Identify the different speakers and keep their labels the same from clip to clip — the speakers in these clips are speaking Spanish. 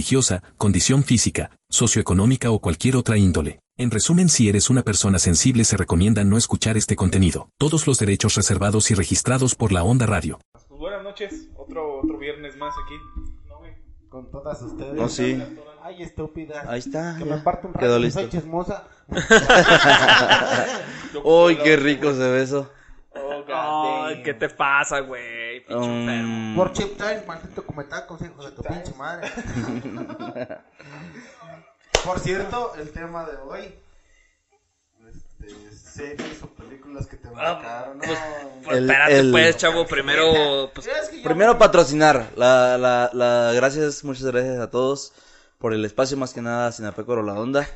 Speaker 1: religiosa, condición física, socioeconómica o cualquier otra índole. En resumen, si eres una persona sensible se recomienda no escuchar este contenido. Todos los derechos reservados y registrados por la Onda Radio.
Speaker 2: Pues buenas noches, otro, otro viernes más aquí. No, güey.
Speaker 3: con todas ustedes.
Speaker 4: No, sí.
Speaker 3: Oh, Ay, estúpida.
Speaker 4: Ahí está.
Speaker 3: que
Speaker 4: ya.
Speaker 3: me parte un
Speaker 4: Quedó
Speaker 3: rato,
Speaker 4: listo.
Speaker 3: soy chismosa.
Speaker 2: Yo
Speaker 4: Uy,
Speaker 2: puse
Speaker 4: qué
Speaker 2: la-
Speaker 4: rico se ve eso.
Speaker 2: Oh, God
Speaker 5: Ay,
Speaker 2: damn.
Speaker 5: ¿qué te pasa, güey? Pinche enfermo.
Speaker 4: Um,
Speaker 3: Por chip time, maldito cometacos, hijo de tu pinche madre. Por cierto, el tema de hoy. Este, series o películas que te
Speaker 5: Ah,
Speaker 3: marcaron. No,
Speaker 5: Pues
Speaker 4: El-
Speaker 5: espérate,
Speaker 4: el-
Speaker 5: pues, chavo, primero. Pues,
Speaker 3: Es que yo-
Speaker 4: primero patrocinar. La, la, la, gracias, muchas gracias a todos por el espacio, más que nada a Sinapecoro La Onda.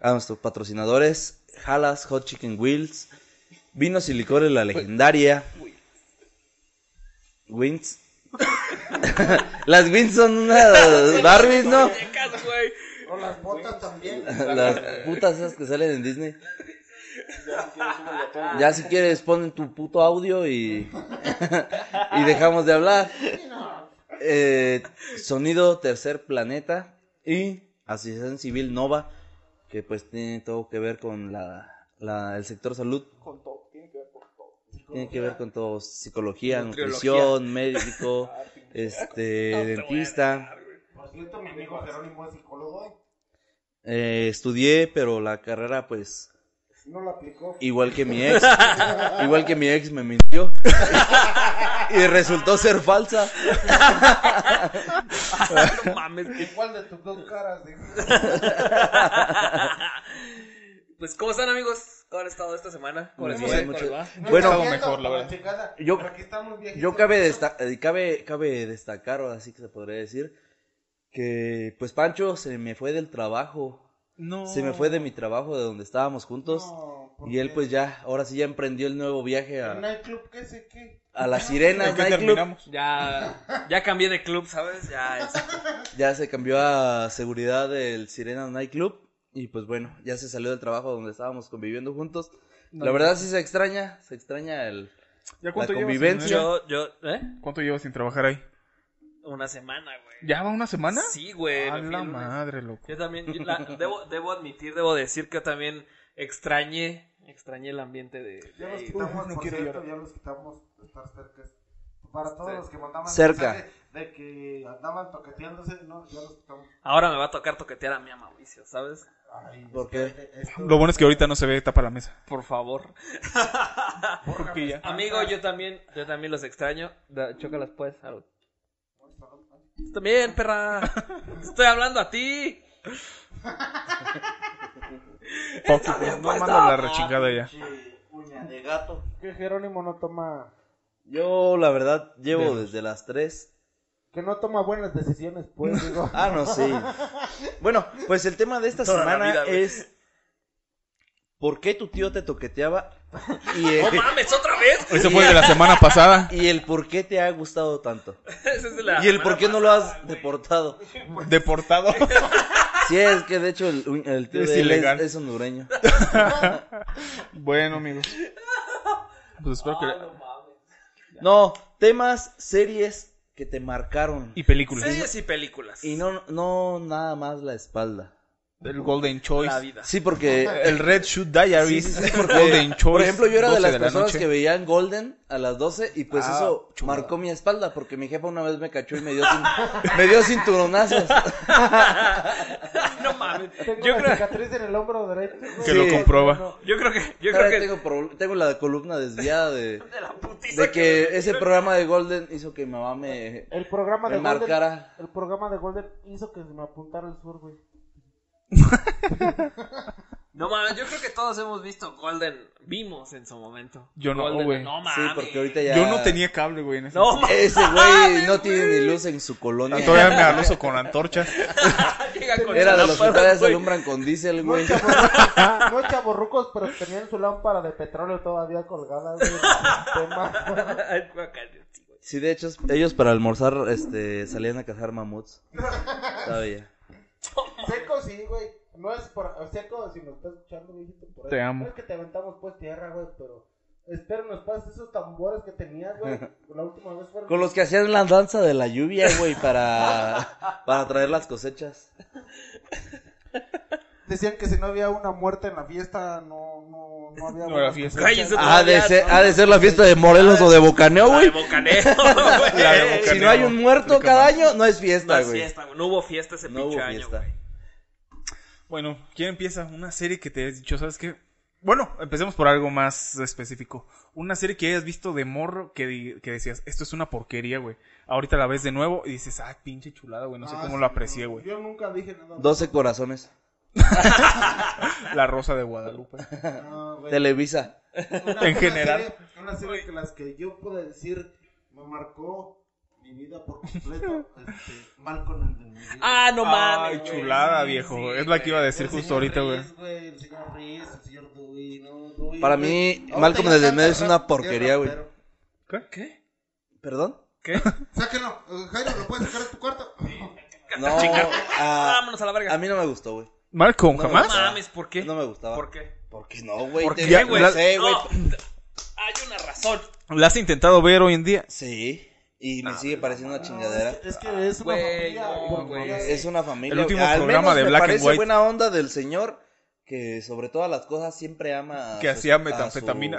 Speaker 4: A nuestros patrocinadores, Jalas, Hot Chicken Wheels, Vinos y Licores La Legendaria. Wins. Las Wins son unas Barbies, ¿no?
Speaker 5: muñecas, güey.
Speaker 3: O las botas también.
Speaker 4: Las putas esas que salen en Disney. Ya si quieres ponen tu puto audio y, y dejamos de hablar. Eh, sonido Tercer Planeta y Asociación Civil Nova, que pues tiene todo que ver con la, la- el sector salud.
Speaker 2: Con todo, tiene que ver con todo.
Speaker 4: Tiene que ver con todo, psicología,
Speaker 5: Nutriología.
Speaker 4: nutrición, médico, este, dentista.
Speaker 3: Por cierto, mi amigo Jerónimo es psicólogo hoy.
Speaker 4: Eh, estudié, pero la carrera pues...
Speaker 3: No lo aplicó.
Speaker 4: Igual que mi ex. Igual que mi ex me mintió. Y resultó ser falsa.
Speaker 5: No mames, qué-
Speaker 3: Igual de tus dos caras. ¿eh? dijo.
Speaker 5: Pues, ¿cómo están, amigos? ¿Cómo han estado esta semana? ¿Cómo les
Speaker 4: Muy
Speaker 5: fue?
Speaker 4: bien, mucho-
Speaker 3: No
Speaker 4: Bueno,
Speaker 3: está
Speaker 2: mejor,
Speaker 3: viendo,
Speaker 2: la
Speaker 3: por
Speaker 2: verdad.
Speaker 3: chingada,
Speaker 4: Yo-
Speaker 3: pero aquí estamos viejitos.
Speaker 4: Yo cabe, desta- eh, cabe, cabe destacar, o así que se podría decir, que pues Pancho se me fue del trabajo.
Speaker 2: No.
Speaker 4: Se me fue de mi trabajo, de donde estábamos juntos.
Speaker 3: No,
Speaker 4: Y él
Speaker 3: porque-
Speaker 4: pues ya, ahora sí ya emprendió el nuevo viaje
Speaker 3: El
Speaker 4: a,
Speaker 3: nightclub, ¿qué sé qué?
Speaker 4: a las
Speaker 2: ¿En
Speaker 4: sirenas
Speaker 2: qué
Speaker 4: nightclub.
Speaker 2: terminamos?
Speaker 5: Ya, ya cambié de club, ¿sabes? Ya, este, es-
Speaker 4: Ya se cambió a seguridad del sirenas nightclub. Y pues bueno, ya se salió del trabajo donde estábamos conviviendo juntos. La verdad sí se extraña, se extraña el...
Speaker 2: ¿Ya cuánto
Speaker 4: la
Speaker 2: llevas sin-
Speaker 4: convivencia.
Speaker 5: yo, yo, ¿eh?
Speaker 2: ¿Cuánto llevas sin trabajar ahí?
Speaker 5: Una semana, güey.
Speaker 2: ¿Ya va una semana?
Speaker 5: Sí, güey.
Speaker 2: A
Speaker 5: me fui
Speaker 2: la
Speaker 5: el lunes.
Speaker 2: madre, loco.
Speaker 5: Yo también, yo la- debo, debo admitir, debo decir que yo también extrañé, extrañé el ambiente de... de
Speaker 3: Ya los
Speaker 5: ahí.
Speaker 3: quitamos,
Speaker 2: Uf, no
Speaker 3: por
Speaker 2: quiero
Speaker 3: cierto,
Speaker 2: llorar.
Speaker 3: ya los quitamos de estar cerca. Para todos
Speaker 5: Sí.
Speaker 3: los que mandaban
Speaker 4: Cerca.
Speaker 3: mensaje de que andaban toqueteándose, no, ya los quitamos.
Speaker 5: Ahora me va a tocar toquetear a mi a Mauricio, ¿sabes?
Speaker 3: Ay,
Speaker 4: ¿Por
Speaker 3: es que,
Speaker 4: qué?
Speaker 3: eh, esto-
Speaker 2: Lo bueno es que ahorita no se ve tapa la mesa.
Speaker 5: Por favor.
Speaker 2: Porque ya.
Speaker 5: Amigo, yo también, yo también los extraño. Da- chócalas pues. algo. Tú También, perra. Estoy hablando a ti.
Speaker 2: Fuck you, pues, no mandas la rechingada ya.
Speaker 3: Uña de gato. Que Jerónimo no toma,
Speaker 4: Yo la verdad llevo
Speaker 2: Vemos.
Speaker 4: desde las 3.
Speaker 3: que no toma buenas decisiones, pues, digo.
Speaker 4: Ah, no, sí. Bueno, pues el tema de esta
Speaker 5: Toda la
Speaker 4: semana
Speaker 5: vida, güey.
Speaker 4: es... ¿Por qué tu tío te toqueteaba? Y el,
Speaker 5: ¡No mames, otra vez!
Speaker 2: Eso fue de la semana pasada.
Speaker 4: y el por qué te ha gustado tanto.
Speaker 5: Esa es de la
Speaker 4: Y el por
Speaker 5: semana
Speaker 4: qué no lo has deportado.
Speaker 2: Deportado.
Speaker 4: Sí, es que de hecho el, un- el tío
Speaker 2: Es
Speaker 4: de él es,
Speaker 2: ilegal.
Speaker 4: es hondureño.
Speaker 2: Bueno, amigos. Pues espero que.
Speaker 4: No, temas, series que te marcaron.
Speaker 2: Y
Speaker 5: pasada.
Speaker 2: películas.
Speaker 5: Series y películas.
Speaker 4: Y no, no nada más la espalda.
Speaker 2: El Golden
Speaker 5: La
Speaker 2: Choice.
Speaker 5: vida.
Speaker 4: pues, Sí, porque
Speaker 2: El Red Shoe Diaries.
Speaker 4: Sí, sí, sí, porque,
Speaker 2: Golden Choice.
Speaker 4: Por ejemplo, yo era de
Speaker 2: 12
Speaker 4: las personas
Speaker 2: noche.
Speaker 4: que veían Golden a las 12 y pues
Speaker 2: Ah,
Speaker 4: eso
Speaker 2: chulada.
Speaker 4: marcó mi espalda porque mi jefa una vez me cachó y me dio, cin- me dio cinturonazos.
Speaker 5: No mames.
Speaker 3: Tengo
Speaker 5: Yo
Speaker 3: una
Speaker 5: creo,
Speaker 3: cicatriz en el hombro derecho. ¿no?
Speaker 2: Que lo
Speaker 4: Sí.
Speaker 2: comprueba.
Speaker 5: yo creo que. Yo creo
Speaker 4: Ahora
Speaker 5: que.
Speaker 4: tengo, pro- tengo la columna desviada de,
Speaker 5: De la putiza
Speaker 4: de que ese programa de Golden hizo que mi mamá me...
Speaker 3: El programa
Speaker 4: Me
Speaker 3: de Golden,
Speaker 4: marcara.
Speaker 3: el programa de Golden hizo que se me apuntara el sur, güey.
Speaker 5: No mames, yo creo que todos hemos visto Golden. Vimos en su momento.
Speaker 2: Yo no,
Speaker 5: Golden,
Speaker 2: güey.
Speaker 5: No mames.
Speaker 4: Sí, porque ahorita ya.
Speaker 2: Yo no tenía cable, güey. en ese
Speaker 5: No mames.
Speaker 4: Ese güey no tiene ni luz en su colonia.
Speaker 2: momento. Todavía me aluso con antorchas.
Speaker 5: Llega con
Speaker 4: Era
Speaker 5: su
Speaker 4: de los que
Speaker 5: lámpara,
Speaker 4: todavía se
Speaker 5: güey.
Speaker 4: alumbran con diésel, güey.
Speaker 6: No chaborrucos, pero tenían su lámpara de petróleo todavía colgada, güey. Te mato.
Speaker 5: Ay, guacamole, sí, güey.
Speaker 4: Sí, de hecho, ellos para almorzar este, salían a cazar mamuts. Todavía.
Speaker 6: Seco sí, güey. No es por... Seco, si nos estás escuchando, viejito, por ahí.
Speaker 2: Te amo.
Speaker 6: No es que te aventamos, pues, tierra, güey, pero... Espero nos pases esos tambores que tenías, güey. La última vez fueron...
Speaker 4: Con los que hacían la danza de la lluvia, güey, para, para traer las cosechas.
Speaker 6: Decían que si no había una muerte en la fiesta, no, no, no había... Ah,
Speaker 2: No
Speaker 6: buenas
Speaker 2: era fiesta.
Speaker 6: cosechas.
Speaker 5: Cállense.
Speaker 4: Ah, Ha de, ser, ha de ser la fiesta de Morelos o de Bocaneo,
Speaker 5: La de
Speaker 4: güey.
Speaker 5: Bocaneo, güey.
Speaker 2: La de
Speaker 4: Si no hay un muerto cada año, no es
Speaker 5: No
Speaker 4: fiesta,
Speaker 5: es
Speaker 4: güey.
Speaker 5: fiesta, güey. No hubo fiesta ese
Speaker 4: No
Speaker 5: pinche
Speaker 4: hubo
Speaker 5: año,
Speaker 4: fiesta.
Speaker 5: güey.
Speaker 2: Bueno, ¿quién empieza? Una serie que te he dicho, ¿sabes qué? Bueno, empecemos por algo más específico. Una serie que hayas visto de morro que, di- que decías, esto es una porquería, güey. Ahorita la ves de nuevo y dices, ah, pinche chulada, güey. No sé
Speaker 6: Ah,
Speaker 2: cómo
Speaker 6: sí,
Speaker 2: lo aprecié,
Speaker 6: no.
Speaker 2: güey.
Speaker 6: Yo nunca dije nada.
Speaker 4: 12 corazones.
Speaker 2: La Rosa de Guadalupe.
Speaker 6: No, güey.
Speaker 4: Televisa.
Speaker 6: Una-
Speaker 2: En
Speaker 6: una
Speaker 2: general.
Speaker 6: serie- una serie que las que yo puedo decir me marcó mi vida por completo. este, Malcolm en el medio.
Speaker 5: Ah, no
Speaker 2: Ay,
Speaker 5: mames. güey.
Speaker 2: chulada,
Speaker 5: Sí,
Speaker 2: viejo.
Speaker 5: sí,
Speaker 2: es la que iba a
Speaker 5: güey.
Speaker 2: decir
Speaker 6: El
Speaker 2: justo
Speaker 6: señor
Speaker 2: ahorita, güey.
Speaker 6: Reese, El señor Reese, el señor Dewey, no, Dewey,
Speaker 4: Para
Speaker 6: güey.
Speaker 4: mí,
Speaker 6: Ahorita
Speaker 4: Malcolm
Speaker 6: ya
Speaker 4: en el
Speaker 6: está
Speaker 4: medio es una
Speaker 6: rap-
Speaker 4: porquería, güey.
Speaker 6: rapero.
Speaker 2: ¿Qué? ¿Qué?
Speaker 4: ¿Perdón?
Speaker 6: Sáquenlo, eh, Jairo, ¿lo puedes sacar de tu cuarto?
Speaker 4: No, a,
Speaker 5: Vámonos a la verga.
Speaker 4: a mí no me gustó, güey.
Speaker 2: Malcolm,
Speaker 4: No,
Speaker 5: no
Speaker 2: jamás.
Speaker 5: mames, ¿por qué?
Speaker 4: No me gustaba.
Speaker 5: ¿Por qué?
Speaker 4: ¿Por qué no, güey?
Speaker 5: ¿Por
Speaker 4: Te-
Speaker 5: qué,
Speaker 4: No
Speaker 5: güey?
Speaker 4: sé, güey.
Speaker 5: No, Hay una razón.
Speaker 2: ¿La has intentado ver hoy en día?
Speaker 4: Sí, y me sigue pareciendo una chingadera.
Speaker 6: Es que es una
Speaker 5: Güey,
Speaker 6: familia,
Speaker 5: no,
Speaker 6: güey.
Speaker 5: güey.
Speaker 4: Es una familia.
Speaker 2: El último
Speaker 4: güey. Al
Speaker 2: programa
Speaker 4: menos
Speaker 2: de
Speaker 4: me
Speaker 2: Black and
Speaker 4: parece
Speaker 2: White.
Speaker 4: buena onda del señor que sobre todas las cosas siempre ama a
Speaker 2: Que
Speaker 4: su-
Speaker 2: hacía
Speaker 4: a su-
Speaker 2: metanfetamina.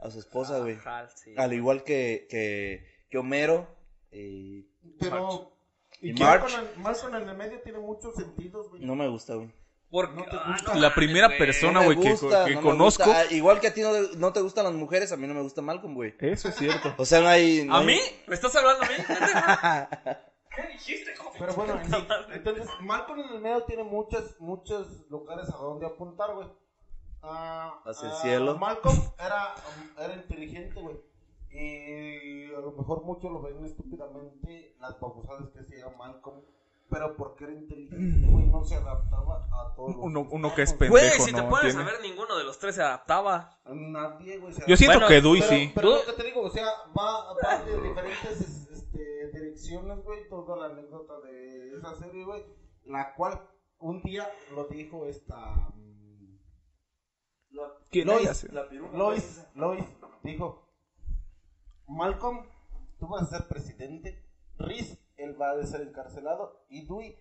Speaker 4: A su, esposa, güey.
Speaker 5: Ajá, sí.
Speaker 4: Al igual que, que, que Homero y,
Speaker 6: Pero
Speaker 4: y
Speaker 2: ¿Y
Speaker 4: March.
Speaker 6: Malcolm en- Malcolm en el medio tiene muchos sentidos, güey.
Speaker 4: No me gusta, güey.
Speaker 5: Porque,
Speaker 6: No te
Speaker 5: ah,
Speaker 6: gusta.
Speaker 5: no
Speaker 2: La
Speaker 5: mames,
Speaker 2: primera
Speaker 5: güey.
Speaker 2: persona- Una,
Speaker 4: No me
Speaker 2: güey, que-
Speaker 4: gusta,
Speaker 2: que
Speaker 4: no me
Speaker 2: conozco.
Speaker 4: gusta. Ah, igual que a ti no, no te gustan las mujeres, a mí no me gusta Malcolm, güey.
Speaker 2: Eso es cierto.
Speaker 4: O sea, no hay... no
Speaker 5: ¿A
Speaker 4: hay-
Speaker 5: mí? ¿Me estás hablando a mí?
Speaker 6: Pero bueno, en sí, entonces Malcolm en el medio tiene muchos, muchos lugares a donde apuntar, güey. Ah,
Speaker 4: Hacia el
Speaker 6: ah,
Speaker 4: cielo.
Speaker 6: Malcolm era, um, era inteligente, güey. Y a lo mejor muchos lo ven estúpidamente las babosadas que hacía Malcolm. Pero porque era inteligente, güey, no se adaptaba a todo.
Speaker 2: Uno- uno que es
Speaker 6: pendejo.
Speaker 5: Güey,
Speaker 2: Pendejo,
Speaker 5: si te
Speaker 2: no,
Speaker 5: pones a
Speaker 2: tiene.
Speaker 5: ver, ninguno de los tres se adaptaba.
Speaker 6: Nadie, güey, se
Speaker 2: Yo siento
Speaker 5: Bueno,
Speaker 2: que Dewey
Speaker 6: pero,
Speaker 2: sí.
Speaker 6: Pero lo que te digo, o sea, va, va de diferentes es- este, direcciones, güey, toda la anécdota de esa serie, güey, la cual un día lo dijo esta... mm, lo-
Speaker 2: ¿Quién era
Speaker 6: Lois,
Speaker 2: ese?
Speaker 6: la piruja, Lois, Lois, dijo, Malcolm, tú vas a ser presidente, Riz, él va a ser encarcelado, y Dewey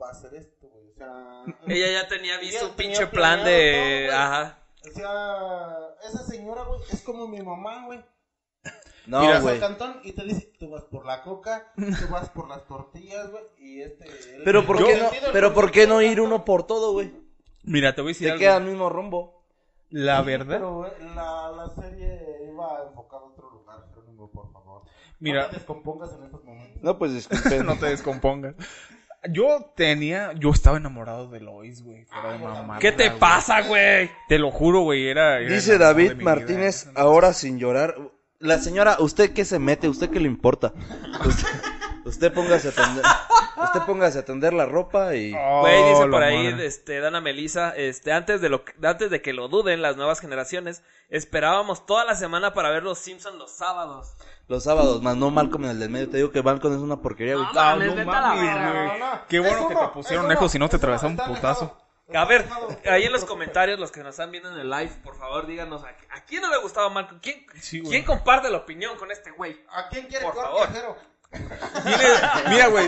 Speaker 6: va a hacer esto, güey, o sea...
Speaker 5: Ella ya tenía visto
Speaker 6: Ella
Speaker 5: un
Speaker 6: tenía
Speaker 5: pinche plan de.
Speaker 6: planeado todo, güey.
Speaker 5: Ajá.
Speaker 6: O sea, esa señora, güey, es como mi mamá, güey.
Speaker 4: No,
Speaker 2: Mira,
Speaker 6: Vas al
Speaker 4: güey.
Speaker 6: cantón y te dice, tú vas por la coca, tú vas por las tortillas, güey, y este... el-
Speaker 4: Pero ¿por,
Speaker 6: Yo-
Speaker 4: qué no,
Speaker 6: sentido,
Speaker 4: pero
Speaker 6: el-
Speaker 4: ¿por qué no ir uno por todo, güey?
Speaker 2: Mira, te voy a decir
Speaker 4: Se
Speaker 2: algo.
Speaker 4: queda al mismo rumbo.
Speaker 2: La verdad.
Speaker 6: Pero eh, la, la serie iba enfocada a otro lugar, Jerónimo, por favor.
Speaker 2: Mira.
Speaker 6: No te descompongas en estos momentos.
Speaker 4: No, pues disculpen.
Speaker 2: no te descompongas. Yo tenía, yo estaba enamorado de Lois, güey. Fuera de mamada,
Speaker 5: ¿Qué te
Speaker 2: güey.
Speaker 5: pasa, güey?
Speaker 2: Te lo juro, güey, era. era
Speaker 4: Dice
Speaker 2: el amor de
Speaker 4: David
Speaker 2: mi
Speaker 4: Martínez,
Speaker 2: vida.
Speaker 4: ahora sin llorar. La señora, ¿usted qué se mete? ¿Usted qué le importa? Usted, usted póngase a atender. Usted póngase a atender la ropa y.
Speaker 2: Oh,
Speaker 5: Güey, dice
Speaker 2: la
Speaker 5: por ahí,
Speaker 2: madre.
Speaker 5: este, Dana Melisa, este, antes de lo, que- antes de que lo duden las nuevas generaciones, esperábamos toda la semana para ver los Simpsons los sábados.
Speaker 4: Los sábados, más no Malcolm en el del medio. Te digo que Malcolm es una porquería, güey.
Speaker 5: Ah,
Speaker 2: Ah,
Speaker 5: les
Speaker 2: no
Speaker 5: vete a la
Speaker 2: mames,
Speaker 5: verga,
Speaker 2: güey.
Speaker 6: No, no, no.
Speaker 2: Qué bueno
Speaker 6: Es
Speaker 2: que
Speaker 6: uno,
Speaker 2: te pusieron
Speaker 6: es
Speaker 2: lejos,
Speaker 6: uno,
Speaker 2: si no te
Speaker 6: es uno,
Speaker 2: atravesaba un
Speaker 6: está
Speaker 2: putazo.
Speaker 6: alejado,
Speaker 5: A
Speaker 6: está
Speaker 5: ver,
Speaker 6: alejado, no
Speaker 5: ahí
Speaker 6: te
Speaker 5: en los
Speaker 6: preocupes.
Speaker 5: comentarios, los que nos están viendo en el live, por favor, díganos, ¿a, a quién no le gustaba Marco? ¿Quién,
Speaker 2: Sí, güey.
Speaker 5: ¿Quién comparte la opinión con este güey?
Speaker 6: ¿A quién quiere
Speaker 5: Por
Speaker 6: jugar
Speaker 5: favor.
Speaker 6: viajero?
Speaker 2: Tienes- Mira, güey,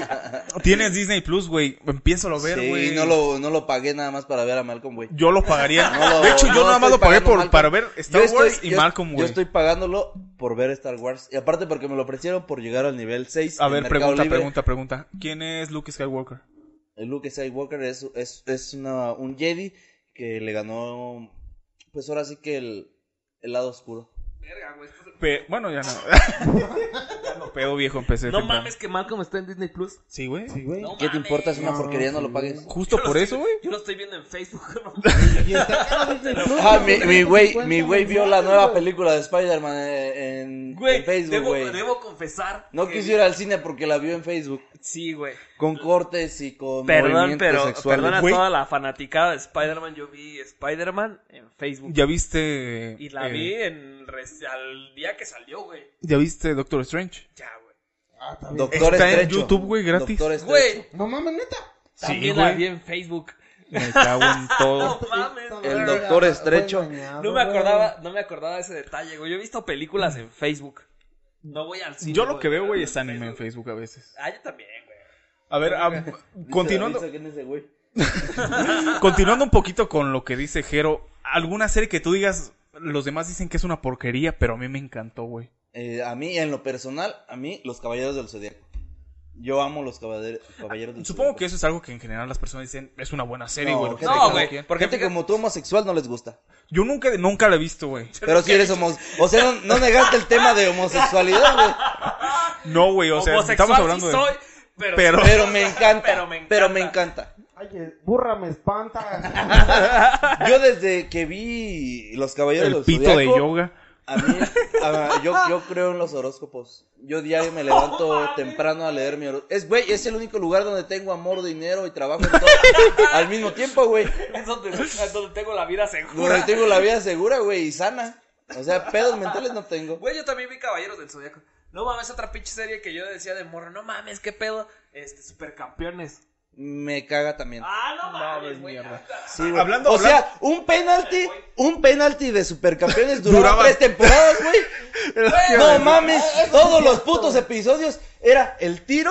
Speaker 2: tienes Disney Plus, güey. Empiezo Ah, a ver,
Speaker 4: Sí,
Speaker 2: güey.
Speaker 4: no lo, no lo pagué nada más para ver a Malcolm, güey.
Speaker 2: Yo lo pagaría.
Speaker 4: No lo-
Speaker 2: de hecho,
Speaker 4: no
Speaker 2: yo nada más lo
Speaker 4: estoy
Speaker 2: pagué
Speaker 4: pagando
Speaker 2: por,
Speaker 4: Malcolm.
Speaker 2: para ver Star
Speaker 4: Yo estoy-
Speaker 2: Wars y
Speaker 4: yo-
Speaker 2: Malcolm,
Speaker 4: Yo
Speaker 2: güey.
Speaker 4: estoy pagándolo por ver Star Wars. Y aparte porque me lo ofrecieron por llegar al nivel 6.
Speaker 2: A
Speaker 4: en
Speaker 2: ver,
Speaker 4: Mercado
Speaker 2: pregunta,
Speaker 4: Libre.
Speaker 2: pregunta, pregunta. ¿Quién es Luke Skywalker?
Speaker 4: El Luke Skywalker es, es, es una, un Jedi que le ganó, pues ahora sí que el, el lado oscuro.
Speaker 5: Verga, güey. esto es-
Speaker 2: Pe- bueno, ya no. ya no pedo viejo, empecé.
Speaker 5: No
Speaker 2: temprano.
Speaker 5: mames que Malcolm está en Disney Plus.
Speaker 2: Sí, güey.
Speaker 6: Sí, güey.
Speaker 5: No
Speaker 4: ¿Qué te
Speaker 5: mames.
Speaker 4: importa? Es una
Speaker 6: No,
Speaker 4: porquería, no lo
Speaker 6: sí,
Speaker 4: pagues.
Speaker 2: Justo
Speaker 5: Yo lo
Speaker 2: por
Speaker 5: estoy-
Speaker 2: eso, güey.
Speaker 5: Yo lo estoy viendo en Facebook. no
Speaker 6: Y está caro Disney Plus,
Speaker 4: Ah, mi,
Speaker 6: güey,
Speaker 4: mi güey,
Speaker 6: 50
Speaker 4: mi güey vio la
Speaker 6: mensuales,
Speaker 4: nueva
Speaker 6: güey.
Speaker 4: película de Spider-Man eh, en,
Speaker 5: Güey,
Speaker 4: en Facebook,
Speaker 5: debo,
Speaker 4: güey.
Speaker 5: debo confesar.
Speaker 4: No
Speaker 5: que-
Speaker 4: quiso ir al cine porque la vio en Facebook.
Speaker 5: Sí, güey.
Speaker 4: Con cortes y con
Speaker 5: Perdón,
Speaker 4: movimientos
Speaker 5: pero
Speaker 4: sexuales.
Speaker 5: perdona
Speaker 2: Güey.
Speaker 5: toda la fanaticada de Spider-Man. Yo vi Spider-Man en Facebook.
Speaker 2: ¿Ya viste.
Speaker 5: y la
Speaker 2: eh,
Speaker 5: vi en res- al día que salió, güey.
Speaker 2: ¿Ya viste Doctor Strange?
Speaker 5: Ya, güey.
Speaker 6: Ah, está bien.
Speaker 4: Doctor
Speaker 2: Está en
Speaker 4: Estrecho.
Speaker 2: YouTube, güey, gratis.
Speaker 4: Doctor Estrecho.
Speaker 5: Güey,
Speaker 6: No mames, neta.
Speaker 5: también
Speaker 2: Sí,
Speaker 5: la
Speaker 2: güey.
Speaker 5: vi en Facebook.
Speaker 2: Me cago en
Speaker 5: No
Speaker 2: todo.
Speaker 5: mames.
Speaker 4: El
Speaker 5: güey.
Speaker 4: doctor
Speaker 6: Fue
Speaker 4: estrecho.
Speaker 6: engañado,
Speaker 5: No me
Speaker 6: güey.
Speaker 5: acordaba, no me acordaba de ese detalle, güey. Yo he visto películas en Facebook. No voy al cine.
Speaker 2: Yo lo que veo, güey,
Speaker 5: en
Speaker 2: es anime en Facebook a veces.
Speaker 5: Ah, yo también, güey.
Speaker 2: A ver, ah,
Speaker 4: Dice,
Speaker 2: continuando.
Speaker 4: avisa quién es ese güey.
Speaker 2: Continuando un poquito con lo que dice Jero, ¿alguna serie que tú digas, los demás dicen que es una porquería, pero a mí me encantó, güey?
Speaker 4: Eh, a mí, en lo personal, a mí, los caballeros del zodiaco. Yo amo los caballer- caballeros del
Speaker 2: Supongo
Speaker 4: Zodiaco.
Speaker 2: que eso es algo que en general las personas dicen, es una buena serie,
Speaker 4: No,
Speaker 2: güey. lo que
Speaker 4: no,
Speaker 2: sea, cada
Speaker 5: güey.
Speaker 2: quien".
Speaker 5: Porque
Speaker 4: Gente
Speaker 5: fíjate-
Speaker 4: como tú homosexual no les gusta.
Speaker 2: Yo nunca, nunca la he visto, güey.
Speaker 4: Pero si eres homosexual. O sea, no, no negaste el tema de homosexualidad, güey.
Speaker 2: No, güey, o sea,
Speaker 5: Homosexual
Speaker 2: estamos hablando
Speaker 5: sí
Speaker 2: de...
Speaker 5: soy, pero,
Speaker 2: Pero-
Speaker 4: Pero me encanta.
Speaker 5: Pero me encanta.
Speaker 4: Pero me encanta.
Speaker 6: Oye, eh, burra me espanta.
Speaker 4: Yo desde que vi Los Caballeros
Speaker 2: El
Speaker 4: del
Speaker 2: pito de
Speaker 4: Zodiaco,
Speaker 2: yoga.
Speaker 4: A mí, a- yo, yo creo en los horóscopos. Yo diario me levanto temprano a leer mi horóscopo. Es, güey, es el único lugar donde tengo amor, dinero y trabajo en todo- al mismo tiempo, güey.
Speaker 5: es donde, es donde tengo la vida segura.
Speaker 4: Donde tengo la vida segura, güey, y sana. O sea, pedos mentales no tengo.
Speaker 5: Güey, yo también vi Caballeros del Zodiaco. No mames, otra pinche serie que yo decía de morro. No mames, qué pedo. Este, supercampeones.
Speaker 4: Me caga también.
Speaker 5: Ah, no mames,
Speaker 2: ves
Speaker 5: güey. Ah,
Speaker 2: mierda.
Speaker 4: Sí, güey.
Speaker 2: hablando-
Speaker 4: o sea, un penalti, un penalti de supercampeones duraba,
Speaker 2: Duraba-
Speaker 4: tres temporadas, güey. no mames,
Speaker 6: Ah,
Speaker 4: todos los putos episodios era el tiro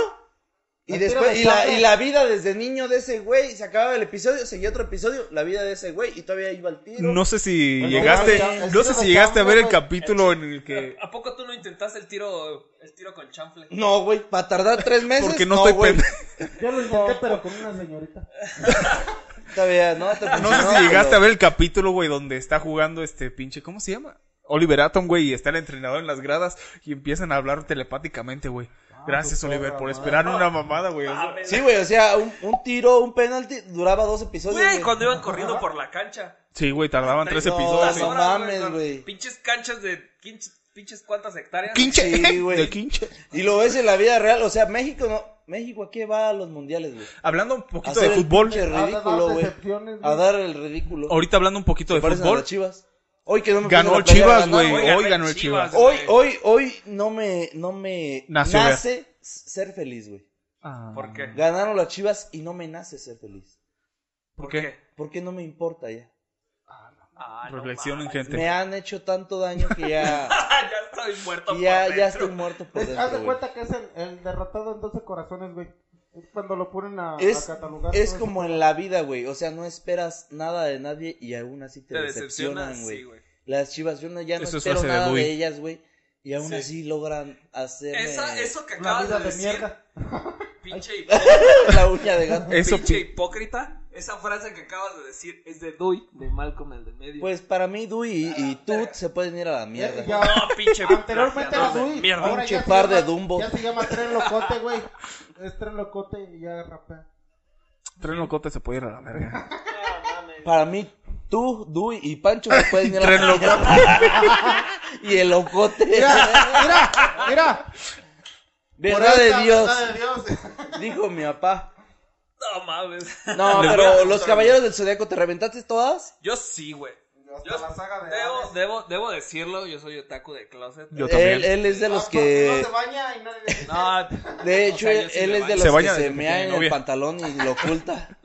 Speaker 4: y
Speaker 6: El tiro
Speaker 4: después
Speaker 6: de
Speaker 4: y, la,
Speaker 6: Chapa.
Speaker 4: y la vida desde niño de ese güey, se acababa el episodio, seguía otro episodio, la vida de ese güey y todavía iba al tiro.
Speaker 2: No sé si
Speaker 6: Bueno,
Speaker 2: llegaste,
Speaker 6: no, no, no,
Speaker 2: no sé
Speaker 6: no,
Speaker 2: si llegaste a ver el
Speaker 6: no,
Speaker 2: capítulo en el que...
Speaker 5: ah, ¿A, a poco tú no intentaste el tiro, el tiro con chanfle?
Speaker 4: No, güey, para tardar tres meses.
Speaker 2: Porque no estoy
Speaker 4: güey.
Speaker 2: pen-
Speaker 6: Yo lo intenté, pero con una señorita.
Speaker 4: Todavía no, te
Speaker 2: No sé
Speaker 4: funcionó,
Speaker 2: si llegaste
Speaker 4: pero-
Speaker 2: a ver el capítulo, güey, donde está jugando este pinche, ¿cómo se llama? Oliver Atom, güey, y está el entrenador en las gradas y empiezan a hablar telepáticamente, güey. Gracias,
Speaker 6: tu
Speaker 2: Oliver,
Speaker 6: perra
Speaker 2: por
Speaker 6: madre.
Speaker 2: esperar una mamada, güey. O sea,
Speaker 5: Mames.
Speaker 4: Sí, güey, o sea, un, un tiro, un penalti duraba dos episodios.
Speaker 5: Güey,
Speaker 4: güey.
Speaker 5: cuando iban corriendo por la cancha.
Speaker 2: Sí, güey, tardaban tres
Speaker 4: No,
Speaker 2: episodios.
Speaker 5: Las
Speaker 2: sí.
Speaker 4: no.
Speaker 5: horas,
Speaker 4: mames,
Speaker 5: con
Speaker 4: güey.
Speaker 5: Pinches canchas de quinche- pinches cuántas hectáreas.
Speaker 2: Quinche,
Speaker 4: Sí, güey.
Speaker 2: ¿eh? de quinche.
Speaker 4: Y lo ves en la vida real, o sea, México no, México aquí va a los mundiales, güey.
Speaker 2: Hablando un poquito
Speaker 4: Hacer
Speaker 2: de
Speaker 4: el
Speaker 2: fútbol.
Speaker 4: pinche
Speaker 6: A dar
Speaker 4: ridículo, güey.
Speaker 6: decepciones, güey.
Speaker 4: A dar el ridículo.
Speaker 2: Ahorita hablando un poquito de
Speaker 4: Parecen a
Speaker 2: fútbol.
Speaker 4: las Chivas. Hoy que no me
Speaker 2: Ganó
Speaker 4: puse la
Speaker 2: Chivas,
Speaker 4: playera, ganaron,
Speaker 2: güey.
Speaker 4: güey.
Speaker 2: hoy ganó el Chivas.
Speaker 4: Hoy,
Speaker 5: güey.
Speaker 4: hoy, hoy no me, no me
Speaker 2: Nació
Speaker 4: nace ser feliz, güey.
Speaker 2: Ah.
Speaker 5: ¿Por qué?
Speaker 4: Ganaron las Chivas y no me nace ser feliz.
Speaker 5: ¿Por
Speaker 2: qué?
Speaker 5: qué?
Speaker 4: Porque no me importa ya.
Speaker 5: Ah, no
Speaker 2: Reflexionen,
Speaker 5: mames.
Speaker 2: gente.
Speaker 4: Me han hecho tanto daño que ya,
Speaker 5: ya estoy muerto.
Speaker 4: que ya,
Speaker 5: por
Speaker 4: ya
Speaker 5: dentro.
Speaker 4: estoy muerto por
Speaker 6: Es- Pues, Haz
Speaker 4: dentro,
Speaker 6: de
Speaker 4: güey.
Speaker 6: cuenta que es el, el derrotado en 12 corazones, güey. Es cuando lo ponen a, a
Speaker 4: Es,
Speaker 6: catalogar.
Speaker 4: es
Speaker 6: todo
Speaker 4: como
Speaker 6: eso.
Speaker 4: en la vida, güey. O sea, no esperas nada de nadie y aún así te,
Speaker 5: Te
Speaker 4: decepcionan,
Speaker 5: decepcionas,
Speaker 4: güey.
Speaker 5: sí, güey.
Speaker 4: Las chivas, yo no, ya no
Speaker 2: Eso es
Speaker 4: espero
Speaker 2: frase de
Speaker 4: nada de,
Speaker 2: Dewey.
Speaker 4: ellas, güey. Y aún
Speaker 5: Sí.
Speaker 4: así logran hacer
Speaker 5: Esa, eso que
Speaker 6: Una
Speaker 5: acabas
Speaker 6: vida
Speaker 5: de
Speaker 6: de
Speaker 5: decir,
Speaker 6: mierda.
Speaker 5: pinche, hipó-
Speaker 4: la uña de gato.
Speaker 2: Eso,
Speaker 5: pinche
Speaker 2: pi-
Speaker 5: hipócrita, esa frase que acabas de decir es de Dewey, de Malcolm el de medio.
Speaker 4: Pues para mí, Dewey y, y Tut se pueden ir a la
Speaker 6: Ya-
Speaker 4: mierda.
Speaker 6: ya-
Speaker 5: no, pinche
Speaker 6: Anteriormente era
Speaker 5: plagiador de
Speaker 6: Dui.
Speaker 5: Mierda.
Speaker 6: ahora
Speaker 4: Pinche
Speaker 6: ya se
Speaker 4: par de
Speaker 6: llama-
Speaker 4: Dumbo.
Speaker 6: Ya se llama Tren Locote, güey. Es Tren Locote y ya rapea.
Speaker 2: Tren locote se puede ir a la verga.
Speaker 4: Para mí, tú, Dewey y Pancho se pueden ir a
Speaker 2: Tren
Speaker 4: la mierda. y el ocote.
Speaker 6: Mira, mira.
Speaker 4: Verdad
Speaker 6: esta-
Speaker 4: de Dios,
Speaker 6: verdad de Dios.
Speaker 4: dijo mi papá.
Speaker 5: No mames.
Speaker 4: No,
Speaker 5: Les voy
Speaker 4: pero
Speaker 5: a-
Speaker 4: los caballeros del zodiaco, ¿te reventaste todas?
Speaker 5: Yo sí, güey. Yo
Speaker 6: Hasta la saga de
Speaker 5: debo,
Speaker 6: Hades.
Speaker 5: debo, debo decirlo, yo soy otaku de closet.
Speaker 2: Yo también.
Speaker 4: Él, él es de los
Speaker 6: Ah, porque
Speaker 4: que.
Speaker 6: No se baña y nadie.
Speaker 5: No,
Speaker 4: De hecho,
Speaker 5: o sea, yo sí
Speaker 4: él
Speaker 5: me
Speaker 4: es de
Speaker 5: baño.
Speaker 4: los
Speaker 2: Se baña
Speaker 4: que se
Speaker 2: desde que
Speaker 4: mea
Speaker 2: tiene
Speaker 4: en el
Speaker 2: novia.
Speaker 4: pantalón y lo oculta.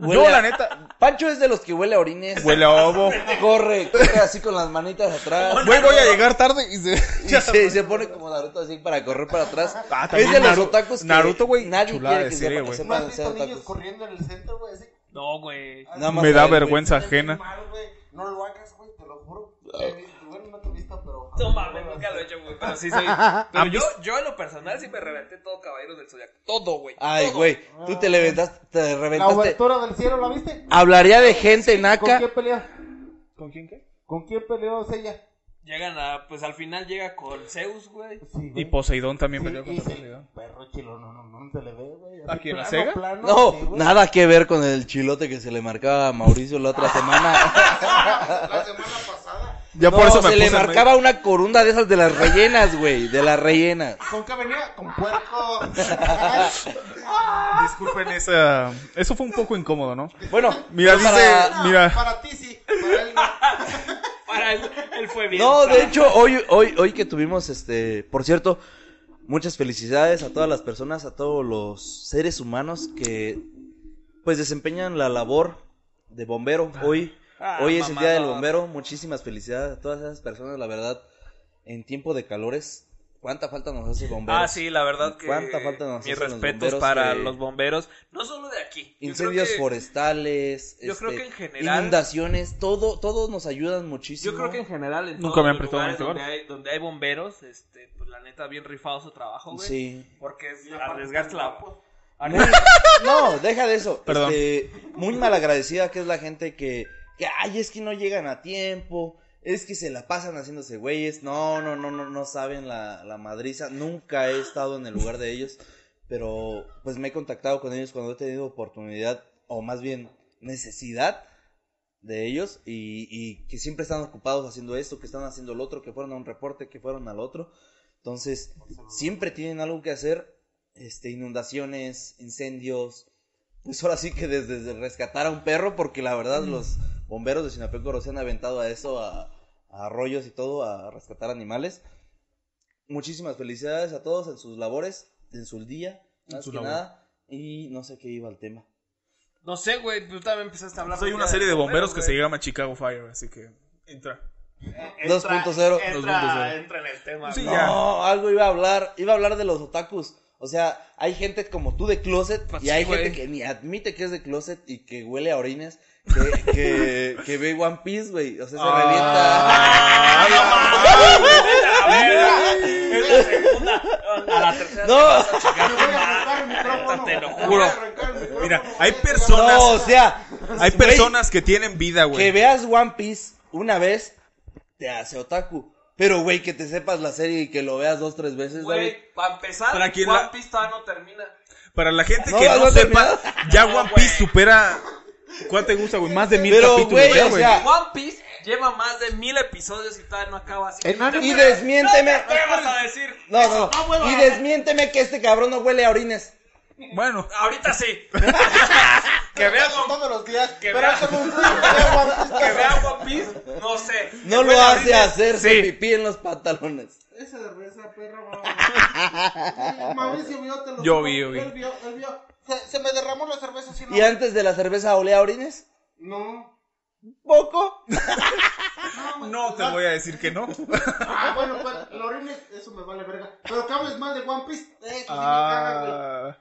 Speaker 4: Huele
Speaker 2: Yo,
Speaker 4: a-
Speaker 2: la neta,
Speaker 4: Pancho es de los que huele a orines.
Speaker 2: huele a ovo.
Speaker 4: Corre, corre así con las manitas atrás.
Speaker 2: Güey, voy a llegar tarde y se...
Speaker 4: Y se, y se pone como Naruto así para correr para atrás.
Speaker 2: Ah,
Speaker 4: es
Speaker 2: también
Speaker 4: de los
Speaker 2: Naru-
Speaker 4: otacos que
Speaker 2: Naruto, güey,
Speaker 4: nadie
Speaker 2: chulada
Speaker 4: quiere
Speaker 2: de
Speaker 4: que
Speaker 2: serie,
Speaker 4: sepa-
Speaker 2: güey.
Speaker 6: ¿No has
Speaker 4: sepan ser
Speaker 6: visto niños
Speaker 4: otacos.
Speaker 6: corriendo en el centro, güey? Así.
Speaker 5: No, güey.
Speaker 4: Nada más
Speaker 2: Me da
Speaker 4: a él, güey.
Speaker 2: vergüenza ajena.
Speaker 6: Mal, güey. No lo hagas, güey, te lo juro.
Speaker 4: Ah.
Speaker 6: Eh, Bueno, no te he visto, pero.
Speaker 5: No mames, nunca lo he hecho, güey. Pero sí soy. Pero yo, yo en lo personal sí me reventé todo Caballeros del Zodiaco. Todo, güey.
Speaker 4: Ay,
Speaker 5: todo.
Speaker 4: güey, tú te reventaste. Te
Speaker 6: La
Speaker 4: reventaste.
Speaker 6: obertura del cielo, ¿la viste?
Speaker 4: Hablaría de gente
Speaker 6: ¿Con
Speaker 4: naca.
Speaker 6: quién peleó?
Speaker 2: ¿Con quién qué?
Speaker 6: ¿Con quién peleó Sella?
Speaker 5: Llegan a, pues al final llega con Zeus, güey.
Speaker 6: Sí, güey.
Speaker 2: Y Poseidón también
Speaker 6: Sí,
Speaker 2: peleó
Speaker 6: y
Speaker 2: contra
Speaker 6: sí,
Speaker 2: Poseidón.
Speaker 6: Perro chilo, no, no, no se le ve, güey.
Speaker 2: ¿A quién, a
Speaker 6: Plano,
Speaker 2: Sega?
Speaker 6: plano, sí,
Speaker 4: No,
Speaker 6: güey.
Speaker 4: nada que ver con el chilote que se le marcaba a Mauricio la otra semana.
Speaker 6: La semana pasada.
Speaker 2: Ya
Speaker 4: no,
Speaker 2: por eso me
Speaker 4: se le
Speaker 2: puse a-
Speaker 4: marcaba una corunda de esas de las rellenas, güey, de las rellenas.
Speaker 6: ¿Con qué venía? Con puerco.
Speaker 2: Disculpen esa. Eso fue un poco incómodo, ¿no?
Speaker 4: Bueno,
Speaker 2: Mira,
Speaker 4: yo
Speaker 2: dice-
Speaker 4: para-
Speaker 6: No,
Speaker 2: Mira.
Speaker 6: Para ti sí. Para él no.
Speaker 5: Para él, él fue bien.
Speaker 4: No, de
Speaker 5: sano.
Speaker 4: hecho, hoy, hoy, hoy que tuvimos, este, por cierto, muchas felicidades a todas las personas, a todos los seres humanos que, pues, desempeñan la labor de bombero. Hoy,
Speaker 5: Ah,
Speaker 4: hoy es el día del
Speaker 5: mamador.
Speaker 4: bombero. Muchísimas felicidades a todas esas personas, la verdad, en tiempo de calores. ¿Cuánta falta nos hace bomberos?
Speaker 5: Ah, sí, la verdad que.
Speaker 4: ¿Cuánta falta nos
Speaker 5: Mis
Speaker 4: hacen los
Speaker 5: respetos
Speaker 4: bomberos
Speaker 5: para
Speaker 4: que-
Speaker 5: los bomberos. No solo de aquí. Yo
Speaker 4: Incendios
Speaker 5: creo que-
Speaker 4: forestales,
Speaker 5: yo creo
Speaker 4: este,
Speaker 5: que en general-
Speaker 4: inundaciones, todo, todos nos ayudan muchísimo.
Speaker 5: Yo creo que en general. En
Speaker 2: Nunca
Speaker 5: todos
Speaker 2: me han
Speaker 5: los
Speaker 2: prestado
Speaker 5: lugares
Speaker 2: mis
Speaker 5: donde hay, donde hay bomberos, este, pues la neta, bien rifado su trabajo, güey.
Speaker 4: sí.
Speaker 5: Porque es arriesgarse la.
Speaker 4: Muy- no, deja de eso.
Speaker 2: Perdón.
Speaker 4: Este, muy malagradecida que es la gente que, que, ay, es que no llegan a tiempo, es que se la pasan haciéndose güeyes. No, no, no, no, no saben la, la madriza. Nunca he estado en el lugar de ellos, pero pues me he contactado con ellos cuando he tenido oportunidad, o más bien necesidad de ellos y, y que siempre están ocupados haciendo esto, que están haciendo lo otro, que fueron a un reporte, que fueron al otro. Entonces, siempre tienen algo que hacer, este, inundaciones, incendios. Pues ahora sí que desde, desde rescatar a un perro, porque la verdad
Speaker 2: Mm.
Speaker 4: los bomberos de Sinapecuaro se han aventado a eso, a, a arroyos y todo, a rescatar animales. Muchísimas felicidades a todos en sus labores, en su día,
Speaker 2: En
Speaker 4: más
Speaker 2: su
Speaker 4: que
Speaker 2: labor.
Speaker 4: nada. Y no sé qué iba el tema.
Speaker 5: No sé, güey. Tú también empezaste a hablar.
Speaker 2: Soy
Speaker 5: del
Speaker 2: una
Speaker 5: día
Speaker 2: serie de
Speaker 5: del
Speaker 2: bomberos
Speaker 5: bombero,
Speaker 2: que
Speaker 5: güey.
Speaker 2: se llama Chicago Fire, así que. Entra.
Speaker 4: 2.0.
Speaker 5: Entra,
Speaker 2: 2.0.
Speaker 5: entra en el tema.
Speaker 2: Sí,
Speaker 5: güey.
Speaker 2: ya.
Speaker 4: No, algo iba a hablar, iba a hablar de los otakus. O sea, hay gente como tú de closet
Speaker 5: Pues
Speaker 4: y hay
Speaker 5: sí, güey.
Speaker 4: gente que ni admite que es de closet y que huele a orines, que, que, que ve One Piece, güey. O sea, se
Speaker 2: Ah.
Speaker 5: Es la segunda. A la
Speaker 4: revienta.
Speaker 5: tercera.
Speaker 4: No,
Speaker 6: Me voy a arrancar el micrófono.
Speaker 5: Te lo
Speaker 6: Me voy a
Speaker 5: juro.
Speaker 6: arrancar el micrófono.
Speaker 2: Mira, hay
Speaker 6: Voy a
Speaker 2: personas-
Speaker 4: no, o sea,
Speaker 2: Hay
Speaker 4: güey,
Speaker 2: personas que tienen vida,
Speaker 4: que
Speaker 2: güey.
Speaker 4: veas One Piece una vez te hace otaku. Pero, güey, que te sepas la serie y que lo veas dos, tres veces, David.
Speaker 5: Güey, para empezar,
Speaker 2: Para quien
Speaker 5: One
Speaker 2: la-
Speaker 5: Piece todavía no termina.
Speaker 2: Para la gente
Speaker 4: No,
Speaker 2: que
Speaker 4: no
Speaker 2: no
Speaker 4: ha
Speaker 2: sepa,
Speaker 4: terminado.
Speaker 2: ya
Speaker 5: No,
Speaker 2: One Piece
Speaker 5: güey.
Speaker 2: supera. ¿Cuánto te gusta, güey? Más de mil
Speaker 4: Pero,
Speaker 2: capítulos.
Speaker 4: güey,
Speaker 2: ya,
Speaker 4: o
Speaker 2: güey.
Speaker 4: sea,
Speaker 5: One Piece lleva más de mil episodios y todavía no acaba así.
Speaker 6: En anime-
Speaker 4: Y desmiénteme.
Speaker 5: ¿Qué vas a decir?
Speaker 4: No, no, Y desmiénteme que este cabrón no huele a orines.
Speaker 2: Bueno,
Speaker 5: Ahorita sí. que
Speaker 6: Que
Speaker 5: vea
Speaker 6: veas
Speaker 5: One
Speaker 6: todos los días.
Speaker 5: que
Speaker 6: Pero
Speaker 5: vea-
Speaker 6: con un que
Speaker 5: que vea One Piece, no sé.
Speaker 4: No lo
Speaker 5: Bueno,
Speaker 4: hace
Speaker 5: ahorita-
Speaker 4: hacerse
Speaker 5: Sí.
Speaker 4: pipí en los pantalones.
Speaker 6: Esa de esa perra, mamá. Mauricio vio, te lo
Speaker 2: Yo
Speaker 6: juro,
Speaker 2: vi, yo vi.
Speaker 6: Él vio, él vio. Se, se me derramó la cerveza si no.
Speaker 4: ¿Y antes de la cerveza olea a orines?
Speaker 6: No.
Speaker 4: Poco.
Speaker 2: no te voy a decir que no.
Speaker 6: Ah, bueno, pues, Lorines, eso me vale verga. Pero que hables mal de One Piece, eso sí me caga, güey.
Speaker 2: Ah,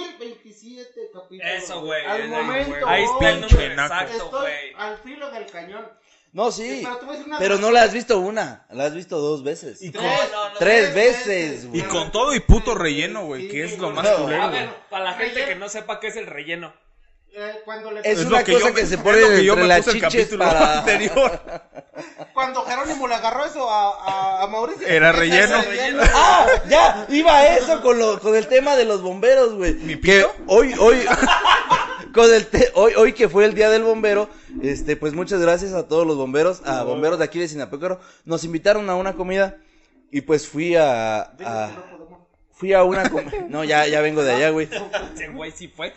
Speaker 6: 1027 capítulos.
Speaker 5: Eso, güey.
Speaker 6: Al
Speaker 5: ahí, güey.
Speaker 6: momento.
Speaker 2: Ahí
Speaker 6: hoy,
Speaker 2: está el
Speaker 5: número
Speaker 2: pinche naco.
Speaker 5: Exacto,
Speaker 6: Estoy
Speaker 5: güey.
Speaker 6: al filo del cañón.
Speaker 4: No, sí.
Speaker 6: Pero te voy a decir una
Speaker 4: Pero
Speaker 6: cosa.
Speaker 4: no la has visto una, la has visto dos veces.
Speaker 2: Y-
Speaker 6: Tres,
Speaker 5: No, no, no.
Speaker 4: Tres veces, güey.
Speaker 2: Y con todo y puto relleno, güey, que es lo más
Speaker 4: No.
Speaker 5: A
Speaker 2: culero, güey.
Speaker 5: ver, para la gente
Speaker 6: Relleno.
Speaker 5: que no sepa qué es el relleno.
Speaker 6: Eh, cuando le
Speaker 4: Es
Speaker 2: lo
Speaker 4: una
Speaker 2: yo
Speaker 4: cosa
Speaker 2: me-
Speaker 4: que se
Speaker 2: es
Speaker 4: pone
Speaker 2: lo que yo
Speaker 4: entre
Speaker 2: me
Speaker 4: las
Speaker 2: puse el
Speaker 4: chiches
Speaker 2: capítulo
Speaker 4: para-
Speaker 2: anterior.
Speaker 6: Cuando Jerónimo le agarró eso a, a, a Mauricio.
Speaker 2: Era
Speaker 6: Ese
Speaker 2: relleno.
Speaker 4: Ah, ya, iba a eso con, lo, con el tema de los bomberos, güey.
Speaker 2: ¿Mi
Speaker 4: Que
Speaker 2: pito?
Speaker 4: hoy, hoy, con el te- hoy, hoy que fue el día del bombero, este, pues muchas gracias a todos los bomberos, a bomberos de aquí de Sinapécaro. Nos invitaron a una comida y pues fui a, a- fui a una comida. No, ya, ya vengo de allá, güey.
Speaker 5: Ese güey sí fue.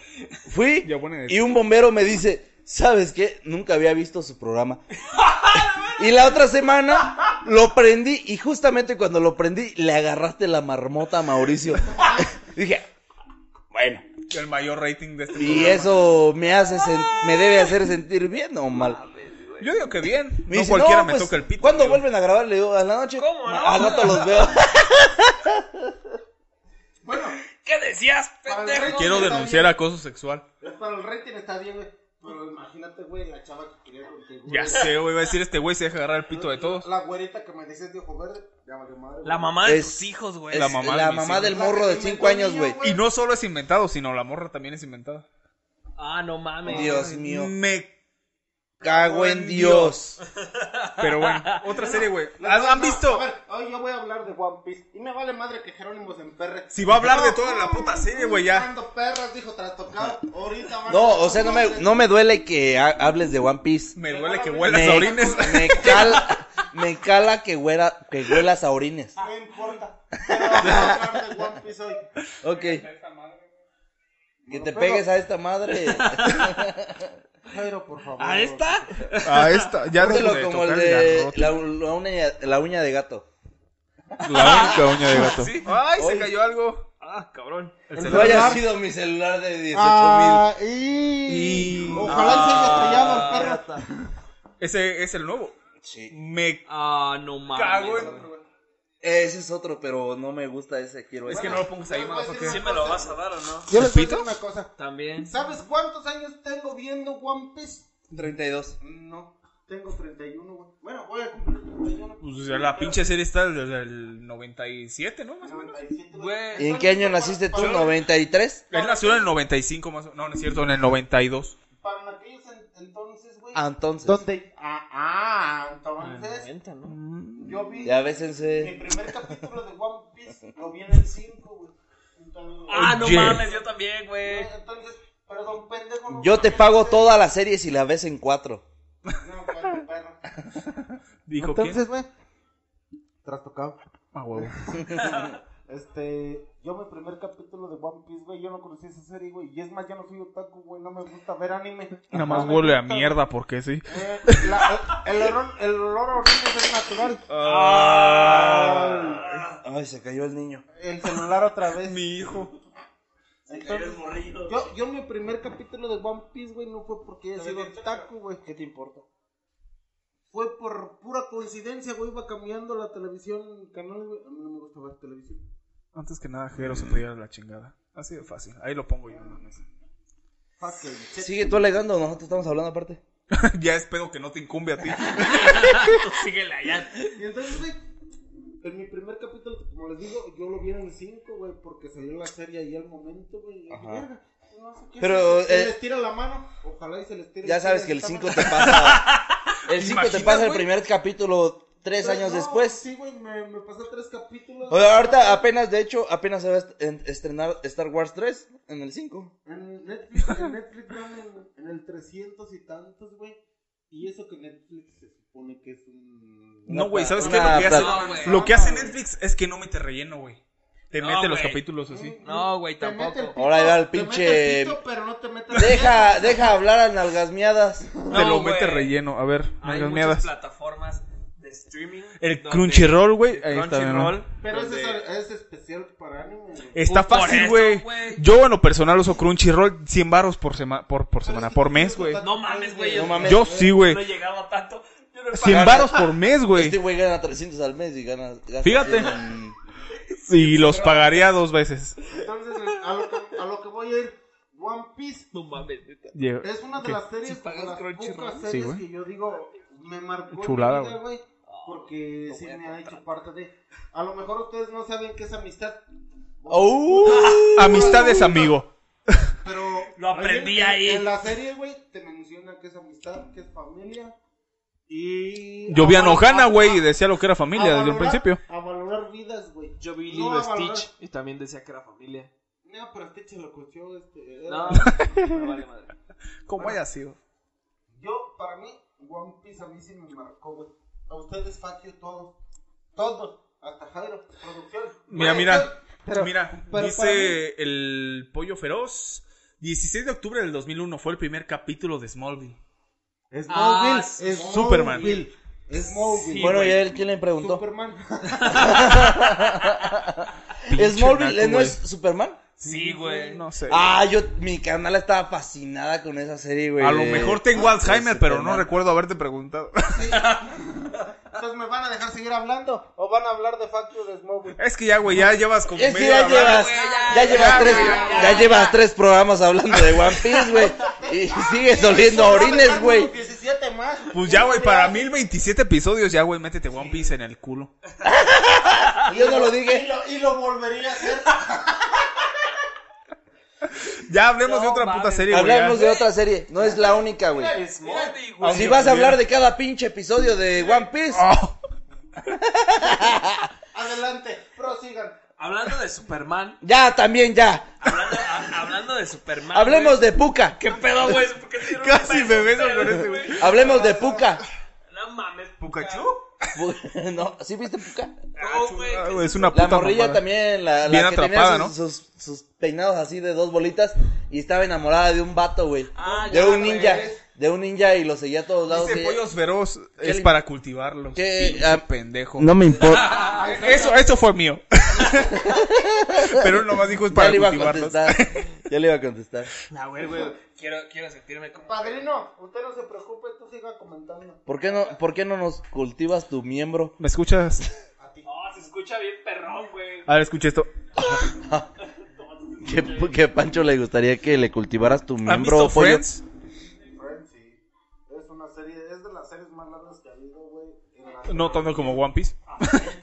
Speaker 4: Fui
Speaker 2: Ya pone de-
Speaker 4: y un bombero me dice, ¿sabes qué? Nunca había visto su programa. y la otra semana lo prendí y justamente cuando lo prendí le agarraste la marmota a Mauricio. Dije, bueno,
Speaker 2: El mayor rating de este
Speaker 4: y
Speaker 2: programa.
Speaker 4: eso me hace sen- me debe hacer sentir bien o mal.
Speaker 2: Yo digo que bien.
Speaker 4: Me
Speaker 2: no
Speaker 4: dice,
Speaker 2: cualquiera
Speaker 4: "No,
Speaker 2: me
Speaker 4: pues,
Speaker 2: toca el pito.
Speaker 4: ¿Cuándo
Speaker 2: digo.
Speaker 4: vuelven a grabar? Le digo, a la noche.
Speaker 5: ¿Cómo no?
Speaker 4: Al rato los veo.
Speaker 6: Bueno,
Speaker 5: ¿Qué decías,
Speaker 6: Para el
Speaker 5: pendejo?
Speaker 6: relleno.
Speaker 2: Quiero denunciar acoso sexual.
Speaker 6: para el rating está bien, güey. Pero imagínate, güey, la chava que quería contigo.
Speaker 2: Ya
Speaker 6: güey.
Speaker 2: sé, güey. Va a decir este güey se deja agarrar el pito de todos.
Speaker 6: La güerita que me dices de ojo verde. Ya valió madre.
Speaker 5: La mamá de
Speaker 4: Es-
Speaker 5: tus hijos, güey.
Speaker 4: Es
Speaker 2: La mamá de mis hijos.
Speaker 4: del morro de 5 años, güey.
Speaker 2: Y no solo es inventado, sino la morra también es inventada.
Speaker 5: Ah, no mames.
Speaker 4: Dios mío.
Speaker 2: Me
Speaker 4: Cago en Dios.
Speaker 2: Pero bueno, otra serie, güey.
Speaker 6: No,
Speaker 2: ¿Han
Speaker 6: no,
Speaker 2: visto?
Speaker 6: a ver, hoy yo voy a hablar de One Piece. Y me vale madre que Jerónimo se emperre.
Speaker 2: Si va a hablar
Speaker 6: No,
Speaker 2: de toda la puta serie, güey, ya.
Speaker 6: Cuando perras dijo trastocado. Ahorita va a-
Speaker 4: No, o sea, no me, no me duele que ha- hables de One Piece.
Speaker 2: Me duele que huelas a
Speaker 4: Me,
Speaker 2: orines.
Speaker 4: me cala, me cala que, huela, que huelas a orines.
Speaker 6: No importa. Pero vamos a hablar de One Piece hoy.
Speaker 4: Ok. Que te pegues a esta madre.
Speaker 6: Jairo, por favor.
Speaker 5: ¿A esta?
Speaker 2: A esta, ya
Speaker 4: Póntelo
Speaker 2: de
Speaker 4: como el
Speaker 2: tocar
Speaker 4: de
Speaker 2: garrote.
Speaker 4: la, la uña, la uña de gato.
Speaker 2: La única uña de gato. Ay, se
Speaker 4: Oye.
Speaker 2: cayó algo.
Speaker 5: Ah, cabrón.
Speaker 4: No haya sido mi celular de 18 mil.
Speaker 6: Ah, y...
Speaker 2: Y-
Speaker 6: Ojalá
Speaker 5: Ah.
Speaker 6: se haya estrellado el perro.
Speaker 2: Ese es el nuevo.
Speaker 4: Sí.
Speaker 2: Me
Speaker 5: Ah, no mames.
Speaker 2: cago en.
Speaker 4: Ese es otro, pero no me gusta ese. Quiero
Speaker 2: Es
Speaker 4: ese.
Speaker 2: que no lo pongas ahí, más o
Speaker 5: ¿Sí me lo vas a dar o no?
Speaker 6: Yo les voy a decir una cosa.
Speaker 5: También.
Speaker 6: ¿Sabes cuántos años tengo viendo One Piece?
Speaker 4: 32.
Speaker 6: No, tengo 31, güey. Bueno, voy a cumplir 31.
Speaker 2: Pues o sea, la pinche serie está desde el 97, ¿no? Más o menos.
Speaker 6: 97,
Speaker 5: Güey.
Speaker 4: ¿Y en qué año naciste tú? ¿93?
Speaker 2: Él nació en el 95, más o menos. No, no es cierto, en el 92.
Speaker 6: Para aquellos en- entonces, güey.
Speaker 4: Ah, entonces.
Speaker 6: ¿Dónde? Ah, ah, entonces.
Speaker 5: 90, ¿no?
Speaker 6: Yo vi
Speaker 4: Ya
Speaker 6: mi
Speaker 4: bésense.
Speaker 6: primer capítulo de One Piece, lo vi en el 5, güey. Entonces,
Speaker 5: Ah, no
Speaker 2: Oye.
Speaker 5: mames, yo también, güey.
Speaker 6: entonces, perdón, pendejo. no-
Speaker 4: Yo te pago toda la serie si la ves en cuatro.
Speaker 6: No, cuatro, perro.
Speaker 2: Dijo
Speaker 6: Entonces, güey. Trastocado.
Speaker 2: que. Ah, huevo.
Speaker 6: Este, yo mi primer capítulo de One Piece, güey, yo no conocí esa serie, güey. Y es más, yo no fui otaku, güey, no me gusta ver anime.
Speaker 2: Nada más
Speaker 6: me
Speaker 2: huele a
Speaker 6: gusta,
Speaker 2: mierda, porque sí.
Speaker 6: güey. Eh, la- el, el olor, el olor a orines es natural.
Speaker 4: Ay, se cayó el niño.
Speaker 6: El celular otra vez.
Speaker 2: Mi hijo.
Speaker 6: Entonces, yo, yo mi primer capítulo de One Piece, güey, no fue porque haya sido otaku, güey. ¿Qué te importa? Fue por pura coincidencia, güey, iba cambiando la televisión, canal, güey. A mí no me gusta ver televisión.
Speaker 2: Antes que nada, Jero se pudiera la chingada. Así de fácil. Ahí lo pongo yo en la mesa.
Speaker 6: Fucking shit.
Speaker 4: Sigue tú alegando, nosotros estamos hablando aparte.
Speaker 2: ya es pedo que no te incumbe a ti.
Speaker 5: Ah, Tú síguele allá.
Speaker 6: Y entonces, güey, en mi primer capítulo, como les digo, yo lo vi en el 5, güey, porque salió la serie ahí al momento, güey. y dije,
Speaker 4: Ajá.
Speaker 6: "Verga, no sé qué
Speaker 4: Pero,
Speaker 6: hacer". se
Speaker 4: eh,
Speaker 6: les tira la mano, ojalá y se les tire.
Speaker 4: Ya
Speaker 6: el
Speaker 4: sabes
Speaker 6: tiro
Speaker 4: que el
Speaker 6: de
Speaker 4: 5
Speaker 6: cámara.
Speaker 4: te pasa. El 5 te
Speaker 2: ¿Imaginas,
Speaker 4: pasa el
Speaker 2: güey?
Speaker 4: primer capítulo tres
Speaker 6: Pero
Speaker 4: años
Speaker 6: no,
Speaker 4: después.
Speaker 6: Sí, güey, me, me pasé tres capítulos.
Speaker 4: O sea, Ahorita apenas, de hecho, apenas se va a est- en- estrenar Star Wars 3 en el 5.
Speaker 6: En Netflix, en Netflix van en, en el 300 y tantos, güey. Y eso que Netflix se supone que es un.
Speaker 2: No, güey, ¿sabes qué?
Speaker 4: Una
Speaker 2: Lo que, hace,
Speaker 5: plat- No, güey.
Speaker 2: lo que hace Netflix es que no mete relleno, güey. Te
Speaker 5: No,
Speaker 2: mete los
Speaker 5: güey. Mm.
Speaker 2: capítulos así.
Speaker 5: No, güey,
Speaker 6: Te mete el
Speaker 5: tampoco.
Speaker 6: pito,
Speaker 4: Ahora ya el
Speaker 6: te mete
Speaker 4: pinche-
Speaker 6: pito, pero no te mete el-
Speaker 4: Deja, deja hablar a nalgasmiadas.
Speaker 2: te
Speaker 5: No,
Speaker 2: lo
Speaker 5: güey.
Speaker 2: mete relleno. A ver, nalgas
Speaker 5: Hay muchas
Speaker 2: miadas.
Speaker 5: plataformas de streaming.
Speaker 2: El
Speaker 5: donde-
Speaker 2: Crunchyroll, güey. Ahí está,
Speaker 5: Crunchyroll.
Speaker 2: ¿no?
Speaker 6: Pero ese
Speaker 5: donde-
Speaker 6: es, es especial para anime, güey.
Speaker 2: Está
Speaker 5: Pues por
Speaker 2: fácil,
Speaker 5: eso,
Speaker 2: güey.
Speaker 5: güey.
Speaker 2: Yo, en lo personal, uso Crunchyroll 100 barros por, sema- por, por semana, por mes, güey.
Speaker 5: No mames, güey.
Speaker 4: No mames.
Speaker 2: Yo sí, güey.
Speaker 5: No he llegado a tanto. Yo no he
Speaker 2: 100
Speaker 5: pagado.
Speaker 2: barros por mes,
Speaker 4: Este
Speaker 2: güey.
Speaker 4: güey gana 300 al mes y gana. gasta
Speaker 2: Fíjate.
Speaker 4: 100 en-
Speaker 2: Y los pagaría dos veces.
Speaker 6: Entonces, a lo, que, a lo que voy a ir, One Piece
Speaker 5: No mames, neta.
Speaker 2: Llega-
Speaker 6: es una de las series,
Speaker 5: Si pagas
Speaker 6: de las
Speaker 5: Crunchyroll.
Speaker 6: pocas
Speaker 2: Sí,
Speaker 6: series
Speaker 2: güey.
Speaker 6: que yo digo, me marcó
Speaker 2: Chulada,
Speaker 6: mi vida, güey, porque sí me ha hecho parte de... A lo mejor ustedes no saben qué es amistad,
Speaker 4: ¡Oh!
Speaker 2: Amistad es amigo.
Speaker 6: pero...
Speaker 5: Lo aprendí
Speaker 6: en-
Speaker 5: ahí.
Speaker 6: En la serie, güey, te menciona que es amistad, que es familia, y...
Speaker 2: Yo vi a
Speaker 6: valo-
Speaker 2: Nojana,
Speaker 6: a-
Speaker 2: güey, y
Speaker 6: a-
Speaker 2: decía lo que era familia
Speaker 6: a
Speaker 2: desde un
Speaker 6: valorar-
Speaker 2: principio.
Speaker 6: A valorar vidas, güey.
Speaker 5: Yo vi
Speaker 6: No,
Speaker 5: Lilo
Speaker 6: la verdad.
Speaker 5: Stitch y también decía que era familia.
Speaker 6: No, pero este se lo cochó, este... era-
Speaker 5: No, no vale madre.
Speaker 2: Como haya sido.
Speaker 6: Yo, para mí, One Piece a mí sí me marcó, güey. A ustedes, fuck you, todos. Todos. Hasta Jairo, producción.
Speaker 2: Mira,
Speaker 6: Güey,
Speaker 2: mira,
Speaker 6: pero-
Speaker 2: mira,
Speaker 6: pero para
Speaker 2: dice el pollo feroz. 16 de octubre del 2001 fue el primer capítulo de Smallville.
Speaker 6: Es
Speaker 5: Ah,
Speaker 6: Smallville.
Speaker 5: sí,
Speaker 6: es
Speaker 2: Superman.
Speaker 6: Smallville, Es
Speaker 5: Sí,
Speaker 6: Smallville.
Speaker 4: bueno,
Speaker 5: güey.
Speaker 4: ya él, ¿quién le preguntó?
Speaker 6: Superman.
Speaker 2: Pinche
Speaker 4: ¿Smallville
Speaker 2: naco,
Speaker 4: eh, no
Speaker 2: güey.
Speaker 4: es Superman?
Speaker 5: Sí, güey.
Speaker 2: No sé.
Speaker 4: Ah, yo, mi canal estaba fascinada con esa serie, güey.
Speaker 2: a
Speaker 4: Este,
Speaker 2: lo mejor tengo
Speaker 4: de
Speaker 2: Alzheimer, pero no
Speaker 4: Superman.
Speaker 2: recuerdo haberte preguntado.
Speaker 6: Entonces, ¿me van a dejar seguir hablando? ¿O van a hablar de fuck you de Smallville?
Speaker 2: es que ya, güey, ya llevas como
Speaker 4: Es que
Speaker 2: media
Speaker 4: ya
Speaker 2: hora.
Speaker 4: llevas,
Speaker 5: güey,
Speaker 4: ya,
Speaker 5: ya,
Speaker 4: llevas
Speaker 2: ya,
Speaker 4: tres,
Speaker 2: güey,
Speaker 4: ya,
Speaker 5: ya,
Speaker 4: llevas tres programas hablando de One Piece, güey. Y sigues oliendo
Speaker 6: Eso, no,
Speaker 4: orines,
Speaker 6: dejarme
Speaker 4: güey.
Speaker 6: unos 17 más.
Speaker 2: Pues ya, güey, para 1027 episodios, ya, güey, métete One Piece en el culo.
Speaker 4: Yo no lo
Speaker 6: Y
Speaker 4: dije.
Speaker 6: lo, y lo volvería a hacer.
Speaker 2: Ya hablemos de
Speaker 5: No
Speaker 2: otra puta
Speaker 5: mames.
Speaker 2: serie, güey.
Speaker 4: Hablamos
Speaker 2: ya.
Speaker 4: de otra serie. No es la única, güey.
Speaker 2: Aunque
Speaker 4: Si vas a
Speaker 2: hubiera-
Speaker 4: hablar de cada pinche episodio de One Piece,
Speaker 2: Oh,
Speaker 6: Adelante, prosigan.
Speaker 5: Hablando de Superman.
Speaker 4: ya también, ya.
Speaker 5: Hablando, ha- hablando de Superman.
Speaker 4: Hablemos de
Speaker 5: güey.
Speaker 4: Puka.
Speaker 5: ¿Qué pedo, güey? ¿Por qué te dieron
Speaker 2: Casi
Speaker 5: un
Speaker 2: me beso
Speaker 5: ustedes,
Speaker 2: con ese, güey.
Speaker 4: Hablemos de Puka.
Speaker 5: No mames.
Speaker 2: ¿Pikachu?
Speaker 4: Pu- No, ¿sí viste Puka?
Speaker 5: No, güey.
Speaker 2: Ah,
Speaker 5: que-
Speaker 2: güey, es una
Speaker 4: La
Speaker 2: puta
Speaker 4: morrilla
Speaker 2: mamada.
Speaker 4: también, la, la
Speaker 2: Bien
Speaker 4: que tenía
Speaker 2: atrapada,
Speaker 4: sus, sus- sus peinados así de dos bolitas y estaba enamorada de un vato, güey.
Speaker 5: Ah,
Speaker 4: de
Speaker 5: ya,
Speaker 4: un ninja,
Speaker 5: güey.
Speaker 4: de un ninja y lo seguía a todos lados.
Speaker 2: Dice
Speaker 4: y-
Speaker 2: pollos Este feroz es
Speaker 4: le-
Speaker 2: para cultivarlos.
Speaker 4: ¿Qué?
Speaker 2: Pinche
Speaker 4: Ah,
Speaker 2: pendejo.
Speaker 4: No me importa.
Speaker 2: Eso, eso fue mío. Pero él nomás dijo es
Speaker 4: ya
Speaker 2: para
Speaker 4: le iba a
Speaker 2: cultivarlos.
Speaker 4: contestar. Ya le iba a contestar.
Speaker 5: Ah, güey, güey. Quiero, quiero sentirme como.
Speaker 6: Padrino, usted no se preocupe, tú siga comentando.
Speaker 4: ¿Por qué no, por qué no nos cultivas tu miembro?
Speaker 2: ¿Me escuchas?
Speaker 5: Oh, se escucha bien perrón, güey.
Speaker 2: A ver, escucha esto.
Speaker 4: Que, que a Pancho le gustaría que le cultivaras tu
Speaker 2: ¿Han
Speaker 4: miembro,
Speaker 2: visto
Speaker 4: pollo.
Speaker 2: Friends?
Speaker 6: Friends, sí. Es una serie, es de las series más largas que ha habido, güey. en la-
Speaker 2: No tanto como One Piece.
Speaker 6: Friends. Friends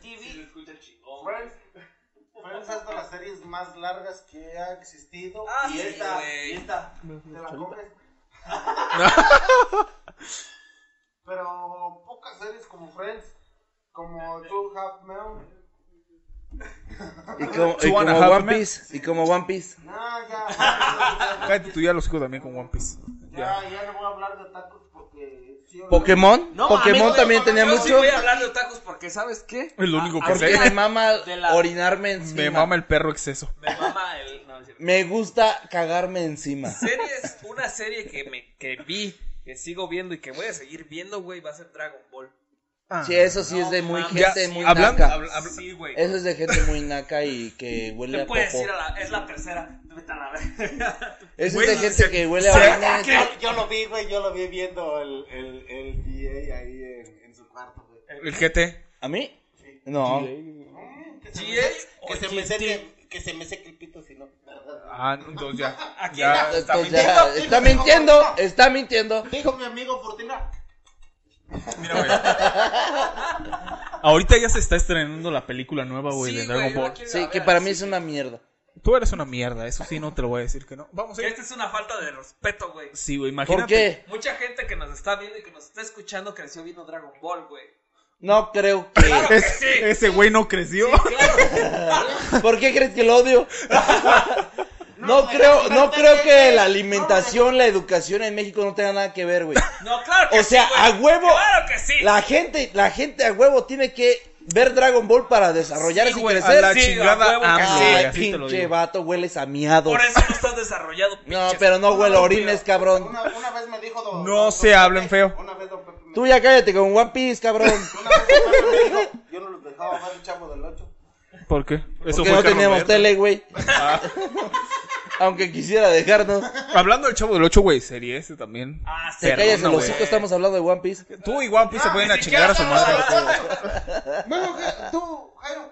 Speaker 6: es de las series más largas que ha existido.
Speaker 5: Ah,
Speaker 6: y
Speaker 5: sí,
Speaker 6: esta,
Speaker 5: güey.
Speaker 6: y esta, te la coges. Pero pocas series como Friends, como Two Half Men.
Speaker 4: Y como, y
Speaker 2: Two and a
Speaker 4: como
Speaker 2: half
Speaker 4: One
Speaker 2: men.
Speaker 4: Piece. Y como One Piece.
Speaker 6: No, ya,
Speaker 2: Cállate tú ya los hijos también con One Piece.
Speaker 6: ya, ya, no voy a hablar de tacos porque... sí,
Speaker 4: Pokémon.
Speaker 5: No,
Speaker 4: Pokémon
Speaker 5: amigo,
Speaker 4: también
Speaker 5: yo-
Speaker 4: tenía
Speaker 5: yo sí
Speaker 4: mucho.
Speaker 5: voy a hablar de otakus porque, ¿sabes qué?
Speaker 2: Es lo único que
Speaker 5: así
Speaker 2: sé.
Speaker 4: Porque me mama
Speaker 5: de la-
Speaker 4: orinarme encima.
Speaker 2: Me mama el perro exceso.
Speaker 5: Me mama el. No, es cierto.
Speaker 4: Me gusta cagarme encima.
Speaker 5: Series, una serie que, me, que vi, que sigo viendo y que voy a seguir viendo, güey, va a ser Dragon Ball.
Speaker 2: Ah.
Speaker 4: Sí, eso sí es de
Speaker 5: No
Speaker 4: muy
Speaker 5: mames.
Speaker 4: gente
Speaker 2: Ya,
Speaker 4: muy
Speaker 2: hablando-
Speaker 4: naca.
Speaker 2: habla- habla-
Speaker 5: Sí, güey.
Speaker 4: Eso es de gente muy naca y que huele
Speaker 5: Te
Speaker 4: a
Speaker 5: puedes
Speaker 4: popó.
Speaker 5: ir a la. Es la tercera. Vete a la verga.
Speaker 4: Eso
Speaker 2: Güey,
Speaker 4: es de gente
Speaker 2: se-
Speaker 4: que huele a
Speaker 2: se-
Speaker 4: orines.
Speaker 6: Yo, yo lo vi, güey, yo lo vi viendo el, el, el DA ahí en, en su cuarto, güey.
Speaker 2: El GT.
Speaker 4: ¿A mí? No.
Speaker 5: Sí, eh,
Speaker 6: Que se,
Speaker 5: oye,
Speaker 6: me
Speaker 5: sí.
Speaker 6: seque, que se me seque el pito si no.
Speaker 2: Ah, entonces ya.
Speaker 5: Aquí
Speaker 2: Ya.
Speaker 5: la-
Speaker 4: Entonces
Speaker 6: mintiendo, dijo,
Speaker 4: ya- está mintiendo,
Speaker 6: dijo, dijo.
Speaker 4: está mintiendo.
Speaker 6: Dijo mi amigo Fortina.
Speaker 2: Mira, güey. Ahorita ya se está estrenando la película nueva, güey,
Speaker 5: Sí,
Speaker 2: de
Speaker 5: güey,
Speaker 2: Dragon
Speaker 5: yo la
Speaker 2: Ball.
Speaker 5: quiero ir
Speaker 4: Sí,
Speaker 5: a
Speaker 4: que
Speaker 5: ver,
Speaker 4: para mí
Speaker 5: sí.
Speaker 4: es una mierda.
Speaker 2: Tú eres una mierda, eso sí, no te lo voy a decir que no. Vamos a ir.
Speaker 5: Esta es una falta de respeto, güey.
Speaker 2: Sí, güey, imagínate.
Speaker 4: ¿Por qué?
Speaker 5: Mucha gente que nos está viendo y que nos está escuchando creció viendo Dragon Ball, güey.
Speaker 4: No creo que.
Speaker 2: Es- ese güey no creció.
Speaker 4: ¿Por qué crees que lo odio? No,
Speaker 6: No, güey,
Speaker 4: creo,
Speaker 6: no,
Speaker 4: no
Speaker 6: no,
Speaker 4: creo
Speaker 6: no,
Speaker 4: que
Speaker 6: no,
Speaker 4: la
Speaker 6: no,
Speaker 4: alimentación, la educación en México no tenga nada que ver, güey.
Speaker 5: No, claro que
Speaker 4: O sea,
Speaker 5: sí, güey.
Speaker 4: a huevo,
Speaker 5: Claro que sí.
Speaker 4: la gente, la gente a huevo tiene que ver Dragon Ball para desarrollar
Speaker 2: Sí,
Speaker 4: y
Speaker 2: güey, a
Speaker 4: crecer.
Speaker 2: la
Speaker 5: Sí, a
Speaker 2: chingada
Speaker 5: huevo que
Speaker 2: AMLO,
Speaker 5: sí.
Speaker 2: güey,
Speaker 4: Ay,
Speaker 2: así te lo
Speaker 4: pinche
Speaker 2: digo.
Speaker 4: vato, hueles a miados.
Speaker 5: Por eso no estás desarrollado,
Speaker 4: No,
Speaker 5: pinches.
Speaker 4: pero no huele a orines, cabrón.
Speaker 6: Una, una vez me dijo. don-
Speaker 2: No
Speaker 6: don
Speaker 2: se
Speaker 6: Pepe,
Speaker 2: hablen feo.
Speaker 6: Una vez don Pepe me
Speaker 4: Tú ya cállate con One Piece, cabrón.
Speaker 6: Una vez don Pepe me dijo. Yo no los dejaba ver el chavo del 8.
Speaker 2: ¿Por qué? Eso
Speaker 4: Porque
Speaker 2: fue
Speaker 4: no
Speaker 2: Carlos
Speaker 4: teníamos
Speaker 2: Berto.
Speaker 4: tele, güey.
Speaker 2: Ah.
Speaker 4: Aunque quisiera dejarnos.
Speaker 2: Hablando del chavo del 8, güey, serie ese también.
Speaker 5: Ah,
Speaker 4: Te
Speaker 2: Perdona,
Speaker 4: callas el
Speaker 2: güey.
Speaker 4: hocico, estamos hablando de One Piece.
Speaker 2: Tú y One Piece se pueden a chingar a su madre.
Speaker 6: Luego, ¿qué? tú, Jairo.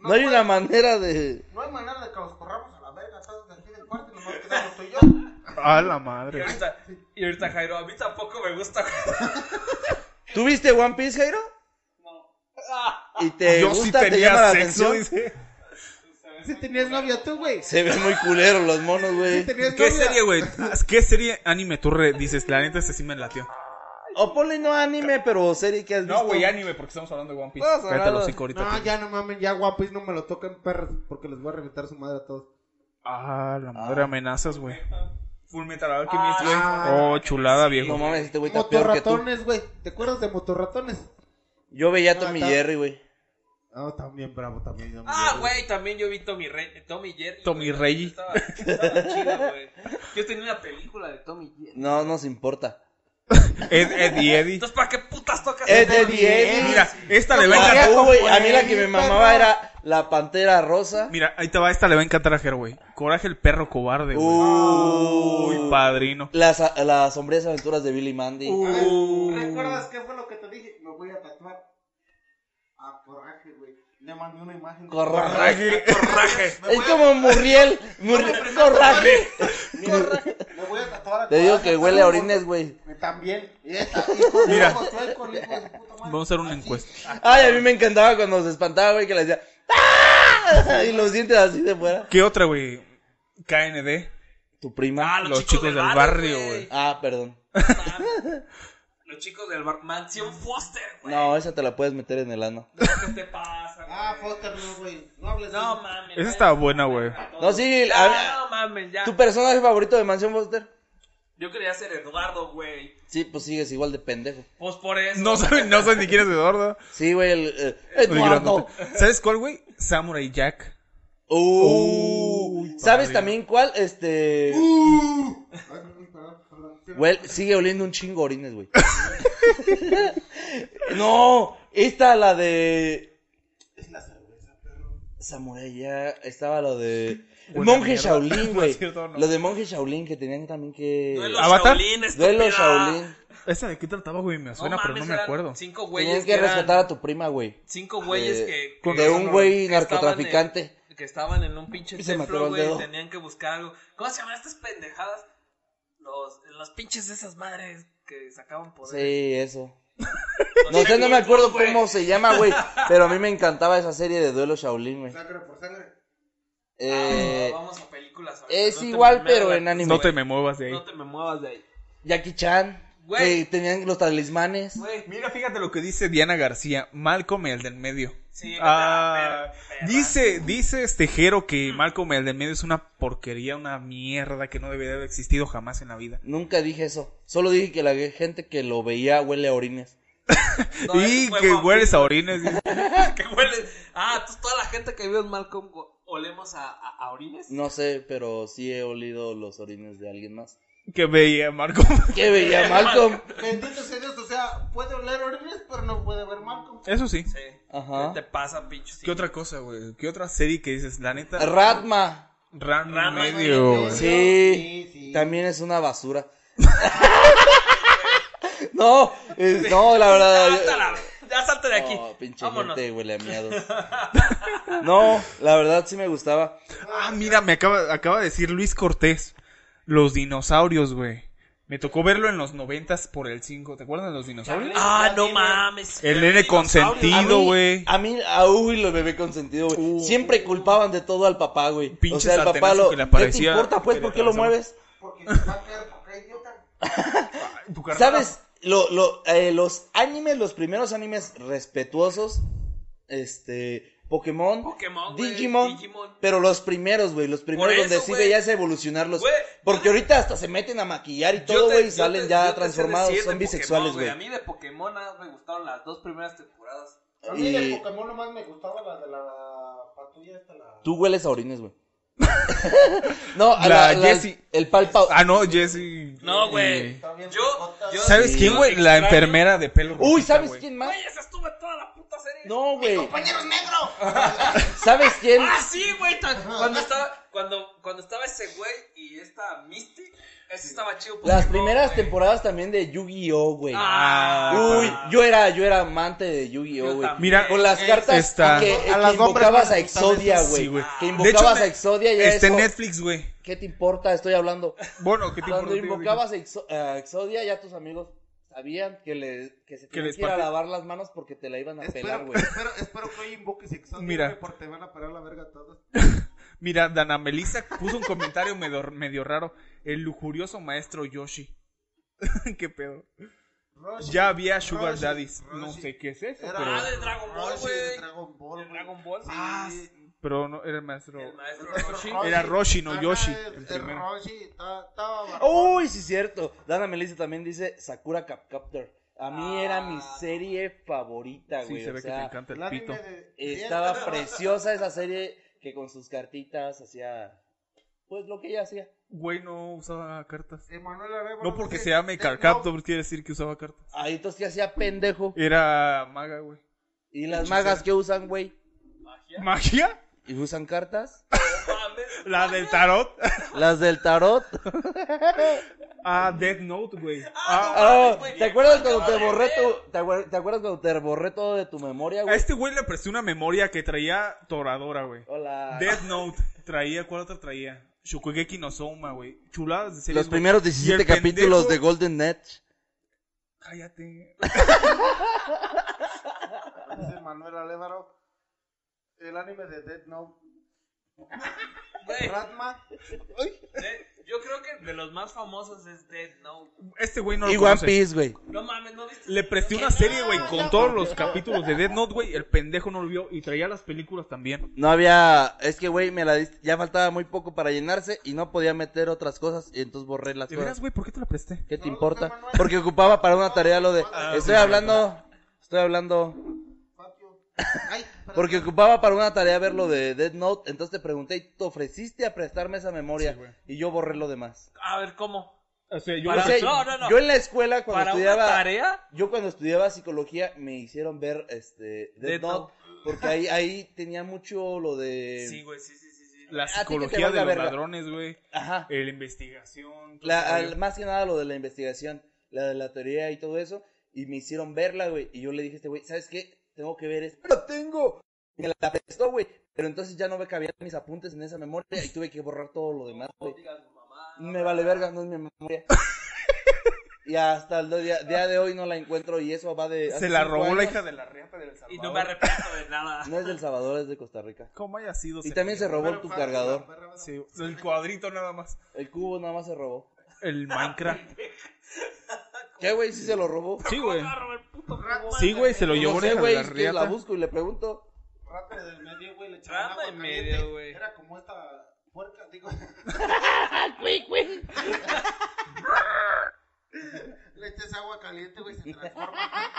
Speaker 4: No hay una manera de.
Speaker 6: No hay manera de que los corramos a la verga. Todos de aquí del cuarto y nomás quedamos tú y yo.
Speaker 2: A la
Speaker 5: Y
Speaker 2: madre.
Speaker 5: ahorita, y ahorita, Jairo, a mí tampoco me gusta.
Speaker 4: ¿Tuviste One Piece, Jairo? ¿Y te
Speaker 2: Ah, Yo sí
Speaker 4: gusta? ¿Te llama
Speaker 2: tenía
Speaker 4: la
Speaker 2: sexo,
Speaker 4: atención?
Speaker 2: dice.
Speaker 6: Si tenías novia tú, güey.
Speaker 4: Se ven muy culeros los monos, güey.
Speaker 6: tenías
Speaker 2: ¿Qué serie, güey? ¿Qué serie anime tú re- dices? La neta, este sí me latió.
Speaker 4: O ponle no anime, pero serie que has visto.
Speaker 2: No, güey, anime, porque estamos hablando de One Piece.
Speaker 4: Vamos a
Speaker 2: Vete
Speaker 4: hablar-
Speaker 2: los hocico ahorita.
Speaker 6: No,
Speaker 2: tú.
Speaker 6: ya no mamen, ya guapis, no me lo toquen perros porque les voy a reventar su madre a todos.
Speaker 2: Ah, la madre, amenazas, güey. Full Metal Alchemist, güey.
Speaker 6: Ah,
Speaker 2: oh, chulada,
Speaker 4: No
Speaker 2: viejo.
Speaker 4: mames, este güey está peor que tú.
Speaker 6: Motorratones, güey. ¿Te acuerdas de motorratones?
Speaker 4: Yo veía a
Speaker 6: No,
Speaker 4: Tommy
Speaker 6: está-
Speaker 4: Jerry, güey.
Speaker 6: Ah, también bravo, también. también,
Speaker 5: Ah, güey, también yo vi Tommy Rey, eh, Tommy Jerry.
Speaker 2: Tommy
Speaker 5: güey.
Speaker 2: Rey.
Speaker 5: Estaba, estaba chido, güey. Yo tenía una película de Tommy Jerry.
Speaker 4: No nos importa.
Speaker 2: Ed, Ed y Eddie.
Speaker 5: Entonces, ¿para qué putas tocas?
Speaker 4: Es de
Speaker 5: el Tommy?
Speaker 2: Mira, esta le va Ah, a encantar.
Speaker 4: Mira, güey, a mí la
Speaker 6: componer,
Speaker 4: que me
Speaker 6: perro.
Speaker 4: mamaba era la pantera rosa.
Speaker 2: Mira, ahí te va, esta le va a encantar a Jero, güey. Coraje el perro cobarde, güey. Uy,
Speaker 4: Uy,
Speaker 2: padrino.
Speaker 4: Las, las sombrías aventuras de Billy Mandy.
Speaker 6: A ver, ¿Recuerdas
Speaker 2: Uh.
Speaker 6: qué fue lo que te dije? Me voy a tatuar. A coraje, güey. Le mandé una imagen. de-
Speaker 4: Corraje.
Speaker 2: Coraje.
Speaker 6: Me
Speaker 4: es
Speaker 6: voy a-
Speaker 4: como Murriel. Murriel. Corraje.
Speaker 6: Me voy a tatuar a
Speaker 4: Te digo
Speaker 6: coraje,
Speaker 4: que huele a
Speaker 6: güey.
Speaker 4: orines, güey.
Speaker 6: También. Eh, Y esta, hijo de
Speaker 2: Mira.
Speaker 6: ojos chuecos, hijo de puta madre.
Speaker 2: Vamos a hacer una encuesta.
Speaker 4: Ay, a mí me encantaba cuando se espantaba, güey, que le decía. "¡Ah!" Y los dientes así de fuera.
Speaker 2: ¿Qué otra, güey? KND,
Speaker 4: Tu prima.
Speaker 5: Ah,
Speaker 2: los chicos del barrio, güey.
Speaker 4: Ah, perdón.
Speaker 5: Mames. Los chicos del bar. Mansión Foster, güey.
Speaker 4: No, esa te la puedes meter en el ano.
Speaker 5: ¿Qué te pasa, güey?
Speaker 6: Ah, Foster, no, güey. No hables
Speaker 5: No
Speaker 6: así.
Speaker 5: mames.
Speaker 2: Esa
Speaker 5: güey.
Speaker 2: estaba buena, güey.
Speaker 4: No, sí.
Speaker 5: Ah,
Speaker 4: a-
Speaker 5: no mames, ya.
Speaker 4: ¿Tu personaje favorito de Mansión Foster?
Speaker 5: Yo quería ser Eduardo, güey.
Speaker 4: Sí, pues sigues igual de pendejo.
Speaker 5: Pues por eso.
Speaker 2: No saben, no saben ni quién es Eduardo.
Speaker 4: Sí, güey, el. eh,
Speaker 2: Muy
Speaker 4: Eduardo.
Speaker 2: grandote. ¿Sabes cuál, güey? Samurai Jack.
Speaker 4: Uh,
Speaker 2: Uy,
Speaker 4: ¿Sabes
Speaker 2: padre.
Speaker 4: también cuál? Este. Güey, sigue oliendo un chingo orines, güey. no, esta la de. Samurai ya estaba lo de
Speaker 2: Buena
Speaker 4: Monje
Speaker 2: mierda.
Speaker 4: Shaolin,
Speaker 2: No es
Speaker 4: güey.
Speaker 2: cierto, no.
Speaker 4: Lo de Monje Shaolin que tenían también que
Speaker 5: Duelo
Speaker 2: ¿Avatar?
Speaker 5: Shaolin, estúpida.
Speaker 4: Duelo Shaolin.
Speaker 2: ¿Esa de qué trataba, güey? Me suena, pero no
Speaker 5: mames,
Speaker 2: me
Speaker 5: eran
Speaker 2: acuerdo.
Speaker 5: Cinco
Speaker 4: Tenían
Speaker 5: güeyes
Speaker 4: que
Speaker 5: que eran-
Speaker 4: rescatar a tu prima, güey.
Speaker 5: Cinco güeyes
Speaker 4: de-
Speaker 5: que... que
Speaker 4: De un güey
Speaker 5: que estaban
Speaker 4: narcotraficante.
Speaker 5: en- Que estaban en un pinche
Speaker 4: Y se me atoró
Speaker 5: templo,
Speaker 4: el
Speaker 5: güey, y
Speaker 4: dedo.
Speaker 5: tenían que buscar algo. ¿Cómo se llaman estas pendejadas? Los, los pinches de esas madres que sacaban poder.
Speaker 4: Sí, eso.
Speaker 5: Los
Speaker 4: No sé, no me
Speaker 5: Shaolin,
Speaker 4: acuerdo
Speaker 5: güey.
Speaker 4: cómo se llama, güey. Pero a mí me encantaba esa serie de Duelo Shaolin, güey.
Speaker 6: Sangre por sangre.
Speaker 4: Eh,
Speaker 5: Ah, vamos a películas. ahorita,
Speaker 4: es
Speaker 5: no te
Speaker 4: igual,
Speaker 5: me
Speaker 4: pero
Speaker 5: muevas,
Speaker 4: en anime.
Speaker 2: No te me muevas de ahí.
Speaker 5: No te me muevas de ahí.
Speaker 4: Jackie Chan.
Speaker 5: Güey.
Speaker 4: Que tenían los talismanes.
Speaker 5: Güey,
Speaker 2: Mira, fíjate lo que dice Diana García. Malcolm el del medio.
Speaker 5: Sí,
Speaker 2: Ah,
Speaker 5: perra, perra.
Speaker 2: dice, dice este Jero
Speaker 5: Mm.
Speaker 2: que Malcolm el del medio es una porquería, una mierda que no debería haber existido jamás en la vida.
Speaker 4: Nunca dije eso. Solo dije que la gente que lo veía huele a orines.
Speaker 5: no,
Speaker 2: y
Speaker 5: ese fue
Speaker 2: que
Speaker 5: Juan
Speaker 2: hueles a
Speaker 5: Pino.
Speaker 2: orines. dice.
Speaker 5: que huele. Ah, entonces toda la gente que vive en Malcolm go- olemos a, a, a orines.
Speaker 4: No sé, pero sí he olido los orines de alguien más.
Speaker 2: que veía Malcolm.
Speaker 4: ¿Qué veía Malcolm?
Speaker 6: Bendito sea Dios, o sea, puede oler orines, pero no puede ver Malcolm.
Speaker 2: Eso sí.
Speaker 5: Sí.
Speaker 4: Ajá.
Speaker 5: ¿Qué te pasa, pinche?
Speaker 2: ¿Qué otra cosa, güey? ¿Qué otra serie que dices? La neta.
Speaker 4: Ratma.
Speaker 2: Ran
Speaker 5: Rama,
Speaker 2: medio.
Speaker 5: güey.
Speaker 2: güey.
Speaker 4: Sí,
Speaker 6: Sí, sí.
Speaker 4: También es una basura. no, es- no, la verdad.
Speaker 5: Ya, sáltala, ya salte de aquí.
Speaker 4: No, pinche
Speaker 5: Vámonos.
Speaker 4: gente huele a miados. No, la verdad sí me gustaba.
Speaker 2: Ah, mira, me acaba, acaba de decir Luis Cortés. Los dinosaurios, güey. Me tocó verlo en los noventas por el 5. ¿Te acuerdas de los dinosaurios?
Speaker 5: Ah, no mames.
Speaker 2: El nene
Speaker 4: A
Speaker 2: consentido,
Speaker 4: mí-
Speaker 2: güey.
Speaker 4: A mí, a uy, lo bebé consentido, güey.
Speaker 5: Uh.
Speaker 4: Siempre culpaban de todo al papá, güey. O
Speaker 2: Pinche
Speaker 4: sea, el papá
Speaker 2: sartenazo
Speaker 4: lo.
Speaker 2: que le
Speaker 4: ¿Qué te
Speaker 2: aparecía,
Speaker 4: importa, pues?
Speaker 2: que
Speaker 4: ¿Por
Speaker 2: le
Speaker 4: qué lo
Speaker 2: atravesaba.
Speaker 4: mueves?
Speaker 6: Porque se va a quedar por acá, idiota.
Speaker 2: Tu carnal.
Speaker 4: ¿Sabes? Lo, lo, eh, los animes, los primeros animes respetuosos, este, Pokémon,
Speaker 5: Pokémon, güey,
Speaker 4: Digimon,
Speaker 5: Digimon.
Speaker 4: pero los primeros, güey, los primeros
Speaker 5: eso,
Speaker 4: donde sí
Speaker 5: güey.
Speaker 4: veías evolucionarlos.
Speaker 5: Güey,
Speaker 4: porque ahorita hasta se meten a maquillar y todo,
Speaker 5: Yo te-
Speaker 4: güey, y
Speaker 5: yo
Speaker 4: salen
Speaker 5: te- yo
Speaker 4: ya
Speaker 5: te sé
Speaker 4: transformados,
Speaker 5: decir de
Speaker 4: son
Speaker 5: Pokémon,
Speaker 4: bisexuales, güey.
Speaker 5: A mí de Pokémon nada más me gustaron las dos primeras temporadas.
Speaker 6: A mí de
Speaker 4: Y-
Speaker 6: Pokémon nomás me gustaba la de la patrulla esta, la...
Speaker 4: Tú hueles a orines, güey. no,
Speaker 2: La
Speaker 4: a la, la-
Speaker 2: Jessie.
Speaker 4: el palpa.
Speaker 2: Ah, no, Jesse. Eh,
Speaker 5: No, güey.
Speaker 6: Está bien,
Speaker 5: Yo,
Speaker 6: puta.
Speaker 5: yo.
Speaker 2: ¿Sabes
Speaker 4: Sí.
Speaker 2: quién, güey? La enfermera de pelo rojita,
Speaker 4: Uy, ¿sabes
Speaker 2: güey.
Speaker 4: quién más?
Speaker 5: Güey, esa estuvo en toda la puta serie.
Speaker 4: No, güey.
Speaker 6: ¡Compañeros negro!
Speaker 4: ¿Sabes quién?
Speaker 5: Ah, sí, güey. tan- Cuando estaba, cuando, cuando estaba ese güey y esta Misty, ese estaba chido.
Speaker 4: Las
Speaker 5: Pokémon,
Speaker 4: primeras
Speaker 5: güey.
Speaker 4: temporadas también de Yu-Gi-Oh, güey.
Speaker 5: Ah,
Speaker 4: Uy, yo era, yo era amante de Yu-Gi-Oh,
Speaker 5: Yo
Speaker 4: güey.
Speaker 5: también.
Speaker 2: Mira,
Speaker 4: Con las
Speaker 2: es-
Speaker 4: cartas
Speaker 2: está-
Speaker 4: que,
Speaker 6: A
Speaker 4: que
Speaker 6: las hombres
Speaker 4: invocabas
Speaker 6: no
Speaker 4: a
Speaker 6: les gustan
Speaker 4: Exodia,
Speaker 6: esas,
Speaker 4: güey.
Speaker 2: sí, güey.
Speaker 4: que
Speaker 2: De hecho,
Speaker 4: invocabas
Speaker 2: me-
Speaker 4: a Exodia y
Speaker 2: Está
Speaker 4: eso.
Speaker 2: en Netflix, güey.
Speaker 4: ¿Qué te importa? Estoy hablando.
Speaker 2: Bueno, ¿qué te
Speaker 4: Cuando
Speaker 2: importa,
Speaker 4: invocabas a Exo- a Exodia, ya tus amigos sabían que, le, que se
Speaker 2: Que
Speaker 4: tenían
Speaker 2: les
Speaker 4: que ir a
Speaker 2: parte-
Speaker 4: lavar las manos porque te la iban a pelar,
Speaker 6: Espero,
Speaker 4: güey.
Speaker 6: espero, espero que hoy invoques exótico,
Speaker 2: Mira.
Speaker 6: Mira. porque te van a parar la verga todos.
Speaker 2: Mira, Dana Melissa puso un comentario medio, medio raro. El lujurioso maestro Yoshi. ¿Qué pedo?
Speaker 6: Roshi,
Speaker 2: Ya había Sugar
Speaker 6: Roshi,
Speaker 2: Daddies. No
Speaker 6: Roshi.
Speaker 2: sé qué es eso,
Speaker 6: Era-
Speaker 2: pero,
Speaker 5: Ah, de Dragon Ball,
Speaker 6: Roshi
Speaker 5: güey.
Speaker 6: de Dragon Ball, güey.
Speaker 5: Dragon Ball.
Speaker 6: Sí.
Speaker 5: Ah,
Speaker 2: pero no, era el maestro.
Speaker 5: el maestro Roshi.
Speaker 2: Era Roshi, no
Speaker 6: Ajá,
Speaker 2: Yoshi,
Speaker 6: el-
Speaker 2: el
Speaker 6: el
Speaker 2: primero. Oh,
Speaker 6: Roshi, ta- estaba barbón.
Speaker 4: Uy, sí, cierto. Dana Melissa también dice Sakura Capcaptor. A mí era mi serie favorita,
Speaker 2: Sí,
Speaker 4: güey.
Speaker 2: se
Speaker 4: o
Speaker 2: ve que te
Speaker 4: sea,
Speaker 2: encanta
Speaker 6: El
Speaker 2: el
Speaker 6: anime
Speaker 2: pito.
Speaker 6: de-
Speaker 4: estaba preciosa esa serie que con sus cartitas hacía. Pues lo que ella hacía.
Speaker 2: Güey, no usaba cartas.
Speaker 6: Emanuel Arevalo
Speaker 2: No porque
Speaker 6: dice,
Speaker 2: se llame
Speaker 6: de-
Speaker 2: Carcaptor, quiere decir que usaba cartas.
Speaker 4: Ahí entonces que hacía pendejo.
Speaker 2: Era maga, güey.
Speaker 4: Y las magas que usan, güey.
Speaker 2: ¿Magia?
Speaker 4: Y usan cartas.
Speaker 5: mames.
Speaker 2: ¿La del tarot?
Speaker 4: Las del tarot.
Speaker 2: Ah, Death Note, güey.
Speaker 5: Ah,
Speaker 4: Ah,
Speaker 5: mames, güey.
Speaker 4: ¿Te acuerdas
Speaker 5: Acabo
Speaker 4: cuando te
Speaker 5: de
Speaker 4: borré
Speaker 5: ver.
Speaker 4: tu, te, acuer- te acuerdas cuando te borré todo de tu memoria,
Speaker 2: A
Speaker 4: güey?
Speaker 2: este güey le presté una memoria que traía Toradora, güey.
Speaker 4: Hola.
Speaker 2: Death Note traía, ¿cuál otra traía? Shokugeki no Soma, güey. Chuladas de series,
Speaker 4: Los
Speaker 2: güey.
Speaker 4: primeros
Speaker 2: Y
Speaker 4: 17
Speaker 2: el pendejo-
Speaker 4: capítulos de Golden Net.
Speaker 2: Cállate.
Speaker 6: Dice Emanuel Arevalo, El anime de Dead Note.
Speaker 5: Güey,
Speaker 6: Ratma.
Speaker 5: eh, yo creo que de los más famosos es Dead Note.
Speaker 2: Este güey no lo
Speaker 4: Y One
Speaker 2: conoce.
Speaker 4: Piece, güey.
Speaker 5: No mames, ¿no viste?
Speaker 2: Le presté una serie, güey, con todos los capítulos de Dead Note, güey. El pendejo no lo vio y traía las películas también.
Speaker 4: No había. Es que, güey, me la diste- Ya faltaba muy poco para llenarse y no podía meter otras cosas. Y entonces borré las
Speaker 2: ¿De
Speaker 4: cosas.
Speaker 2: veras, güey? ¿Por qué te la presté?
Speaker 4: ¿Qué te
Speaker 6: No,
Speaker 4: importa?
Speaker 6: Manuel.
Speaker 4: Porque ocupaba para una tarea lo de.
Speaker 6: Ah,
Speaker 4: Estoy hablando. Estoy hablando.
Speaker 6: Patio. Ay, espérate.
Speaker 4: Porque ocupaba para una tarea ver lo de Dead Note. Entonces te pregunté y te ofreciste a prestarme esa memoria. y yo borré lo demás.
Speaker 5: A ver, ¿cómo?
Speaker 2: O sea, yo
Speaker 5: Para-
Speaker 4: O sea,
Speaker 5: no, no, no.
Speaker 4: Yo en la escuela cuando
Speaker 5: ¿Para
Speaker 4: estudiaba.
Speaker 5: una tarea?
Speaker 4: Yo cuando estudiaba psicología me hicieron ver este Dead
Speaker 5: Death
Speaker 4: Note.
Speaker 5: Note.
Speaker 4: Porque ahí, ahí tenía mucho lo de.
Speaker 5: Sí, güey, sí, sí, sí. sí.
Speaker 2: la
Speaker 4: a ti que te
Speaker 2: psicología
Speaker 4: valga
Speaker 2: de los
Speaker 4: verga.
Speaker 2: ladrones, güey.
Speaker 4: Ajá.
Speaker 2: eh, La investigación. todo
Speaker 4: La-
Speaker 2: el
Speaker 4: al-
Speaker 2: rollo.
Speaker 4: más que nada lo de la investigación, la de la teoría y todo eso. Y me hicieron verla, güey. Y yo le dije a este güey, ¿sabes qué? Tengo que ver esto. ¡Lo tengo! Me la prestó, güey. Pero entonces ya no me cabían mis apuntes en esa memoria y tuve que borrar todo lo demás, güey. Me vale verga, no es mi memoria. y hasta el día, día de hoy no la encuentro y eso va de... hace
Speaker 2: Se la
Speaker 4: cinco
Speaker 2: robó la
Speaker 4: años.
Speaker 2: hija de la reata del Salvador.
Speaker 5: Y no me arrepiento de nada.
Speaker 4: No es del Salvador, es de Costa Rica.
Speaker 2: ¿Cómo haya sido?
Speaker 4: Y también se
Speaker 2: pierde.
Speaker 4: robó tu cargador.
Speaker 2: Sí, el cuadrito nada más.
Speaker 4: El cubo nada más se robó.
Speaker 2: El Minecraft.
Speaker 4: ¿Qué, güey? Sí se lo robó.
Speaker 2: Sí, güey.
Speaker 5: Ah, Robert, puto jugo,
Speaker 2: Sí, güey, se lo
Speaker 4: No
Speaker 2: llevó la
Speaker 4: sé,
Speaker 2: hija de
Speaker 4: güey,
Speaker 2: la
Speaker 4: es que la
Speaker 2: reata.
Speaker 4: busco y le pregunto.
Speaker 6: Rata del medio, güey. Le echaban
Speaker 5: Rata
Speaker 6: agua
Speaker 5: del
Speaker 6: caliente.
Speaker 5: medio, güey.
Speaker 6: Era como esta puerca, digo. Le echas agua caliente, güey, se transforma.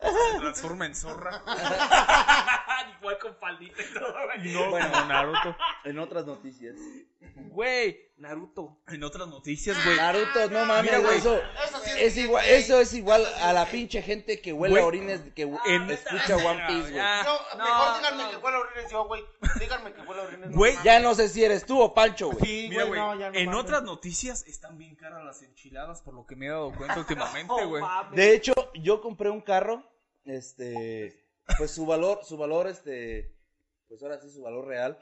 Speaker 2: Se transforma en zorra.
Speaker 5: Igual con faldita y todo, güey.
Speaker 2: No, como Naruto.
Speaker 4: En otras noticias.
Speaker 5: Güey, Naruto.
Speaker 2: En otras noticias, güey.
Speaker 4: Naruto, no mames,
Speaker 2: Mira, güey,
Speaker 4: eso.
Speaker 6: Eso sí
Speaker 4: Es igual, eso es igual a la pinche gente que huele
Speaker 2: Güey.
Speaker 4: a orines que hu-
Speaker 2: En-
Speaker 4: escucha One Piece, güey.
Speaker 5: Ya.
Speaker 6: Yo,
Speaker 5: No,
Speaker 6: mejor díganme
Speaker 5: no.
Speaker 6: que huele a orines yo, güey. Díganme que huele a orines. no
Speaker 2: Güey,
Speaker 6: mames.
Speaker 4: Ya no sé si eres tú o Pancho, güey.
Speaker 6: Sí,
Speaker 2: Mira, güey,
Speaker 6: no, ya no
Speaker 2: en
Speaker 6: mames.
Speaker 2: otras noticias están bien caras las enchiladas, por lo que me he dado cuenta últimamente,
Speaker 5: No
Speaker 2: güey.
Speaker 5: mames.
Speaker 4: De hecho, yo compré un carro, este, pues su valor, su valor, este, pues ahora sí, su valor real,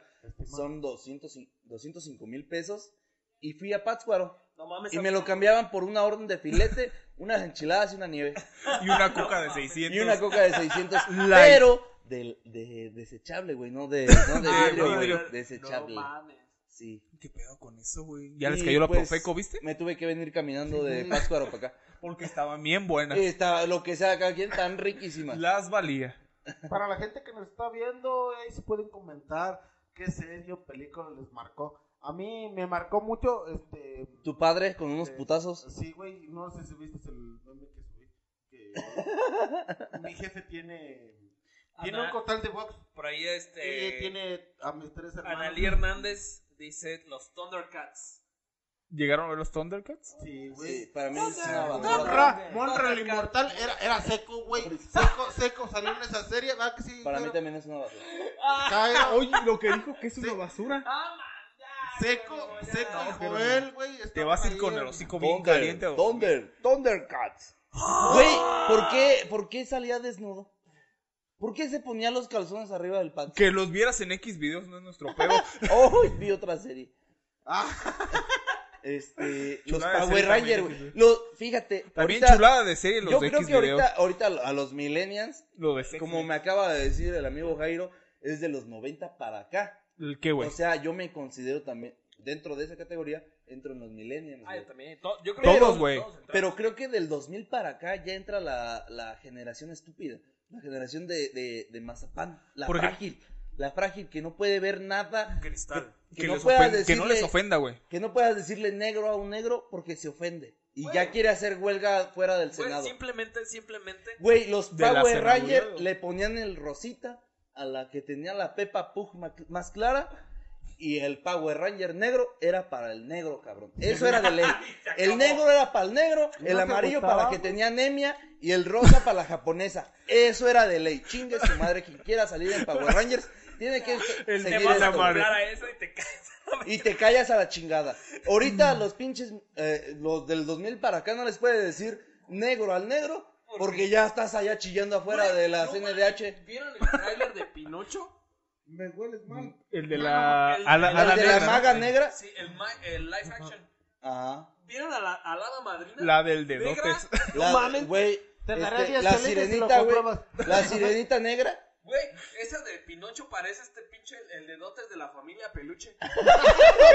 Speaker 4: son 200, y- 205 mil pesos. Y fui a Pátzcuaro.
Speaker 5: No mames.
Speaker 4: Y me lo cambiaban por una orden de filete, unas enchiladas y una nieve.
Speaker 2: y una coca de 600.
Speaker 4: Y una coca de 600,
Speaker 2: La-
Speaker 4: pero del- de, desechable, güey, no de, no de
Speaker 2: Ah,
Speaker 4: vidrio,
Speaker 2: no,
Speaker 4: güey,
Speaker 2: no,
Speaker 4: desechable.
Speaker 5: No mames.
Speaker 4: sí.
Speaker 2: ¿Qué pedo con eso, güey? Ya les
Speaker 4: Y,
Speaker 2: cayó la
Speaker 4: pues,
Speaker 2: Profeco, ¿viste? Mm.
Speaker 4: Me tuve que venir caminando de Pátzcuaro para acá.
Speaker 2: Porque estaban bien buenas.
Speaker 4: Está lo que sea, cada quien tan riquísima.
Speaker 2: Las valía.
Speaker 6: Para la gente que nos está viendo, ahí se pueden comentar qué serie o película les marcó. A mí me marcó mucho, este...
Speaker 4: Tu padre con unos
Speaker 6: eh,
Speaker 4: putazos.
Speaker 6: Sí, güey, no sé si viste el meme que subí. Que mi jefe tiene... Tiene un
Speaker 5: Ana-
Speaker 6: costal de box
Speaker 5: Por ahí
Speaker 6: y
Speaker 2: eh,
Speaker 5: este.
Speaker 6: tiene a mis tres hermanos.
Speaker 5: Analí Hernández dice los Thundercats.
Speaker 2: ¿Llegaron a ver los Thundercats?
Speaker 6: Sí, güey.
Speaker 4: Sí, para mí es una basura.
Speaker 6: Monra, Monra el inmortal era, era seco, güey. Seco, seco salió en esa serie, ¿verdad que sí?
Speaker 4: Para mí
Speaker 6: Pero- ah,
Speaker 4: también es una basura.
Speaker 6: Caga,
Speaker 2: Oye, lo que dijo que es
Speaker 6: una
Speaker 2: basura.
Speaker 6: Seco, seco y Joel, güey.
Speaker 2: Te vas a ir con
Speaker 6: estaban ahí
Speaker 2: el
Speaker 6: en-
Speaker 2: hocico bien
Speaker 4: Thunder,
Speaker 2: caliente. Ah. a dormir.
Speaker 4: Thunder, Thundercats. Güey, ¿por qué, ¿por qué salía desnudo? ¿Por qué se ponía los calzones arriba del pan?
Speaker 2: Que los vieras en X videos no es nuestro pedo.
Speaker 4: Hoy vi otra serie.
Speaker 6: Ah.
Speaker 4: Este, los
Speaker 2: Chulada de
Speaker 4: Power
Speaker 2: serie también,
Speaker 4: Rangers, güey.
Speaker 2: sí, sí.
Speaker 4: Los- Fíjate,
Speaker 2: También
Speaker 4: ahorita-
Speaker 2: chulada de serie los
Speaker 4: yo
Speaker 2: de
Speaker 4: creo
Speaker 2: X
Speaker 4: que
Speaker 2: videos.
Speaker 4: ahorita, ahorita a los millennials,
Speaker 2: Lo de Sex
Speaker 4: como me acaba de decir el amigo Jairo, es de los 90 para acá.
Speaker 2: ¿El qué, güey?
Speaker 4: O sea, yo me considero también, dentro de esa categoría, entro en los millennials.
Speaker 5: Ah,
Speaker 4: güey.
Speaker 5: yo también. To- yo creo
Speaker 2: Todos,
Speaker 5: que
Speaker 2: güey.
Speaker 5: entramos.
Speaker 4: Pero creo que del 2000 para acá ya entra la, la generación estúpida, la generación de, de, de Mazapán, la
Speaker 2: Por ejemplo-
Speaker 4: frágil, la frágil que no puede ver nada,
Speaker 5: Cristal.
Speaker 4: que
Speaker 2: Que,
Speaker 4: no
Speaker 2: les
Speaker 4: puedas
Speaker 2: ofen- que no
Speaker 4: decirle-
Speaker 2: les ofenda, güey.
Speaker 4: que no puedas decirle negro a un negro porque se ofende y ya quiere hacer huelga fuera del
Speaker 5: Güey,
Speaker 4: Senado.
Speaker 5: simplemente, simplemente.
Speaker 4: Güey, los
Speaker 2: De la
Speaker 4: Power
Speaker 2: cerraduría,
Speaker 4: Rangers
Speaker 2: güey.
Speaker 4: le ponían el rosita a la que tenía la Peppa Pug ma- más clara y el Power Ranger negro era para el negro, cabrón. Eso era de ley. El negro era para el negro, el
Speaker 6: te
Speaker 4: amarillo
Speaker 6: gustaba,
Speaker 4: para la que
Speaker 6: güey?
Speaker 4: tenía anemia y el rosa para la japonesa. Eso era de ley. Chingue su madre quien quiera salir en Power Rangers tiene que
Speaker 2: El
Speaker 5: Te
Speaker 4: seguir
Speaker 5: vas a
Speaker 4: esto, güey.
Speaker 5: comprar a eso y te caes.
Speaker 4: y te callas a la chingada. Ahorita los pinches, eh, los del 2000 para acá no les puede decir negro al negro porque ya estás allá chillando afuera de la
Speaker 5: No,
Speaker 4: CNDH.
Speaker 5: ¿Vieron el tráiler de Pinocho?
Speaker 6: Me hueles mal.
Speaker 2: El de la.
Speaker 5: El-
Speaker 2: a la, a
Speaker 4: La
Speaker 2: la
Speaker 4: de
Speaker 2: negra,
Speaker 4: la
Speaker 2: ¿no?
Speaker 4: maga negra.
Speaker 5: Sí, el, ma- el live action.
Speaker 4: Ajá.
Speaker 5: ¿Vieron a la, a la hada madrina?
Speaker 2: La del
Speaker 5: negra.
Speaker 2: dedotes.
Speaker 4: La,
Speaker 6: mames.
Speaker 4: güey,
Speaker 6: Te
Speaker 4: este,
Speaker 6: daré diez
Speaker 4: la
Speaker 6: chelitas y lo
Speaker 4: sirenita, güey.
Speaker 6: compruebas.
Speaker 4: La sirenita negra
Speaker 5: Güey, esa de Pinocho parece este pinche el, el de dotes de la familia peluche.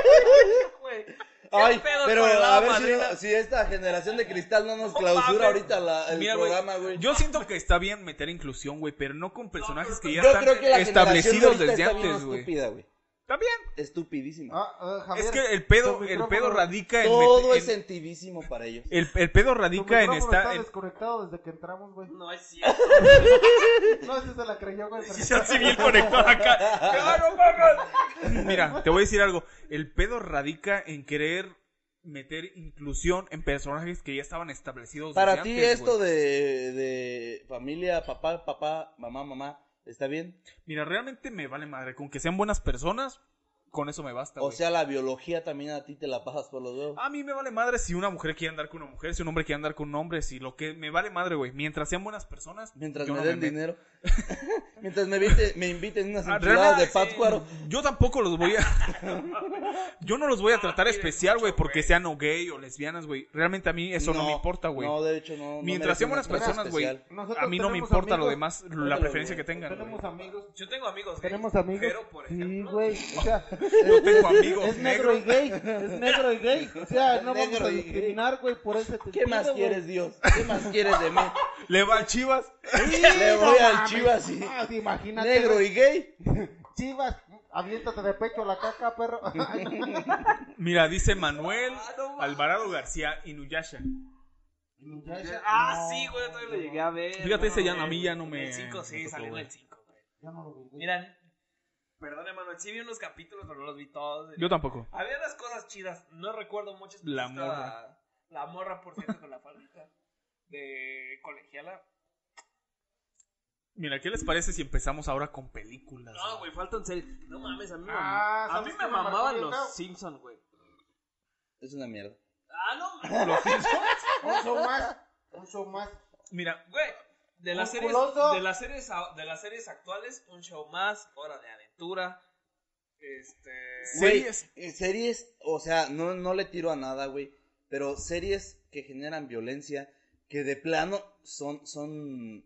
Speaker 5: Güey, ¿qué
Speaker 4: Ay,
Speaker 5: pedo
Speaker 4: pero
Speaker 5: con el
Speaker 4: a
Speaker 5: hada
Speaker 4: ver si,
Speaker 5: madrina?
Speaker 4: no- si esta generación de cristal no nos
Speaker 5: No
Speaker 4: clausura
Speaker 5: mames.
Speaker 4: ahorita la- el
Speaker 2: Mira, güey,
Speaker 4: programa, güey.
Speaker 2: Yo siento que está bien meter inclusión, güey, pero no con personajes que ya
Speaker 4: Yo
Speaker 2: están establecidos
Speaker 4: de ahorita
Speaker 2: desde
Speaker 4: está bien
Speaker 2: antes, güey.
Speaker 4: Estúpida, güey.
Speaker 2: También.
Speaker 4: Estupidísima.
Speaker 6: Ah, ah, Javier,
Speaker 2: Es que el pedo,
Speaker 6: tu
Speaker 2: el
Speaker 6: micrófono-
Speaker 2: pedo radica en,
Speaker 4: Todo
Speaker 2: met-
Speaker 4: es
Speaker 2: en-
Speaker 4: sentivísimo para ellos.
Speaker 2: el, el pedo
Speaker 6: tu
Speaker 2: radica en
Speaker 6: micrófono
Speaker 2: esta
Speaker 6: Está
Speaker 2: en-
Speaker 6: desconectado desde que entramos, güey.
Speaker 5: No es cierto.
Speaker 6: No, ese se la creyó, güey. pero-
Speaker 2: Si se hace bien conectado acá. ¡Claro, mames! Mira, te voy a decir algo. El pedo radica en querer meter inclusión en personajes que ya estaban establecidos.
Speaker 4: Para
Speaker 2: desde
Speaker 4: ti
Speaker 2: antes,
Speaker 4: esto
Speaker 2: güey.
Speaker 4: de, de familia, papá, papá, mamá, mamá, ¿está bien?
Speaker 2: Mira, realmente me vale madre. Con que sean buenas personas, con eso me basta.
Speaker 4: O
Speaker 2: güey.
Speaker 4: sea, la biología también a ti te la pasas por los huevos.
Speaker 2: A mí me vale madre si una mujer quiere andar con una mujer, si un hombre quiere andar con un hombre, si lo que me vale madre, güey. Mientras sean buenas personas,
Speaker 4: Mientras
Speaker 2: yo
Speaker 4: me
Speaker 2: no
Speaker 4: den
Speaker 2: meto.
Speaker 4: dinero. Mientras me, viste- me inviten unas
Speaker 2: Ah,
Speaker 4: enchiladas de
Speaker 2: realmente,
Speaker 4: pátzcuaro.
Speaker 2: Yo tampoco los voy a. yo no los voy a tratar especial, güey, porque sean o gay o lesbianas, güey. Realmente a mí eso no, me importa, güey.
Speaker 4: No, de hecho, no. no
Speaker 2: Mientras sean buenas
Speaker 4: merece una
Speaker 2: personas, güey.
Speaker 4: especial.
Speaker 6: Nosotros
Speaker 2: A mí no me
Speaker 6: tenemos
Speaker 2: importa lo
Speaker 6: amigos-
Speaker 2: demás, la
Speaker 4: Pero,
Speaker 2: preferencia que
Speaker 4: güey,
Speaker 2: tengan. güey.
Speaker 6: Tenemos amigos.
Speaker 5: Yo tengo amigos gay.
Speaker 6: Tenemos amigos.
Speaker 5: Pero, por
Speaker 6: Sí,
Speaker 5: ejemplo.
Speaker 6: güey. O sea,
Speaker 2: Yo tengo amigos
Speaker 6: es negro
Speaker 2: negros.
Speaker 6: y gay. Es negro y gay. O sea, no vamos
Speaker 4: Negro
Speaker 6: a
Speaker 4: y gay.
Speaker 6: discriminar, güey, por ese
Speaker 4: ¿Qué más quieres, Dios? ¿Qué más quieres de mí?
Speaker 2: Le va al Chivas.
Speaker 4: Le voy al Chivas
Speaker 6: Chivas
Speaker 4: y-
Speaker 6: imagínate.
Speaker 4: ¿Negro
Speaker 6: güey.
Speaker 4: y gay?
Speaker 6: Chivas, aviéntate de pecho la caca, perro.
Speaker 2: Mira, dice Manuel
Speaker 5: Ah, no mames.
Speaker 2: Alvarado García Inuyasha.
Speaker 5: Ah,
Speaker 6: No,
Speaker 5: sí, güey, todavía lo
Speaker 6: no,
Speaker 5: llegué a ver.
Speaker 2: Fíjate, ese ya no- a mí ya no me-
Speaker 5: El 5,
Speaker 2: me
Speaker 5: sí,
Speaker 2: tocó,
Speaker 5: salió en
Speaker 2: güey.
Speaker 5: el 5, güey.
Speaker 6: Yo no lo vi, güey.
Speaker 5: Mira, perdón, hermano, sí vi unos capítulos, pero no los vi todos.
Speaker 2: Yo tampoco.
Speaker 5: Había unas cosas chidas, no recuerdo muchas. pero
Speaker 2: La
Speaker 5: estaba-
Speaker 2: morra.
Speaker 5: La morra, por cierto, con la faldita de colegiala.
Speaker 2: Mira, ¿qué les parece si empezamos ahora con películas?
Speaker 5: No, güey, faltan series. No mames, a mí me,
Speaker 6: Ah,
Speaker 5: mam- a mí
Speaker 6: ¿sabes
Speaker 5: me
Speaker 6: qué me marcó
Speaker 5: mamaban
Speaker 6: bien feo?
Speaker 5: los Simpsons, güey.
Speaker 4: Es una mierda.
Speaker 5: Ah, no,
Speaker 2: ¿Los Simpsons?
Speaker 6: Un show más. Un show más.
Speaker 2: Mira,
Speaker 5: güey. De las, series,
Speaker 6: Musculoso.
Speaker 5: de, las series, a- de las series actuales, un show más, Hora de Aventura. Este.
Speaker 2: Series.
Speaker 4: Güey, eh, series, o sea, no, no le tiro a nada, güey. Pero series que generan violencia, que de plano son, son,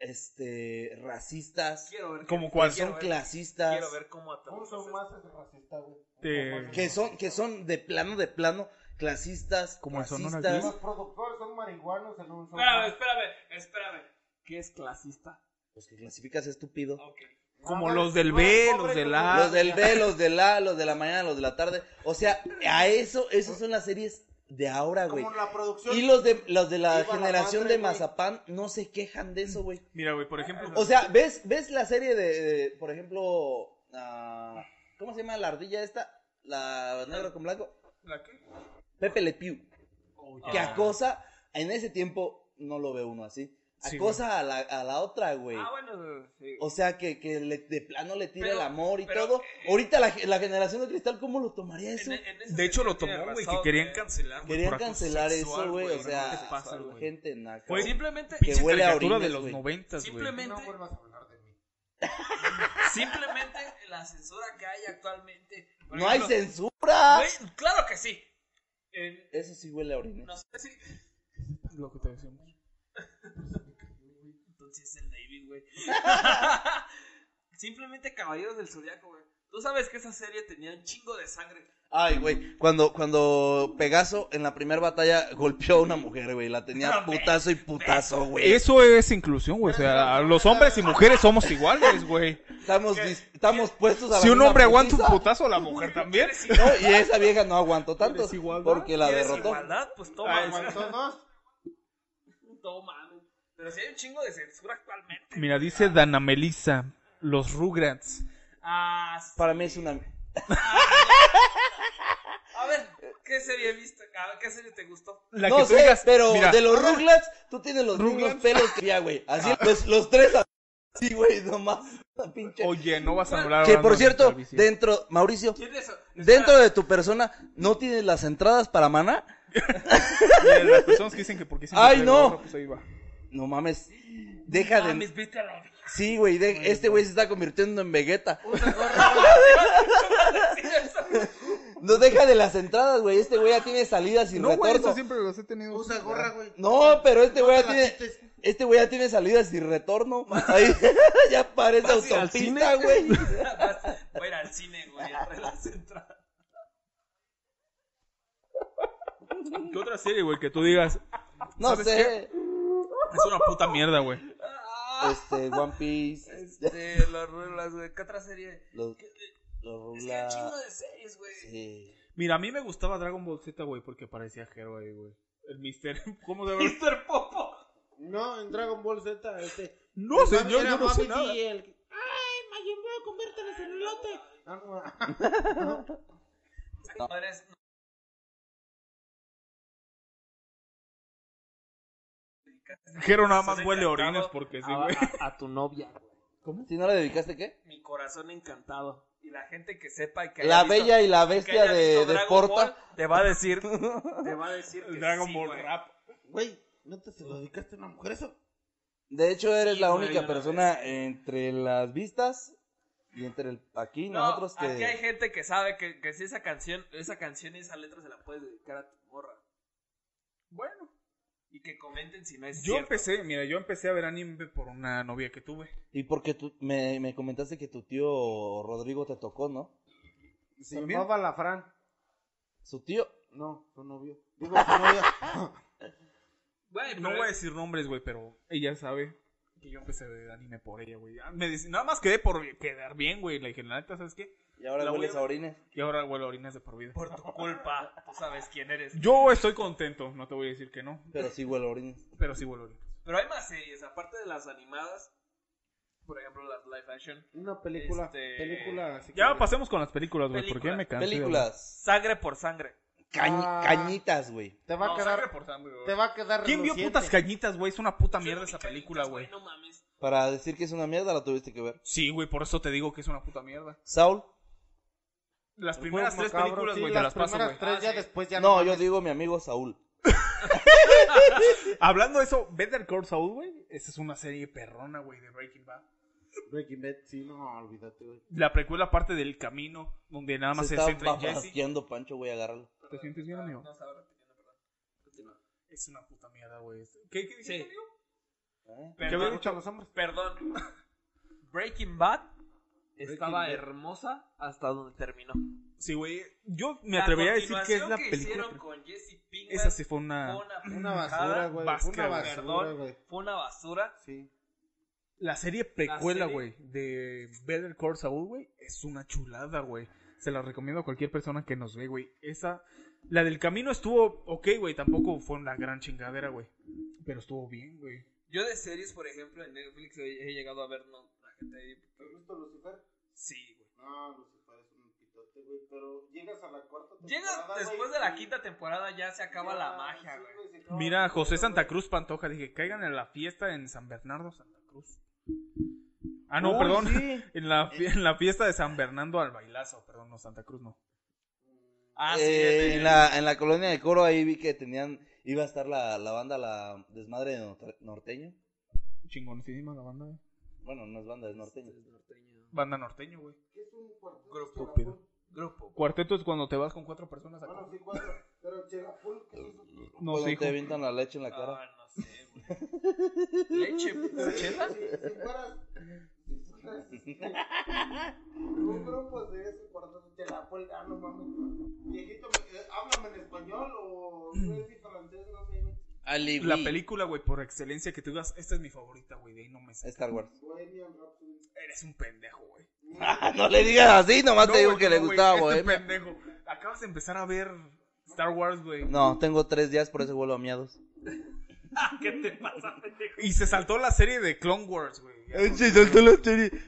Speaker 4: este, racistas,
Speaker 5: Quiero ver.
Speaker 2: ¿Como
Speaker 5: cuál
Speaker 2: cuál?
Speaker 4: son clasistas,
Speaker 5: Quiero ver cómo atan.
Speaker 6: Un show más es racista, güey. Un
Speaker 2: Te-
Speaker 6: show más es
Speaker 4: que son, que
Speaker 6: racista.
Speaker 4: son de plano, de plano, clasistas,
Speaker 2: Como en Sonora
Speaker 4: racistas.
Speaker 6: Los productores son marihuanos en un show
Speaker 5: Espérame,
Speaker 6: más.
Speaker 5: espérame, espérame. ¿Qué es clasista?
Speaker 4: Los que clasificas estúpido.
Speaker 5: Ok.
Speaker 2: Como
Speaker 6: Ah,
Speaker 2: los del
Speaker 6: no,
Speaker 2: B,
Speaker 6: pobre,
Speaker 2: los del
Speaker 6: como-
Speaker 2: A.
Speaker 4: Los del B, los del A, los de la mañana, los de la tarde. O sea, a eso, esas son las series de ahora, güey.
Speaker 6: Como la producción.
Speaker 4: Y los de, los de la
Speaker 6: Iba la
Speaker 4: generación
Speaker 6: madre,
Speaker 4: de
Speaker 6: güey.
Speaker 4: Mazapán no se quejan de eso, güey.
Speaker 2: Mira, güey, por ejemplo.
Speaker 4: O sea, ¿ves, ves la serie de, de, por ejemplo, ah, ¿cómo se llama la ardilla esta? La negra con blanco.
Speaker 2: ¿La qué?
Speaker 4: Pepe Le Pew. Que
Speaker 5: Ah.
Speaker 4: acosa, en ese tiempo no lo ve uno así.
Speaker 2: Sí,
Speaker 4: Acosa a, la, a la otra, güey.
Speaker 5: Ah, bueno, sí.
Speaker 4: O sea, que, que le- de plano le tira
Speaker 5: Pero-
Speaker 4: el amor y
Speaker 5: pero,
Speaker 4: todo. Ahorita la, la generación de cristal, ¿cómo lo tomaría eso?
Speaker 5: En- e, en ese
Speaker 2: De hecho, lo
Speaker 5: sentido
Speaker 2: tomó,
Speaker 5: tiene
Speaker 2: güey, que
Speaker 5: razón,
Speaker 2: querían
Speaker 5: güey.
Speaker 2: cancelar. güey,
Speaker 4: eh. Querían
Speaker 2: por acoso
Speaker 4: cancelar
Speaker 2: sexual,
Speaker 4: eso, güey. O
Speaker 2: ¿no?
Speaker 4: sea,
Speaker 2: ¿Qué pasa, güey?
Speaker 4: gente naca.
Speaker 2: Fue-
Speaker 5: Simplemente,
Speaker 4: Que
Speaker 2: Pinche
Speaker 4: huele a
Speaker 2: caricatura
Speaker 4: orines,
Speaker 2: de los
Speaker 4: güey.
Speaker 2: noventas, güey.
Speaker 5: Simplemente-
Speaker 6: No vuelvas a hablar de mí.
Speaker 5: simplemente la censura que hay actualmente. Por
Speaker 4: ¡No hay
Speaker 5: ejemplo,
Speaker 4: censura!
Speaker 5: güey, Claro que sí. En-
Speaker 4: Eso sí huele a orines.
Speaker 5: no sé si.
Speaker 2: Lo que te decimos.
Speaker 5: Entonces es el David, güey. simplemente Caballeros del Zodiaco, güey. Tú sabes que esa serie tenía un chingo de sangre.
Speaker 4: Ay, güey, cuando, cuando Pegaso en la primera batalla golpeó a una mujer, güey, la tenía
Speaker 5: No,
Speaker 4: putazo y putazo, güey.
Speaker 2: Eso es inclusión, güey. O sea, los hombres y mujeres somos iguales, güey.
Speaker 4: Estamos, dis- estamos puestos a la
Speaker 2: Si un
Speaker 4: misma
Speaker 2: hombre aguanta un
Speaker 4: putiza,
Speaker 2: putazo, la mujer también.
Speaker 4: ¿no? Y esa vieja no aguantó tanto
Speaker 2: Desigualdad.
Speaker 4: porque la
Speaker 5: ¿Quieres
Speaker 4: derrotó.
Speaker 5: igualdad? Pues toma.
Speaker 2: Ah,
Speaker 5: güey.
Speaker 6: ¿Aguantó dos?
Speaker 5: No mames. Pero si hay un chingo de censura actualmente.
Speaker 2: Mira, dice Dana Melissa, los Rugrats.
Speaker 5: Ah, sí.
Speaker 4: Para mí es una...
Speaker 5: A ver, ¿qué serie viste? A ver, ¿qué serie te gustó?
Speaker 2: La
Speaker 4: no
Speaker 2: que tú
Speaker 4: sé,
Speaker 2: digas,
Speaker 4: pero
Speaker 2: mira,
Speaker 4: de los Rugrats, tú tienes los
Speaker 2: Rugrats. Ah.
Speaker 4: mismos pelos que ya, güey. Así, los, los tres así, güey, nomás. una pinche...
Speaker 2: Oye, no vas a hablar
Speaker 4: que
Speaker 2: hablando
Speaker 4: por
Speaker 2: de
Speaker 4: cierto,
Speaker 2: calvicie.
Speaker 4: dentro, Mauricio,
Speaker 5: ¿Quién es eso?
Speaker 4: dentro de tu persona, ¿no tienes las entradas para Maná?
Speaker 2: Mira, las personas que dicen que porque siempre
Speaker 4: Ay,
Speaker 2: traigo
Speaker 4: no.
Speaker 2: gorra, pues ahí va.
Speaker 4: No mames, deja de...
Speaker 5: Mames, vete a la verga.
Speaker 4: Sí, güey, de- este güey se está convirtiendo en Vegeta.
Speaker 6: Usa gorra, güey.
Speaker 5: Sí, eso.
Speaker 4: No deja de las entradas, güey. Este güey ya tiene salidas y
Speaker 2: No, güey,
Speaker 4: retorno.
Speaker 2: eso siempre los he tenido.
Speaker 6: Usa gorra, güey.
Speaker 4: No, pero este
Speaker 6: No
Speaker 4: güey
Speaker 6: te
Speaker 4: ya
Speaker 6: la
Speaker 4: tiene.
Speaker 6: quites.
Speaker 4: Este güey ya tiene salidas y retorno. Ahí ya parece
Speaker 5: Pase al
Speaker 4: autopista, güey.
Speaker 5: Voy a ir al cine, güey, a traer las entradas.
Speaker 2: ¿Qué otra serie, güey, que tú digas?
Speaker 4: No
Speaker 2: ¿Sabes
Speaker 4: sé.
Speaker 2: Es una puta mierda, güey.
Speaker 4: Este, One Piece.
Speaker 5: Este, las rulas, güey. ¿Qué otra serie?
Speaker 4: Los,
Speaker 5: Es que hay un chingo de series, güey.
Speaker 2: Mira, a mí me gustaba Dragon Ball Z, güey, porque parecía Hero ahí, güey. El Mister. ¿Cómo se llama?
Speaker 5: Mr. Popo.
Speaker 6: No, en Dragon Ball Z, este.
Speaker 2: No, señor,
Speaker 6: era
Speaker 2: yo no sé
Speaker 6: Babidi
Speaker 2: nada.
Speaker 6: y el- Ay, Majin Buu, conviértenos en elote. Ah, no.
Speaker 5: Madres, no.
Speaker 2: Hero nada más
Speaker 5: Son
Speaker 2: huele a
Speaker 5: encantado
Speaker 2: orinas porque sí,
Speaker 4: Ah,
Speaker 5: a-
Speaker 2: güey.
Speaker 5: A, a tu novia, güey.
Speaker 4: ¿Si no le dedicaste qué?
Speaker 5: Mi corazón encantado. Y la gente que sepa y que
Speaker 4: La
Speaker 5: haya visto-
Speaker 4: bella y la
Speaker 5: que
Speaker 4: bestia
Speaker 5: haya
Speaker 4: de,
Speaker 5: visto
Speaker 4: de
Speaker 5: Dragon
Speaker 4: Porta.
Speaker 5: Ball, te va a decir. Te va a decir. Que
Speaker 2: El Dragon
Speaker 5: sí,
Speaker 2: Ball
Speaker 5: güey.
Speaker 2: Rap.
Speaker 6: Güey, ¿no te se lo dedicaste a una mujer eso?
Speaker 4: De hecho, eres
Speaker 5: Sí,
Speaker 4: la
Speaker 5: güey, yo
Speaker 4: única
Speaker 5: la
Speaker 4: persona entre las vistas y entre el, aquí
Speaker 5: No,
Speaker 4: nosotros que.
Speaker 5: Aquí hay gente que sabe que, que si esa canción, esa canción y esa letra se la puedes dedicar a tu morra.
Speaker 2: Bueno,
Speaker 5: Y que comenten si no es
Speaker 2: yo
Speaker 5: cierto.
Speaker 2: empecé, mira, yo empecé a ver anime por una novia que tuve.
Speaker 4: Y porque tú me, me comentaste que tu tío Rodrigo te tocó, ¿no?
Speaker 6: Se
Speaker 2: También.
Speaker 6: llamaba la Fran.
Speaker 4: Su tío.
Speaker 6: No, su novio. Digo, su novia.
Speaker 5: Güey,
Speaker 2: No
Speaker 5: pero-
Speaker 2: voy a decir nombres, güey, pero ella sabe que yo empecé a ver anime por ella, güey. Ah, Me dice, nada más quedé por quedar bien, güey. Le dije, la neta, ¿sabes qué?
Speaker 4: Y ahora
Speaker 2: La voy
Speaker 4: hueles
Speaker 2: a-
Speaker 4: a orines.
Speaker 2: Y ahora huele a orinas de por vida.
Speaker 5: Por tu culpa, tú sabes quién eres.
Speaker 2: Yo estoy contento, no te voy a decir que no,
Speaker 4: Pero sí huele a orines.
Speaker 2: pero sí huele a orinas.
Speaker 5: Pero hay más series, aparte de las animadas. Por ejemplo, las live action.
Speaker 6: Una película.
Speaker 5: Este-
Speaker 6: Película. así
Speaker 2: Ya
Speaker 6: que-
Speaker 2: pasemos con las películas, güey, porque ya
Speaker 5: Películas.
Speaker 2: me cansé. de hablar.
Speaker 4: Películas.
Speaker 5: Sangre por sangre.
Speaker 4: Cañ-
Speaker 6: Ah.
Speaker 4: Cañitas, güey.
Speaker 6: Te va a
Speaker 2: No,
Speaker 6: quedar.
Speaker 2: sangre por sangre, güey.
Speaker 6: Te va a quedar.
Speaker 2: ¿Quién vio
Speaker 6: reluciente.
Speaker 2: putas cañitas, güey? Es una puta
Speaker 5: Yo
Speaker 2: Ah, mierda
Speaker 5: no
Speaker 2: esa
Speaker 5: vi
Speaker 2: película,
Speaker 5: Cañitas,
Speaker 2: güey.
Speaker 5: No mames.
Speaker 4: Para decir que es una mierda, la tuviste que ver.
Speaker 2: Sí, güey, por eso te digo que es una puta mierda.
Speaker 4: Saul.
Speaker 2: Las
Speaker 6: El
Speaker 2: primeras
Speaker 6: juego
Speaker 2: tres
Speaker 6: macabro,
Speaker 2: películas,
Speaker 6: sí,
Speaker 2: güey, te las paso,
Speaker 6: primeras
Speaker 2: güey.
Speaker 6: tres,
Speaker 5: Ah,
Speaker 6: ya
Speaker 5: sí.
Speaker 6: después ya
Speaker 4: no,
Speaker 6: no
Speaker 4: yo
Speaker 6: mames.
Speaker 4: digo mi amigo Saúl.
Speaker 2: Hablando de eso, Better Call Saul, güey, esa es una serie perrona, güey, de Breaking Bad.
Speaker 6: Breaking Bad, sí, no, olvídate, güey.
Speaker 2: La precuela parte del camino, donde nada más
Speaker 4: Se
Speaker 2: se,
Speaker 4: está
Speaker 2: centra en Jesse.
Speaker 4: babasqueando Pancho, güey, agárralo.
Speaker 2: ¿Te sientes bien, amigo?
Speaker 5: Ah, No estaba repitiendo, perdón. Continúa.
Speaker 2: Es una puta mierda, güey. ¿Qué, qué dijiste,
Speaker 5: Sí.
Speaker 2: amigo?
Speaker 4: ¿Eh?
Speaker 6: ¿Qué
Speaker 2: Perdón.
Speaker 6: habían dicho los hombres?
Speaker 5: Perdón. Breaking Bad estaba
Speaker 6: Bad.
Speaker 5: hermosa hasta donde terminó.
Speaker 2: Sí, güey, yo me atrevería a decir que es la
Speaker 5: continuación que
Speaker 2: película.
Speaker 5: hicieron con Jesse Pinkman
Speaker 2: Esa sí fue
Speaker 5: fue
Speaker 2: una...
Speaker 5: una,
Speaker 6: Una
Speaker 5: pendejada,
Speaker 6: basura, güey.
Speaker 2: vasca,
Speaker 6: Una
Speaker 2: güey.
Speaker 6: basura,
Speaker 5: Perdón.
Speaker 6: güey.
Speaker 5: Fue una basura.
Speaker 6: Sí.
Speaker 2: La serie precuela,
Speaker 5: serie-
Speaker 2: güey, de Better Call Saul, güey, es una chulada, güey. Se la recomiendo a cualquier persona que nos ve, güey. Esa, la del camino estuvo ok, güey, tampoco fue una gran chingadera, güey. Pero estuvo bien, güey.
Speaker 5: Yo de series, por ejemplo, en Netflix he, he llegado a ver no, la gente ahí.
Speaker 6: ¿Has visto Lucifer?
Speaker 5: Sí, güey.
Speaker 6: No, Lucifer es un pitote, güey. Pero llegas a la cuarta temporada.
Speaker 5: Llega
Speaker 6: güey,
Speaker 5: después de la
Speaker 6: y-
Speaker 5: quinta temporada ya se acaba
Speaker 6: Ya,
Speaker 5: la magia,
Speaker 6: sí,
Speaker 5: güey.
Speaker 6: se acaba
Speaker 2: Mira,
Speaker 6: la-
Speaker 2: José Santa Cruz Pantoja, dije, caigan en la fiesta en San Bernardo, Santa Cruz. Ah, no,
Speaker 4: Uy,
Speaker 2: perdón.
Speaker 4: sí.
Speaker 2: En, la, fie- en la fiesta de San Bernardo al bailazo, perdón, no, Santa Cruz no.
Speaker 5: Ah,
Speaker 4: Eh,
Speaker 5: sí,
Speaker 4: en, la, en la colonia de Coro ahí vi que tenían, iba a estar la, la banda La Desmadre de Norte- Norteño.
Speaker 2: Chingoncísima la banda, güey.
Speaker 4: Bueno, no es banda, es norteño.
Speaker 2: Banda norteño, güey.
Speaker 6: ¿Qué es un cuarteto?
Speaker 5: Grupo,
Speaker 6: Chirapul.
Speaker 5: Grupo.
Speaker 2: Cuarteto es cuando te vas con cuatro personas a
Speaker 6: Bueno, sí, cuatro. Pero Chirapul, ¿qué es eso?
Speaker 2: No,
Speaker 4: Cuando
Speaker 2: sí,
Speaker 4: te
Speaker 2: hijo.
Speaker 4: avientan la leche en la cara.
Speaker 5: Ah, no sé, güey. Leche, chela.
Speaker 6: Si, si fueras. Si fueras. este, un grupo de ese cuarteto Chirapul, ah, no mames. Viejito, eh, háblame en español o inglés y francés, no sé, güey.
Speaker 4: Ali
Speaker 2: La
Speaker 4: B.
Speaker 2: película, güey, por excelencia que tú digas, esta es mi favorita, güey, de ahí no me sacas.
Speaker 4: Star Wars.
Speaker 6: Bohemian Rhapsody.
Speaker 2: Eres un pendejo, güey.
Speaker 4: Ah, no le digas así, nomás te digo
Speaker 2: güey,
Speaker 4: que le
Speaker 2: güey, este
Speaker 4: gustaba, eh,
Speaker 2: eres un
Speaker 4: güey.
Speaker 2: pendejo. Acabas de empezar a ver Star Wars, güey.
Speaker 4: No, tengo tres días, por eso vuelo a miados.
Speaker 5: ¿Qué te pasa, pendejo?
Speaker 2: Y se saltó la serie de Clone Wars, güey.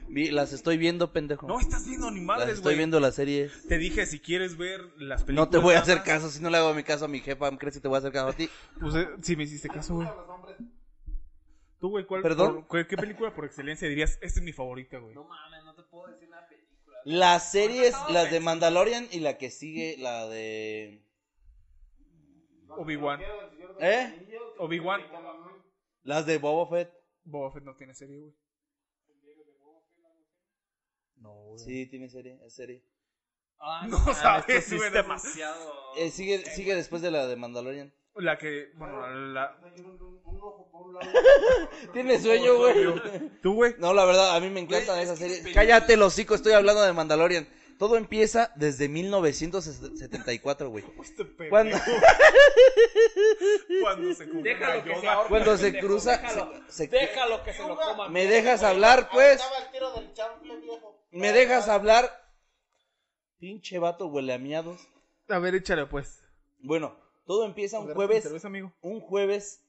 Speaker 4: Vi- Las estoy viendo, pendejo.
Speaker 2: No estás viendo ni
Speaker 4: las
Speaker 2: madres,
Speaker 4: estoy
Speaker 2: güey.
Speaker 4: viendo las series.
Speaker 2: Te dije, si quieres ver las películas.
Speaker 4: No te voy a
Speaker 2: nada
Speaker 4: hacer
Speaker 2: más,
Speaker 4: caso, si no le hago mi caso a mi jefa, ¿crees que te voy a hacer caso a ti?
Speaker 2: Pues eh, sí me hiciste caso, güey.
Speaker 6: Los hombres.
Speaker 2: Tú, güey, ¿cuál?
Speaker 4: ¿Perdón?
Speaker 2: por- ¿Qué qué película por excelencia dirías, esta es mi favorita, güey?
Speaker 5: No mames, no te puedo decir la película.
Speaker 4: Las series,
Speaker 5: estaba
Speaker 4: las de
Speaker 5: pensando.
Speaker 4: Mandalorian y la que sigue, la de...
Speaker 2: Obi-Wan.
Speaker 4: ¿Eh?
Speaker 2: Obi-Wan.
Speaker 4: Las de Boba Fett.
Speaker 2: Boba Fett no tiene serie, güey.
Speaker 4: Sí, tiene serie, es serie.
Speaker 5: Ah,
Speaker 2: No
Speaker 5: mames,
Speaker 2: sabes,
Speaker 5: esto sí es
Speaker 2: güey, no-
Speaker 5: demasiado.
Speaker 4: Eh, sigue, sigue después de la de Mandalorian.
Speaker 2: La que, bueno, la...
Speaker 6: Hay un, un- un ojo por un lado.
Speaker 4: Tiene sueño, güey.
Speaker 2: ¿Tú, güey?
Speaker 4: No, la verdad, a mí me encanta
Speaker 5: Güey,
Speaker 4: esa
Speaker 5: es que
Speaker 4: serie.
Speaker 5: es película.
Speaker 4: Cállate, el hocico, estoy hablando de Mandalorian. Todo empieza desde 1974, güey.
Speaker 2: Este pendejo.
Speaker 4: Cuando,
Speaker 2: Cuando se cumple
Speaker 5: Déjalo que se ahorque,
Speaker 4: cuando se
Speaker 5: pendejo,
Speaker 4: cruza,
Speaker 5: Déjalo,
Speaker 4: se- se-
Speaker 5: déjalo que se lo coma.
Speaker 4: me dejas hablar, pues.
Speaker 6: Estaba el tiro del chanfle, viejo.
Speaker 4: Me dejas hablar. Pinche vato huele a miados.
Speaker 2: A ver, échale, pues.
Speaker 4: Bueno, todo empieza un
Speaker 2: Agarra tu
Speaker 4: jueves,
Speaker 2: cerveza, amigo.
Speaker 4: un jueves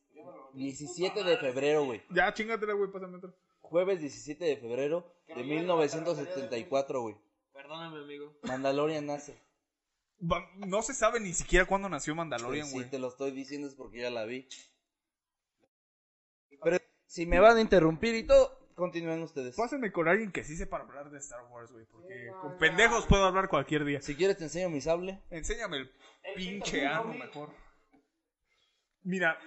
Speaker 4: 17 de febrero, güey.
Speaker 2: Ya, chingatela, güey, pásame otra.
Speaker 4: Jueves 17 de febrero de 1974, güey.
Speaker 5: Perdóname, amigo.
Speaker 4: Mandalorian nace.
Speaker 2: Va- No se sabe ni siquiera cuándo nació
Speaker 4: Pues
Speaker 2: Mandalorian,
Speaker 4: Si
Speaker 2: güey.
Speaker 4: te lo estoy diciendo es porque ya la vi. Pero si me van a interrumpir y todo, continúen ustedes.
Speaker 2: Pásenme con alguien que sí sepa hablar de Star Wars, güey, porque con pendejos puedo hablar cualquier día.
Speaker 4: Si quieres te enseño mi sable.
Speaker 2: Enséñame el pinche ano mejor. Mira,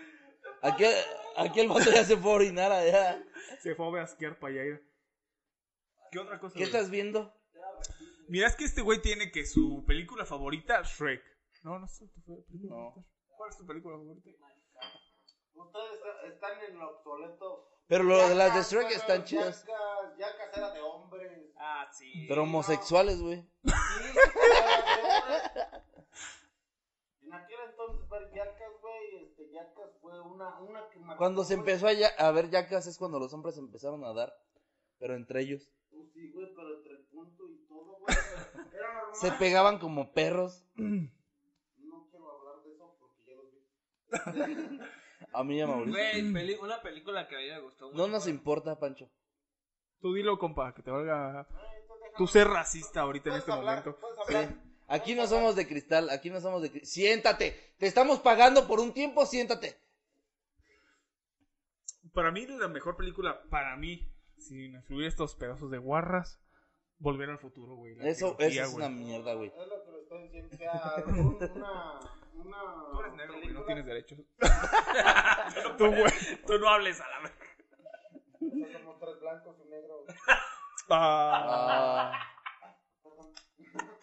Speaker 4: Aquí, aquí el vato ya se fue a orinar allá.
Speaker 2: se fue a asquear para allá. mira. ¿Qué otra cosa?
Speaker 4: ¿Qué
Speaker 2: güey?
Speaker 4: estás viendo?
Speaker 2: Mira, es que este güey tiene que su película favorita, Shrek. No, no sé. tu película
Speaker 4: No.
Speaker 2: favorita. ¿Cuál es tu película favorita?
Speaker 6: Ustedes está- están en lo obsoleto.
Speaker 4: Pero lo de las de
Speaker 6: Yacas,
Speaker 4: Shrek
Speaker 6: güey,
Speaker 4: están
Speaker 6: yacas,
Speaker 4: chidas.
Speaker 6: Yacas era de hombres.
Speaker 5: Ah, sí.
Speaker 4: Pero homosexuales, güey.
Speaker 6: Sí, era de hombres. En aquel entonces ver Yacas, güey, este, Yacas fue una, una que marcó,
Speaker 4: Cuando se
Speaker 6: güey.
Speaker 4: empezó a, ya- a ver yacas es cuando los hombres empezaron a dar. Pero entre ellos.
Speaker 6: Sí, güey, pero entre el punto y todo, güey. Era normal.
Speaker 4: Se pegaban como perros.
Speaker 6: No quiero hablar de eso porque ya lo vi.
Speaker 4: A mí ya me aburrí.
Speaker 5: Güey, peli- una película que a mí me gustó mucho.
Speaker 4: No nos
Speaker 5: güey.
Speaker 4: importa, Pancho.
Speaker 2: Tú dilo, compa, que te valga. Tú ser racista ahorita en
Speaker 6: Puedes
Speaker 2: este
Speaker 6: hablar,
Speaker 2: momento.
Speaker 6: puedes hablar.
Speaker 4: Aquí no somos de cristal, aquí no somos de cristal. Siéntate, te estamos pagando por un tiempo, siéntate.
Speaker 2: Para mí, la mejor película, para mí, sin incluir estos pedazos de guarras, Volver al futuro, güey. la
Speaker 4: Eso, eso
Speaker 2: trilogía,
Speaker 4: es
Speaker 2: güey.
Speaker 4: una mierda, güey.
Speaker 6: Es lo que le estoy diciendo. O sea, un- una. una
Speaker 2: Tú eres negro, güey, no
Speaker 6: película-
Speaker 2: tienes derechos. Tú, güey.
Speaker 5: Tú no hables a la vez.
Speaker 6: Somos tres blancos y negros.
Speaker 2: Ah,
Speaker 4: Ah.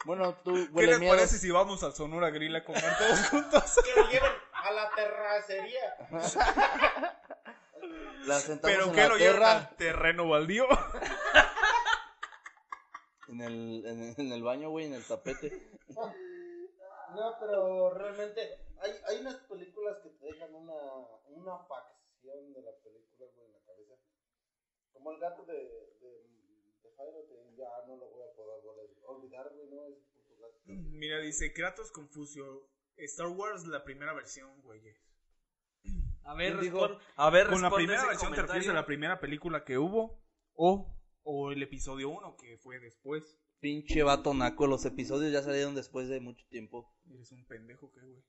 Speaker 4: Bueno, tú
Speaker 2: ¿Qué
Speaker 4: huele
Speaker 2: les
Speaker 4: miedo.
Speaker 2: parece si vamos a Sonora Grilla a comer todos juntos?
Speaker 6: Que lo lleven a la terracería.
Speaker 4: La sentamos
Speaker 2: ¿Pero
Speaker 4: en
Speaker 2: qué
Speaker 4: la
Speaker 2: lo llevan
Speaker 4: tierra,
Speaker 2: al terreno baldío?
Speaker 4: en el, en, el- en el baño, güey, en el tapete.
Speaker 6: No, pero realmente. Hay, hay unas películas que te dejan una, una facción de la película, güey, en la cabeza. Como el gato de. de, de Jairo, que ya no lo voy a poder volver- olvidar, güey, ¿no? Es puto gato.
Speaker 2: Mira, dice Kratos Confucio. Star Wars, la primera versión, güey.
Speaker 5: A ver,
Speaker 4: ¿Quién dijo?
Speaker 5: respon- a ver,
Speaker 2: ¿Con la
Speaker 5: responde
Speaker 2: primera
Speaker 5: ese
Speaker 2: versión te refieres a la
Speaker 5: comentario.
Speaker 2: primera película que hubo? ¿O, o el episodio 1 que fue después?
Speaker 4: Pinche vato naco, los episodios ya salieron después de mucho tiempo.
Speaker 2: Eres un pendejo, ¿qué, güey?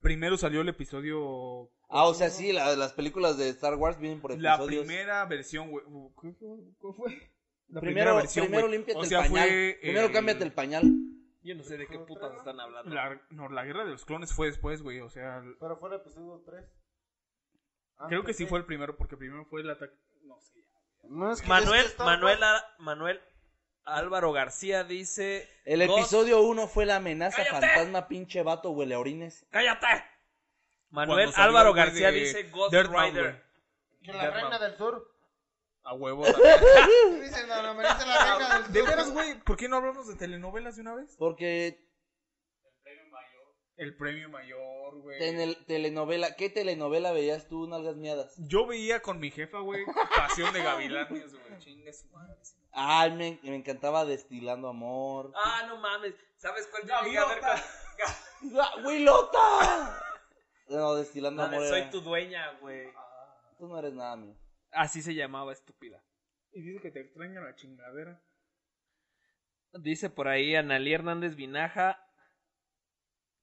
Speaker 2: Primero salió el episodio.
Speaker 4: Ah, o sea, sí, la- las películas de Star Wars vienen por
Speaker 2: La
Speaker 4: episodios.
Speaker 2: primera versión, güey. Uh, ¿Qué fue? ¿Cuál fue? La
Speaker 4: primero, primero
Speaker 2: güey.
Speaker 4: límpiate
Speaker 2: O sea,
Speaker 4: el pañal.
Speaker 2: fue,
Speaker 4: Primero
Speaker 2: eh,
Speaker 4: cámbiate el pañal.
Speaker 5: Yo no sé de qué putas están hablando.
Speaker 2: La, no, la guerra de los clones fue después, güey. O sea, l-
Speaker 6: Pero fue el episodio Ah, 3.
Speaker 2: creo que sí fue el primero, porque primero fue el ataque. No sé.
Speaker 6: No, es que-
Speaker 5: Manuel,
Speaker 6: es que Star
Speaker 5: Manuel,
Speaker 6: Wars-
Speaker 5: Ara- Manuel Álvaro García dice...
Speaker 4: El
Speaker 5: Ghost-
Speaker 4: episodio 1 fue la amenaza
Speaker 5: ¡Cállate!
Speaker 4: fantasma, pinche vato, huele a orines.
Speaker 5: ¡Cállate! Manuel
Speaker 2: Cuando salió
Speaker 5: Álvaro
Speaker 2: el güey
Speaker 5: García
Speaker 2: de
Speaker 5: dice Ghost
Speaker 2: Dirtman, güey.
Speaker 5: Rider.
Speaker 6: Que la reina del sur.
Speaker 2: A huevo. también.
Speaker 6: Dicen, no, no, merece la reina del sur.
Speaker 2: de veras, güey. ¿Por qué no hablamos de telenovelas de una vez?
Speaker 4: Porque
Speaker 2: El premio mayor, güey.
Speaker 4: tenel- telenovela, ¿qué telenovela veías tú, nalgas miadas?
Speaker 2: Yo veía con mi jefa, güey, Pasión de Gavilanes, güey. Chingue su madre.
Speaker 4: Ay, me, me encantaba Destilando Amor.
Speaker 5: Ah, no mames. ¿Sabes cuál yo llegué a ver?
Speaker 2: Gaviota.
Speaker 5: con-
Speaker 4: ¡Ah, ¡Wilota! No, Destilando
Speaker 5: La de
Speaker 4: Amor
Speaker 5: Soy
Speaker 4: era-
Speaker 5: tu dueña, güey.
Speaker 4: Tú no eres nada mío.
Speaker 5: Así se llamaba, estúpida.
Speaker 2: Y dice que te extraña la chingadera.
Speaker 5: Dice por ahí Analí Hernández Vinaja.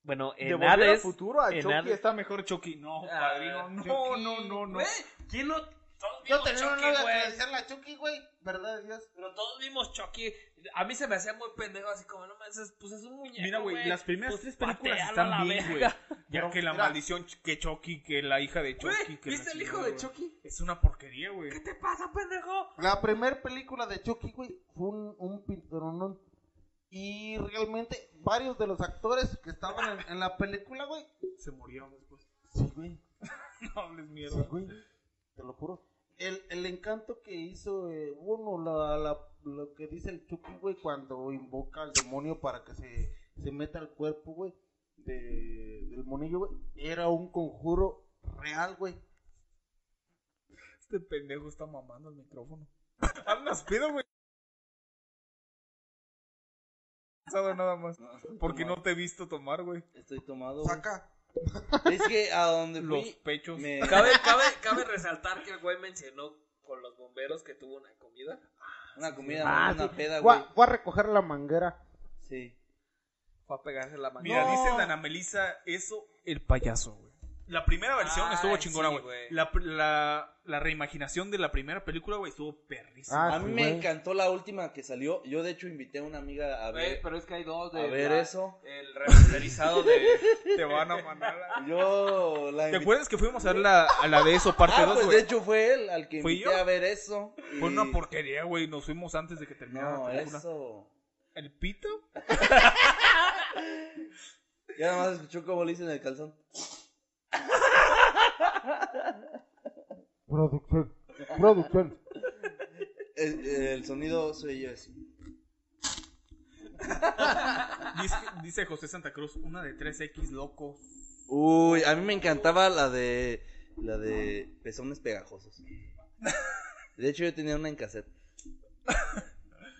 Speaker 5: Bueno,
Speaker 2: De
Speaker 5: en
Speaker 2: volver al
Speaker 5: Hades.
Speaker 2: futuro a
Speaker 5: en
Speaker 2: Chucky
Speaker 5: Hades.
Speaker 2: está mejor Chucky. No,
Speaker 5: Ah,
Speaker 2: padrino. No,
Speaker 5: Chucky,
Speaker 2: no, no, no.
Speaker 5: güey. ¿Quién no? Todos
Speaker 6: Yo
Speaker 5: vimos
Speaker 6: tenía una
Speaker 5: Chucky,
Speaker 6: novia que le
Speaker 5: güey.
Speaker 6: decían la Chucky, güey. ¿Verdad de Dios?
Speaker 5: Pero todos vimos Chucky. A mí se me hacía muy pendejo, así como, no mames, es- pues es un muñeco.
Speaker 2: Mira, güey, las primeras
Speaker 5: Pues
Speaker 2: tres películas
Speaker 5: patealo a
Speaker 2: están
Speaker 5: la
Speaker 2: bien, güey.
Speaker 5: verga.
Speaker 2: Ya
Speaker 6: Pero,
Speaker 2: que la
Speaker 6: mira.
Speaker 2: maldición, ch- que Chucky, que la hija de
Speaker 5: Güey,
Speaker 2: Chucky. que la
Speaker 5: ¿Viste el hijo
Speaker 2: chingada,
Speaker 5: de
Speaker 2: güey.
Speaker 5: Chucky?
Speaker 2: Es una porquería, güey.
Speaker 5: ¿Qué te pasa, pendejo?
Speaker 6: La primer película de Chucky, güey, fue un, un pinturón Y realmente varios de los actores que estaban en, en la película, güey.
Speaker 2: Se murieron después.
Speaker 6: Sí, güey.
Speaker 2: No hables mierda.
Speaker 6: Sí, güey. Te lo juro. El, el encanto que hizo eh, uno, la, la- lo que dice el Chucky, güey, cuando invoca al demonio para que se, se meta al cuerpo, güey, de- del monillo, güey, era un conjuro real, güey.
Speaker 2: Este pendejo está mamando el micrófono. Andas pedo, güey. Pasado nada más. Porque no te he visto tomar, güey.
Speaker 4: Estoy tomado. güey.
Speaker 6: Saca.
Speaker 4: Es que a donde
Speaker 2: Los
Speaker 4: fui.
Speaker 2: pechos.
Speaker 4: me-
Speaker 5: Cabe, cabe, cabe resaltar que el güey mencionó con los bomberos que tuvo una comida.
Speaker 4: Una comida,
Speaker 6: Ah,
Speaker 4: una
Speaker 6: sí.
Speaker 4: peda,
Speaker 6: Voy
Speaker 4: güey.
Speaker 6: a- voy a recoger la manguera.
Speaker 4: Sí.
Speaker 5: Fue a pegarse la mano.
Speaker 2: Mira,
Speaker 6: No.
Speaker 2: dice Dana Melissa, eso, el payaso, güey. La primera versión
Speaker 5: Ay,
Speaker 2: estuvo chingona,
Speaker 5: Ah, sí,
Speaker 2: güey.
Speaker 5: güey.
Speaker 2: la, la, la reimaginación de la primera película, güey, estuvo perrísima.
Speaker 6: Ah,
Speaker 4: A mí
Speaker 6: sí,
Speaker 4: me
Speaker 6: güey.
Speaker 4: encantó la última que salió. Yo, de hecho, invité a una amiga a ver.
Speaker 5: pero es que hay dos
Speaker 4: de eh, A ver la- eso.
Speaker 5: El remasterizado de.
Speaker 2: Te van a mandar a-
Speaker 4: Yo la
Speaker 2: ¿Te
Speaker 4: invité.
Speaker 2: acuerdas que fuimos a ver la, a la de eso, parte
Speaker 4: Ah,
Speaker 2: 2,
Speaker 4: pues
Speaker 2: güey?
Speaker 4: de hecho fue él al que
Speaker 2: ¿Fui
Speaker 4: invité
Speaker 2: yo? Pues
Speaker 4: a ver eso.
Speaker 2: Fue
Speaker 4: y-
Speaker 2: una porquería, güey. Nos fuimos antes de que terminara
Speaker 4: No,
Speaker 2: la película.
Speaker 4: eso.
Speaker 2: ¿El pito?
Speaker 4: Ya nada más escuchó cómo le dicen el calzón.
Speaker 6: Producción. Producción.
Speaker 4: El, el sonido soy yo así.
Speaker 2: Dice, dice José Santa Cruz, una de 3X, loco.
Speaker 4: Uy, a mí me encantaba la de. La de pezones pegajosos. De hecho, yo tenía una en cassette.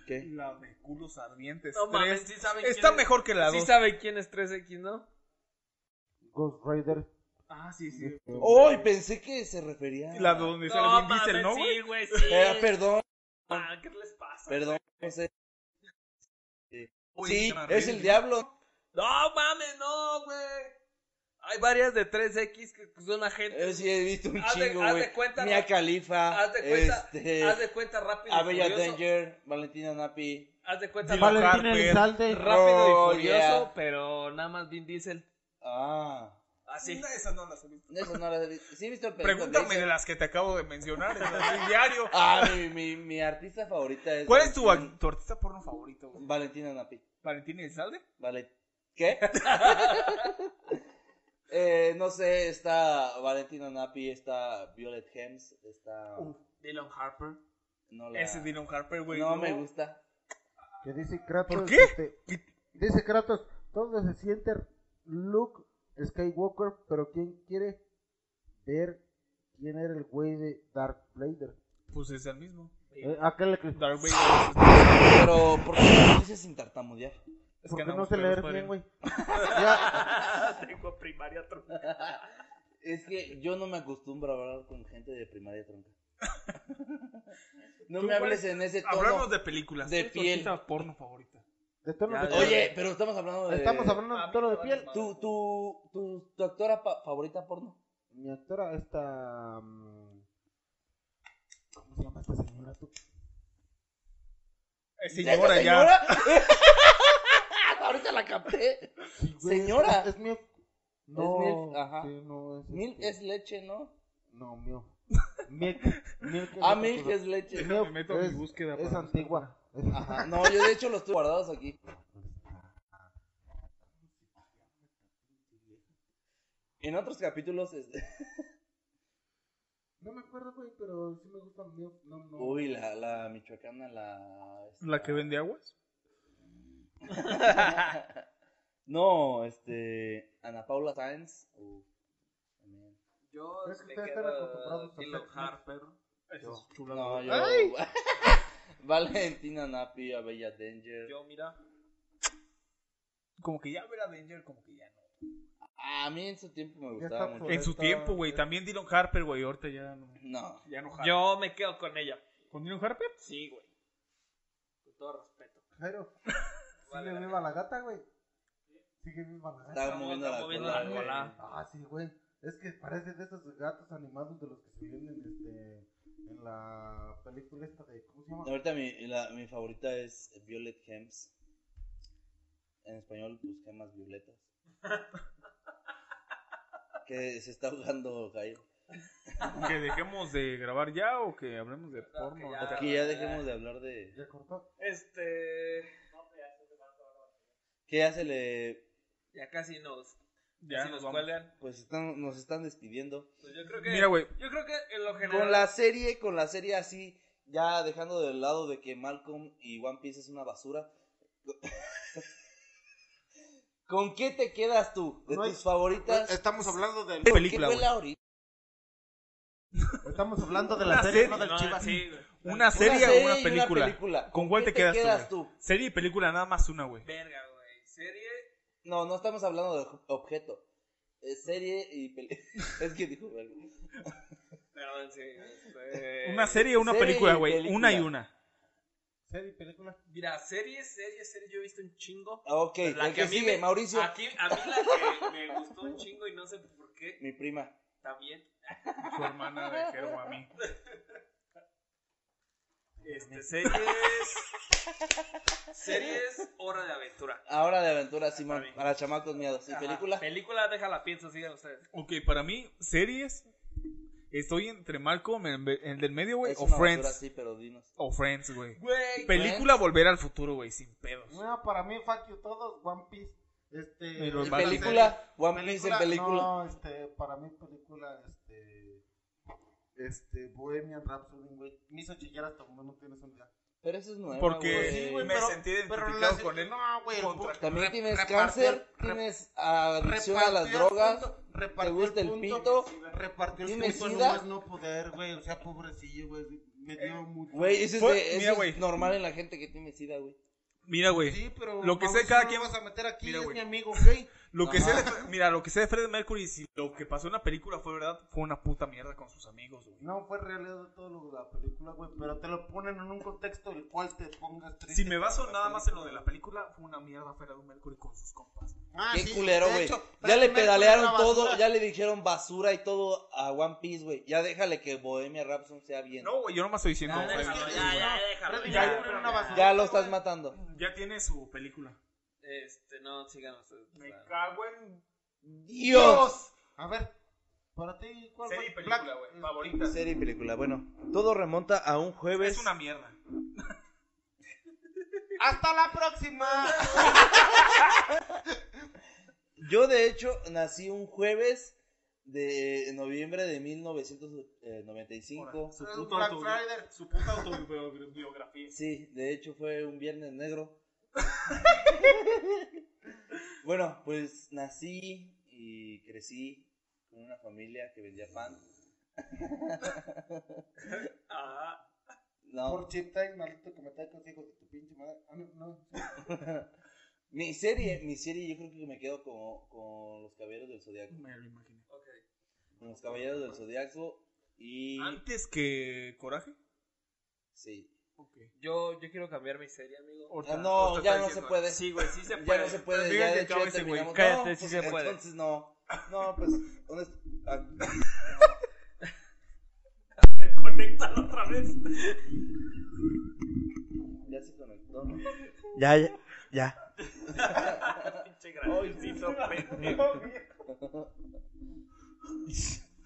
Speaker 4: ¿Qué?
Speaker 2: La de culos ardientes.
Speaker 5: No mames,
Speaker 2: tres.
Speaker 5: sí saben quién
Speaker 2: Está
Speaker 5: es-
Speaker 2: mejor que la
Speaker 5: Sí
Speaker 2: 2.
Speaker 5: saben quién es 3X, ¿no?
Speaker 6: Ghost Rider.
Speaker 2: ah, sí, sí.
Speaker 4: Uy, pensé que se refería.
Speaker 2: La donde sale Vin Diesel, ¿no, güey?
Speaker 5: sí, güey, sí.
Speaker 4: Eh, perdón,
Speaker 5: Ah, ¿Qué les pasa?
Speaker 4: perdón, no sé.
Speaker 2: Uy,
Speaker 4: Sí,
Speaker 2: está
Speaker 4: es
Speaker 2: horrible.
Speaker 4: el diablo.
Speaker 5: No mames, no, güey. Hay varias de 3X que pues, son agentes.
Speaker 4: Eh, sí, he visto un
Speaker 5: Haz de-
Speaker 4: chingo,
Speaker 5: haz de
Speaker 4: güey.
Speaker 5: cuenta,
Speaker 4: Mia
Speaker 5: ¿no?
Speaker 4: Khalifa.
Speaker 5: Haz de cuenta,
Speaker 4: este,
Speaker 5: haz de cuenta rápido. y
Speaker 4: Abella
Speaker 5: Furioso,
Speaker 4: Danger, Valentina Napi.
Speaker 5: Haz de cuenta
Speaker 2: Sí,
Speaker 5: rápido,
Speaker 6: Valentina
Speaker 2: Harper.
Speaker 6: Elizalde.
Speaker 5: rápido y
Speaker 4: Oh,
Speaker 5: furioso,
Speaker 4: yeah.
Speaker 5: pero nada más Vin Diesel.
Speaker 4: Ah,
Speaker 5: Así.
Speaker 2: esas no las he visto.
Speaker 4: eso no la he visto. Sí he visto el película.
Speaker 2: Pregúntame de las que te acabo de mencionar. de las del diario.
Speaker 4: Ah, mi, mi, mi artista favorita es.
Speaker 2: ¿Cuál es tu,
Speaker 4: Valentina-
Speaker 2: ac- tu artista porno favorito, güey?
Speaker 4: Valentina Napi.
Speaker 2: ¿Valentín Elizalde?
Speaker 4: Vale. ¿Qué? eh, no sé, está Valentina Napi, está Violet Hems, está.
Speaker 5: Dylan Harper.
Speaker 4: No la-
Speaker 2: Ese es Dylan Harper, güey.
Speaker 4: no, me gusta.
Speaker 6: Que dice Kratos.
Speaker 2: ¿Por qué?
Speaker 6: este, dice Kratos, ¿dónde se siente Luke Skywalker? Pero ¿quién quiere ver quién era el güey de Dark Vader?
Speaker 2: Pues es el mismo.
Speaker 6: Eh, aquel que,
Speaker 2: Darth Vader.
Speaker 4: Pero, ¿por qué no lo dices sin tartamudear?
Speaker 2: Es
Speaker 6: porque
Speaker 2: que
Speaker 6: no
Speaker 2: andamos
Speaker 6: se leer
Speaker 2: pedos,
Speaker 6: bien,
Speaker 2: padre.
Speaker 6: güey. Ya,
Speaker 5: Tengo primaria tronca.
Speaker 4: Es que yo no me acostumbro a hablar con gente de primaria tronca. No
Speaker 2: Tú,
Speaker 4: me hables
Speaker 2: güey,
Speaker 4: en ese tono.
Speaker 2: Hablamos de películas.
Speaker 4: De
Speaker 2: ¿Cuál es tu
Speaker 4: piel.
Speaker 2: artista porno favorita?
Speaker 6: de tono
Speaker 5: Ya,
Speaker 6: de-
Speaker 5: ya.
Speaker 4: Oye, pero estamos hablando de.
Speaker 6: estamos hablando
Speaker 2: a
Speaker 6: de
Speaker 2: mí
Speaker 6: tono
Speaker 2: me
Speaker 6: de
Speaker 2: vale
Speaker 6: piel.
Speaker 2: madre.
Speaker 4: ¿Tu, tu, tu, tu actora pa- favorita porno?
Speaker 6: Mi actora, esta. mm, ¿Cómo se llama esta señora? tú?
Speaker 2: Eh,
Speaker 4: ¿Esa
Speaker 2: Señora, ya.
Speaker 4: señora? Ahorita la capté.
Speaker 6: Sí, güey,
Speaker 4: Señora.
Speaker 6: Es, es mi.
Speaker 4: milf,
Speaker 6: No,
Speaker 4: ajá.
Speaker 6: sí, no, es,
Speaker 4: Mil
Speaker 6: este-
Speaker 4: es leche, ¿no?
Speaker 6: No, mío. Milk, milk es
Speaker 4: Ah,
Speaker 6: otra
Speaker 4: mil
Speaker 6: cosa.
Speaker 4: es leche.
Speaker 2: Déjame meto a mi
Speaker 6: es-
Speaker 2: búsqueda
Speaker 6: Es
Speaker 2: para
Speaker 6: antigua. Es-
Speaker 4: Ajá. No, yo de hecho los tengo guardados aquí. En otros capítulos, este,
Speaker 6: No me acuerdo, güey, pero sí me gusta mío. No, no.
Speaker 4: uy, la, la michoacana, la... este, esta-
Speaker 2: ¿La que vende aguas?
Speaker 4: no, este, Ana Paula Sáenz. o-
Speaker 5: Yo
Speaker 6: Creo que
Speaker 5: me
Speaker 6: ustedes
Speaker 5: quedo
Speaker 6: están acostumbrados a
Speaker 5: Dylan
Speaker 6: hacer-
Speaker 5: Harper.
Speaker 2: Esa es chula.
Speaker 4: No, yo...
Speaker 2: ¡Ay!
Speaker 4: Valentina Napi, Abella Danger.
Speaker 5: Yo, mira.
Speaker 2: Como que ya ver a Danger, como que ya no.
Speaker 4: Ah, A mí en su tiempo me
Speaker 6: Ya
Speaker 4: gustaba
Speaker 6: está
Speaker 4: mucho.
Speaker 6: por- eh.
Speaker 2: En su
Speaker 6: Esta-
Speaker 2: tiempo, güey. También Dylan Harper, güey. Ahorita ya no.
Speaker 4: No.
Speaker 2: Ya no Harper.
Speaker 5: Yo me quedo con ella.
Speaker 2: ¿Con Dylan Harper?
Speaker 5: Sí, güey. Con todo respeto.
Speaker 6: Jairo, sigue viva la gata, güey. Sigue viva la gata.
Speaker 4: Estaba moviendo
Speaker 5: está
Speaker 4: la
Speaker 5: moviendo
Speaker 4: cola,
Speaker 5: la
Speaker 4: güey.
Speaker 5: cola.
Speaker 6: Ah, sí, güey. Es que parece de esos gatos animados de los que se venden este, en la película esta de. ¿Cómo se llama?
Speaker 4: Ahorita mi, la- mi favorita es Violet Gems. En español, pues gemas violetas. que se está ahogando Jairo.
Speaker 2: ¿Que dejemos de grabar ya o que hablemos de porno?
Speaker 5: que ya.
Speaker 4: Aquí ya dejemos de hablar de.
Speaker 6: Ya cortó.
Speaker 5: Este.
Speaker 4: que ya se le...
Speaker 5: Ya casi nos,
Speaker 2: Ya nos
Speaker 5: casi nos
Speaker 2: vamos.
Speaker 5: cuelgan.
Speaker 4: Pues están, nos están despidiendo.
Speaker 5: Pues yo creo que.
Speaker 2: Mira, güey.
Speaker 5: Yo creo que en lo general.
Speaker 4: Con la serie, con la serie así, ya dejando de lado de que Malcolm y One Piece es una basura. ¿Con qué te quedas tú? ¿De
Speaker 6: No hay-
Speaker 4: tus favoritas?
Speaker 6: Pues, Estamos hablando del.
Speaker 4: ¿Por
Speaker 2: película,
Speaker 4: ¿Qué
Speaker 2: güey.
Speaker 4: fue la ori-
Speaker 6: Estamos hablando de la
Speaker 2: Una
Speaker 6: serie,
Speaker 2: serie,
Speaker 6: no del
Speaker 2: no,
Speaker 6: Chivas.
Speaker 5: sí, güey.
Speaker 2: ¿Una
Speaker 4: Una
Speaker 2: serie,
Speaker 4: serie
Speaker 2: o
Speaker 4: y
Speaker 2: una película? ¿Con cuál
Speaker 4: qué
Speaker 2: te quedas, tú? güey? Serie y película, nada más una, güey.
Speaker 5: Verga, güey. Serie.
Speaker 4: No, no estamos hablando de objeto. Eh, serie y película. es que dijo, verga.
Speaker 5: Perdón, sí. este,
Speaker 2: Una serie o una
Speaker 4: serie y
Speaker 2: película, güey.
Speaker 4: película.
Speaker 2: Una y una.
Speaker 6: Serie, película.
Speaker 5: Mira, serie, serie, serie. Yo he visto un chingo.
Speaker 4: Ah, Ok,
Speaker 5: Pero la
Speaker 4: el que,
Speaker 5: a mí
Speaker 4: sigue,
Speaker 5: me- Ah,
Speaker 4: Mauricio.
Speaker 5: Aquí, a mí la que me gustó un chingo y no sé por qué.
Speaker 4: Mi prima.
Speaker 5: También.
Speaker 2: Su hermana de Jero a mí.
Speaker 5: Este, series. series, hora de aventura.
Speaker 4: Ahora de aventura, Simón.
Speaker 5: Ah, bien.
Speaker 4: Para chamacos miedos. ¿Y
Speaker 5: Ajá,
Speaker 4: película?
Speaker 5: Película, déjala, pienso, sigan ustedes.
Speaker 2: Ok, para mí, series. Estoy entre Malcolm, el, el del medio, güey,
Speaker 4: Es
Speaker 2: o
Speaker 4: una basura,
Speaker 2: Friends.
Speaker 4: sí, pero dinos.
Speaker 2: O Friends, güey.
Speaker 5: Güey.
Speaker 2: Película Volver al Futuro, güey, sin pedos.
Speaker 6: No, para mí, fuck you todos, One Piece. Este.
Speaker 2: Y los
Speaker 4: ¿En
Speaker 2: Vale.
Speaker 4: película? One Piece en película.
Speaker 6: No, este, para mí, película, este. Este, Bohemian Rhapsody, güey. Me hizo chillar hasta como no tienes un día.
Speaker 4: Pero eso es nuevo.
Speaker 2: Porque-
Speaker 4: güey.
Speaker 2: Sí, güey, me sentí identificado
Speaker 6: las-
Speaker 2: con él.
Speaker 4: Ah,
Speaker 6: No, güey. el
Speaker 2: Contra-
Speaker 6: punto-
Speaker 4: También
Speaker 6: rep-
Speaker 4: tienes
Speaker 6: repartió-
Speaker 4: cáncer,
Speaker 6: rep-
Speaker 4: tienes adicción a las
Speaker 6: repartió el
Speaker 4: drogas.
Speaker 6: punto, repartió
Speaker 4: gusta el
Speaker 6: punto,
Speaker 4: pito,
Speaker 6: Repartió el
Speaker 4: tienes
Speaker 6: pito
Speaker 4: sida. Eh,
Speaker 6: nomás no poder, güey. O sea, pobrecillo, güey. Me dio mucho.
Speaker 4: Güey, eso, es,
Speaker 2: Fue-
Speaker 4: de- eso
Speaker 2: mira,
Speaker 4: es
Speaker 2: güey.
Speaker 4: normal en la gente que tiene sida, güey.
Speaker 2: Mira, güey.
Speaker 6: Sí, pero
Speaker 2: Lo que sé,
Speaker 6: Mauricio,
Speaker 2: cada
Speaker 6: no
Speaker 2: quien-
Speaker 6: lo vas a meter aquí,
Speaker 2: Mira,
Speaker 6: es
Speaker 2: güey.
Speaker 6: mi amigo, güey.
Speaker 2: Lo que sé de, mira, lo que sé de Fred Mercury, si lo que pasó en la película fue verdad, fue una puta mierda con sus amigos, güey.
Speaker 6: No fue realidad de todo lo de la película, güey, pero te lo ponen en un contexto el cual te pongas
Speaker 2: Si
Speaker 6: triste.
Speaker 2: me baso
Speaker 6: con la
Speaker 2: nada más en lo de
Speaker 6: película.
Speaker 2: la película, fue una mierda Fred Mercury con sus compas.
Speaker 6: Ah,
Speaker 4: Qué
Speaker 6: sí,
Speaker 4: culero,
Speaker 6: de
Speaker 4: güey.
Speaker 6: hecho,
Speaker 4: Ya le
Speaker 6: Freddie Mercury
Speaker 4: pedalearon
Speaker 6: era
Speaker 4: todo,
Speaker 6: basura.
Speaker 4: ya le dijeron basura y todo a One Piece, güey. Ya déjale que Bohemia Rhapsody sea bien.
Speaker 2: No, güey, yo nomás estoy diciendo.
Speaker 5: Ya,
Speaker 2: Freddie
Speaker 5: déjalo,
Speaker 2: Mercury,
Speaker 5: ya,
Speaker 2: güey.
Speaker 5: ya, déjalo.
Speaker 6: Freddie
Speaker 5: Ya,
Speaker 6: Mercury era una basura.
Speaker 4: Ya lo estás matando.
Speaker 2: Ya tiene su película.
Speaker 5: Este, no, sigan ustedes.
Speaker 2: Me cago en
Speaker 4: ¡Dios!
Speaker 6: A ver, para ti, ¿cuál
Speaker 2: serie y
Speaker 6: fue?
Speaker 2: película,
Speaker 6: Black-
Speaker 2: güey. Favorita.
Speaker 4: Serie y película. Bueno, todo remonta a un jueves.
Speaker 2: Es una mierda.
Speaker 6: ¡Hasta la próxima!
Speaker 4: Yo, de hecho, nací un jueves de noviembre de eh, 1995.
Speaker 2: Ahora, Su
Speaker 6: Es
Speaker 2: puta,
Speaker 6: Black
Speaker 2: autobi-
Speaker 6: Friday.
Speaker 2: su puta autobiografía.
Speaker 4: Sí, de hecho fue un viernes negro. bueno, pues nací y crecí con una familia que vendía pan.
Speaker 5: Ah,
Speaker 4: No,
Speaker 6: Por chip time, maldito que me trae con hijos de tu pinche madre. Ah, no, no.
Speaker 4: mi serie, mi serie, yo creo que me quedo con, con los caballeros del zodiaco,
Speaker 2: Me lo imaginé.
Speaker 5: ok.
Speaker 4: con los caballeros del zodiaco y
Speaker 2: Antes que Coraje.
Speaker 4: sí.
Speaker 2: Ah,
Speaker 5: Yo, yo quiero cambiar mi serie, amigo.
Speaker 4: Ah, no, ya no se puede.
Speaker 5: Sí, güey, sí se
Speaker 4: ya
Speaker 5: puede.
Speaker 4: no se puede.
Speaker 2: Digan
Speaker 4: Ya
Speaker 2: que
Speaker 4: de hecho
Speaker 2: acabe
Speaker 4: ya
Speaker 2: ese güey.
Speaker 4: terminamos.
Speaker 5: Cállate,
Speaker 4: No,
Speaker 5: sí
Speaker 4: pues,
Speaker 5: se puede.
Speaker 4: Entonces no. No, pues honest- ah,
Speaker 5: Conéctalo otra vez.
Speaker 4: ya se conectó.
Speaker 6: Ya, ya, ya.
Speaker 5: Pinche gracioso, pendejo.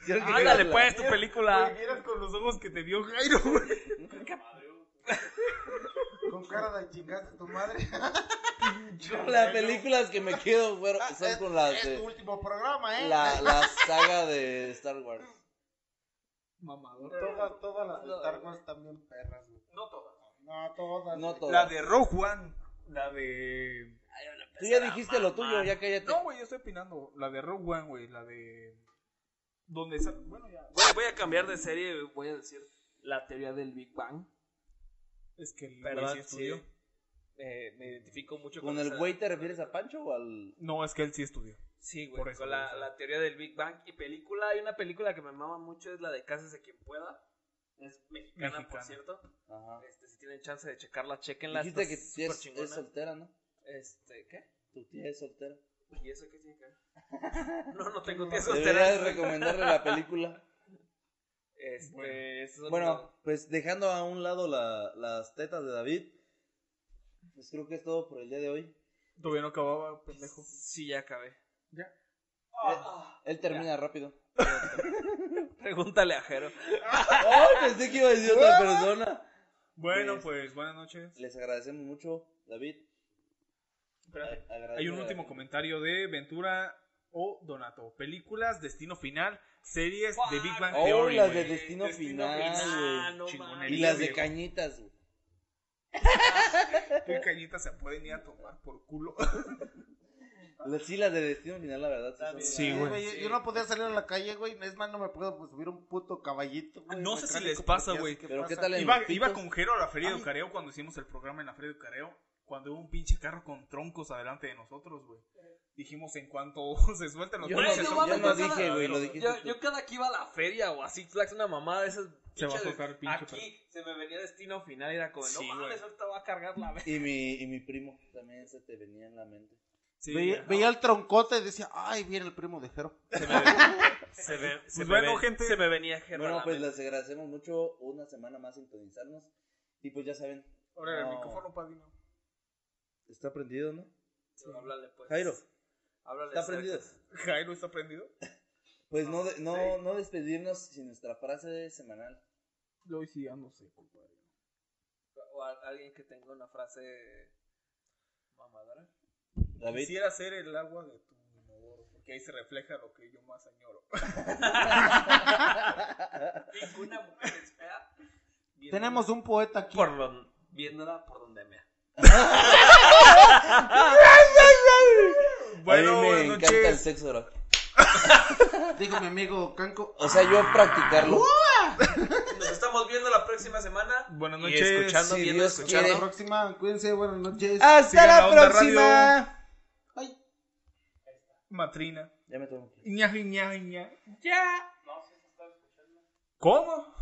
Speaker 4: Creo que-
Speaker 5: Ándale, pues, tu película.
Speaker 2: Vieras con los ojos que te vio Jairo, güey.
Speaker 6: Con cara de chingaste tu madre.
Speaker 4: Las películas que me quedo fueron, son con las
Speaker 6: Es tu
Speaker 4: de,
Speaker 6: último programa, ¿eh?
Speaker 4: la, la saga de Star Wars.
Speaker 6: Todas, todas las de Star Wars también perras, güey.
Speaker 2: No todas.
Speaker 6: No, todas.
Speaker 4: No
Speaker 6: güey.
Speaker 4: todas.
Speaker 2: La de Rogue One. La de.
Speaker 4: Tú ya dijiste lo tuyo, ya cállate.
Speaker 2: No, güey, yo estoy opinando. La de Rogue One, güey. La de. Donde sa- Bueno, ya.
Speaker 5: Güey, voy a cambiar de serie. Voy a decir la teoría del Big Bang.
Speaker 2: Es que el güey
Speaker 5: Perdón,
Speaker 2: sí estudió.
Speaker 5: sí. Eh, me identifico mucho con,
Speaker 4: ¿Con el
Speaker 5: esa-
Speaker 4: güey te refieres a Pancho o al...?
Speaker 2: No, es que él sí estudió.
Speaker 5: Sí, güey,
Speaker 2: Por eso,
Speaker 5: con la,
Speaker 2: güey.
Speaker 5: la teoría del Big Bang y película. Hay una película que me mama mucho, es la de Casas de quien pueda. Es mexicana, por
Speaker 2: Mexicana.
Speaker 5: cierto.
Speaker 4: Ajá.
Speaker 5: Este, si tienen chance de checarla, chequenla.
Speaker 4: Dijiste que
Speaker 5: super
Speaker 4: es, es soltera, ¿no?
Speaker 5: Este, ¿qué?
Speaker 4: Tu tía es soltera.
Speaker 5: ¿Y eso qué tiene que ver? No, no tengo que
Speaker 4: Deberías
Speaker 5: soltera.
Speaker 4: recomendarle la película.
Speaker 5: Este,
Speaker 2: Bueno.
Speaker 5: es una-
Speaker 4: Bueno, pues dejando a un lado la- las tetas de David, pues creo que es todo por el día de hoy.
Speaker 2: Todavía no acababa, pendejo.
Speaker 5: Sí, ya acabé.
Speaker 2: Ah.
Speaker 4: Él termina rápido.
Speaker 5: Pregúntale a Jero.
Speaker 4: ¡Oh! Pensé que iba a decir otra persona.
Speaker 2: Bueno,
Speaker 4: Pues-
Speaker 2: pues buenas noches.
Speaker 4: Les agradecemos mucho, David.
Speaker 2: Espérate.
Speaker 4: Agradezco
Speaker 2: Hay un
Speaker 4: la-
Speaker 2: último comentario de Ventura o Donato. Películas, Destino Final, series de Big Bang
Speaker 4: Oh,
Speaker 2: Theory.
Speaker 4: las
Speaker 2: güey.
Speaker 4: de Destino Final, güey.
Speaker 5: no
Speaker 2: Chingonería.
Speaker 4: Y las de
Speaker 2: viejo.
Speaker 4: cañitas, güey.
Speaker 2: Qué cañitas se pueden ir a tomar por culo.
Speaker 4: Las- Sí, las de Destino Final, la verdad. sí son-
Speaker 2: Sí,
Speaker 6: Sí,
Speaker 2: güey.
Speaker 6: güey, yo- Yo no podía salir a la calle, güey. Es más, no me puedo pues, subir un puto caballito, güey.
Speaker 2: No sé si
Speaker 6: mecánico,
Speaker 2: les pasa,
Speaker 6: porque
Speaker 2: güey.
Speaker 6: ya sé
Speaker 4: Pero qué
Speaker 6: pasa.
Speaker 4: tal en
Speaker 2: Iba,
Speaker 4: los
Speaker 2: iba
Speaker 4: picos?
Speaker 2: con Jero a la Feria de Ucareo cuando hicimos el programa en la Feria de Ucareo. Cuando hubo un pinche carro con troncos adelante de nosotros, güey. Dijimos, en cuanto se suelten los
Speaker 4: Yo
Speaker 5: Güey,
Speaker 4: no-
Speaker 2: pinches
Speaker 5: no
Speaker 2: troncos,
Speaker 4: yo no
Speaker 5: mames, yo
Speaker 4: dije,
Speaker 5: cada-
Speaker 4: güey, lo
Speaker 5: yo-
Speaker 4: dijiste
Speaker 5: yo,
Speaker 4: tú.
Speaker 5: yo cada que iba a la feria o así, Six Flags, una mamada de esas.
Speaker 2: Se va a
Speaker 5: pinches-
Speaker 2: tocar pinche
Speaker 5: Aquí se me venía destino final y era como,
Speaker 2: Sí,
Speaker 5: no mames,
Speaker 2: güey.
Speaker 5: ahorita va a cargar la verga.
Speaker 4: Y mi, y mi primo también se te venía en la mente.
Speaker 2: Sí,
Speaker 6: Veía,
Speaker 2: ya.
Speaker 6: veía el troncote y decía, ay, viene el primo de Jero.
Speaker 5: Se me venía. se me, se
Speaker 2: Pues
Speaker 5: me
Speaker 2: bueno,
Speaker 5: ven-
Speaker 2: gente.
Speaker 5: se me venía Germán.
Speaker 4: Bueno, pues les agradecemos mucho una semana más sintonizarnos. Y pues ya saben,
Speaker 2: Ahora el
Speaker 4: No.
Speaker 2: micrófono, padrino.
Speaker 4: está prendido, ¿no?
Speaker 5: Háblale, pues.
Speaker 4: Jairo,
Speaker 5: Háblale,
Speaker 4: está
Speaker 5: cerca.
Speaker 4: prendido.
Speaker 2: Jairo está prendido.
Speaker 4: Pues no, de- no, no despedirnos sin nuestra frase semanal.
Speaker 2: Yo hoy sí ya no sé, compadre.
Speaker 5: O a- alguien que tenga una frase mamadora.
Speaker 4: David,
Speaker 2: Quisiera ser el agua de tu inodoro, porque ahí se refleja lo que yo más añoro.
Speaker 5: Ninguna mujer es fea. viéndola
Speaker 6: Tenemos un poeta aquí.
Speaker 5: Por lo, viéndola por donde mea.
Speaker 4: a
Speaker 2: Bueno,
Speaker 4: mí me
Speaker 2: buenas
Speaker 4: encanta el
Speaker 2: noches.
Speaker 4: sexo oral.
Speaker 6: Dijo mi amigo Canco.
Speaker 4: O sea, yo practicarlo.
Speaker 5: Nos estamos viendo la próxima semana.
Speaker 2: Buenas
Speaker 5: Y
Speaker 2: noches.
Speaker 5: escuchando,
Speaker 4: Si
Speaker 5: viendo,
Speaker 4: Dios
Speaker 5: escuchando.
Speaker 6: Hasta la
Speaker 4: quiere.
Speaker 6: próxima. Cuídense, buenas noches.
Speaker 5: Ah.
Speaker 4: ¡Hasta
Speaker 2: Sigan la
Speaker 4: la
Speaker 2: onda
Speaker 4: próxima!
Speaker 6: Ay.
Speaker 2: Matrina.
Speaker 4: Ya me tengo que ir.
Speaker 2: Iña, iña, iña. Ya. No, se está escuchando. ¿Cómo?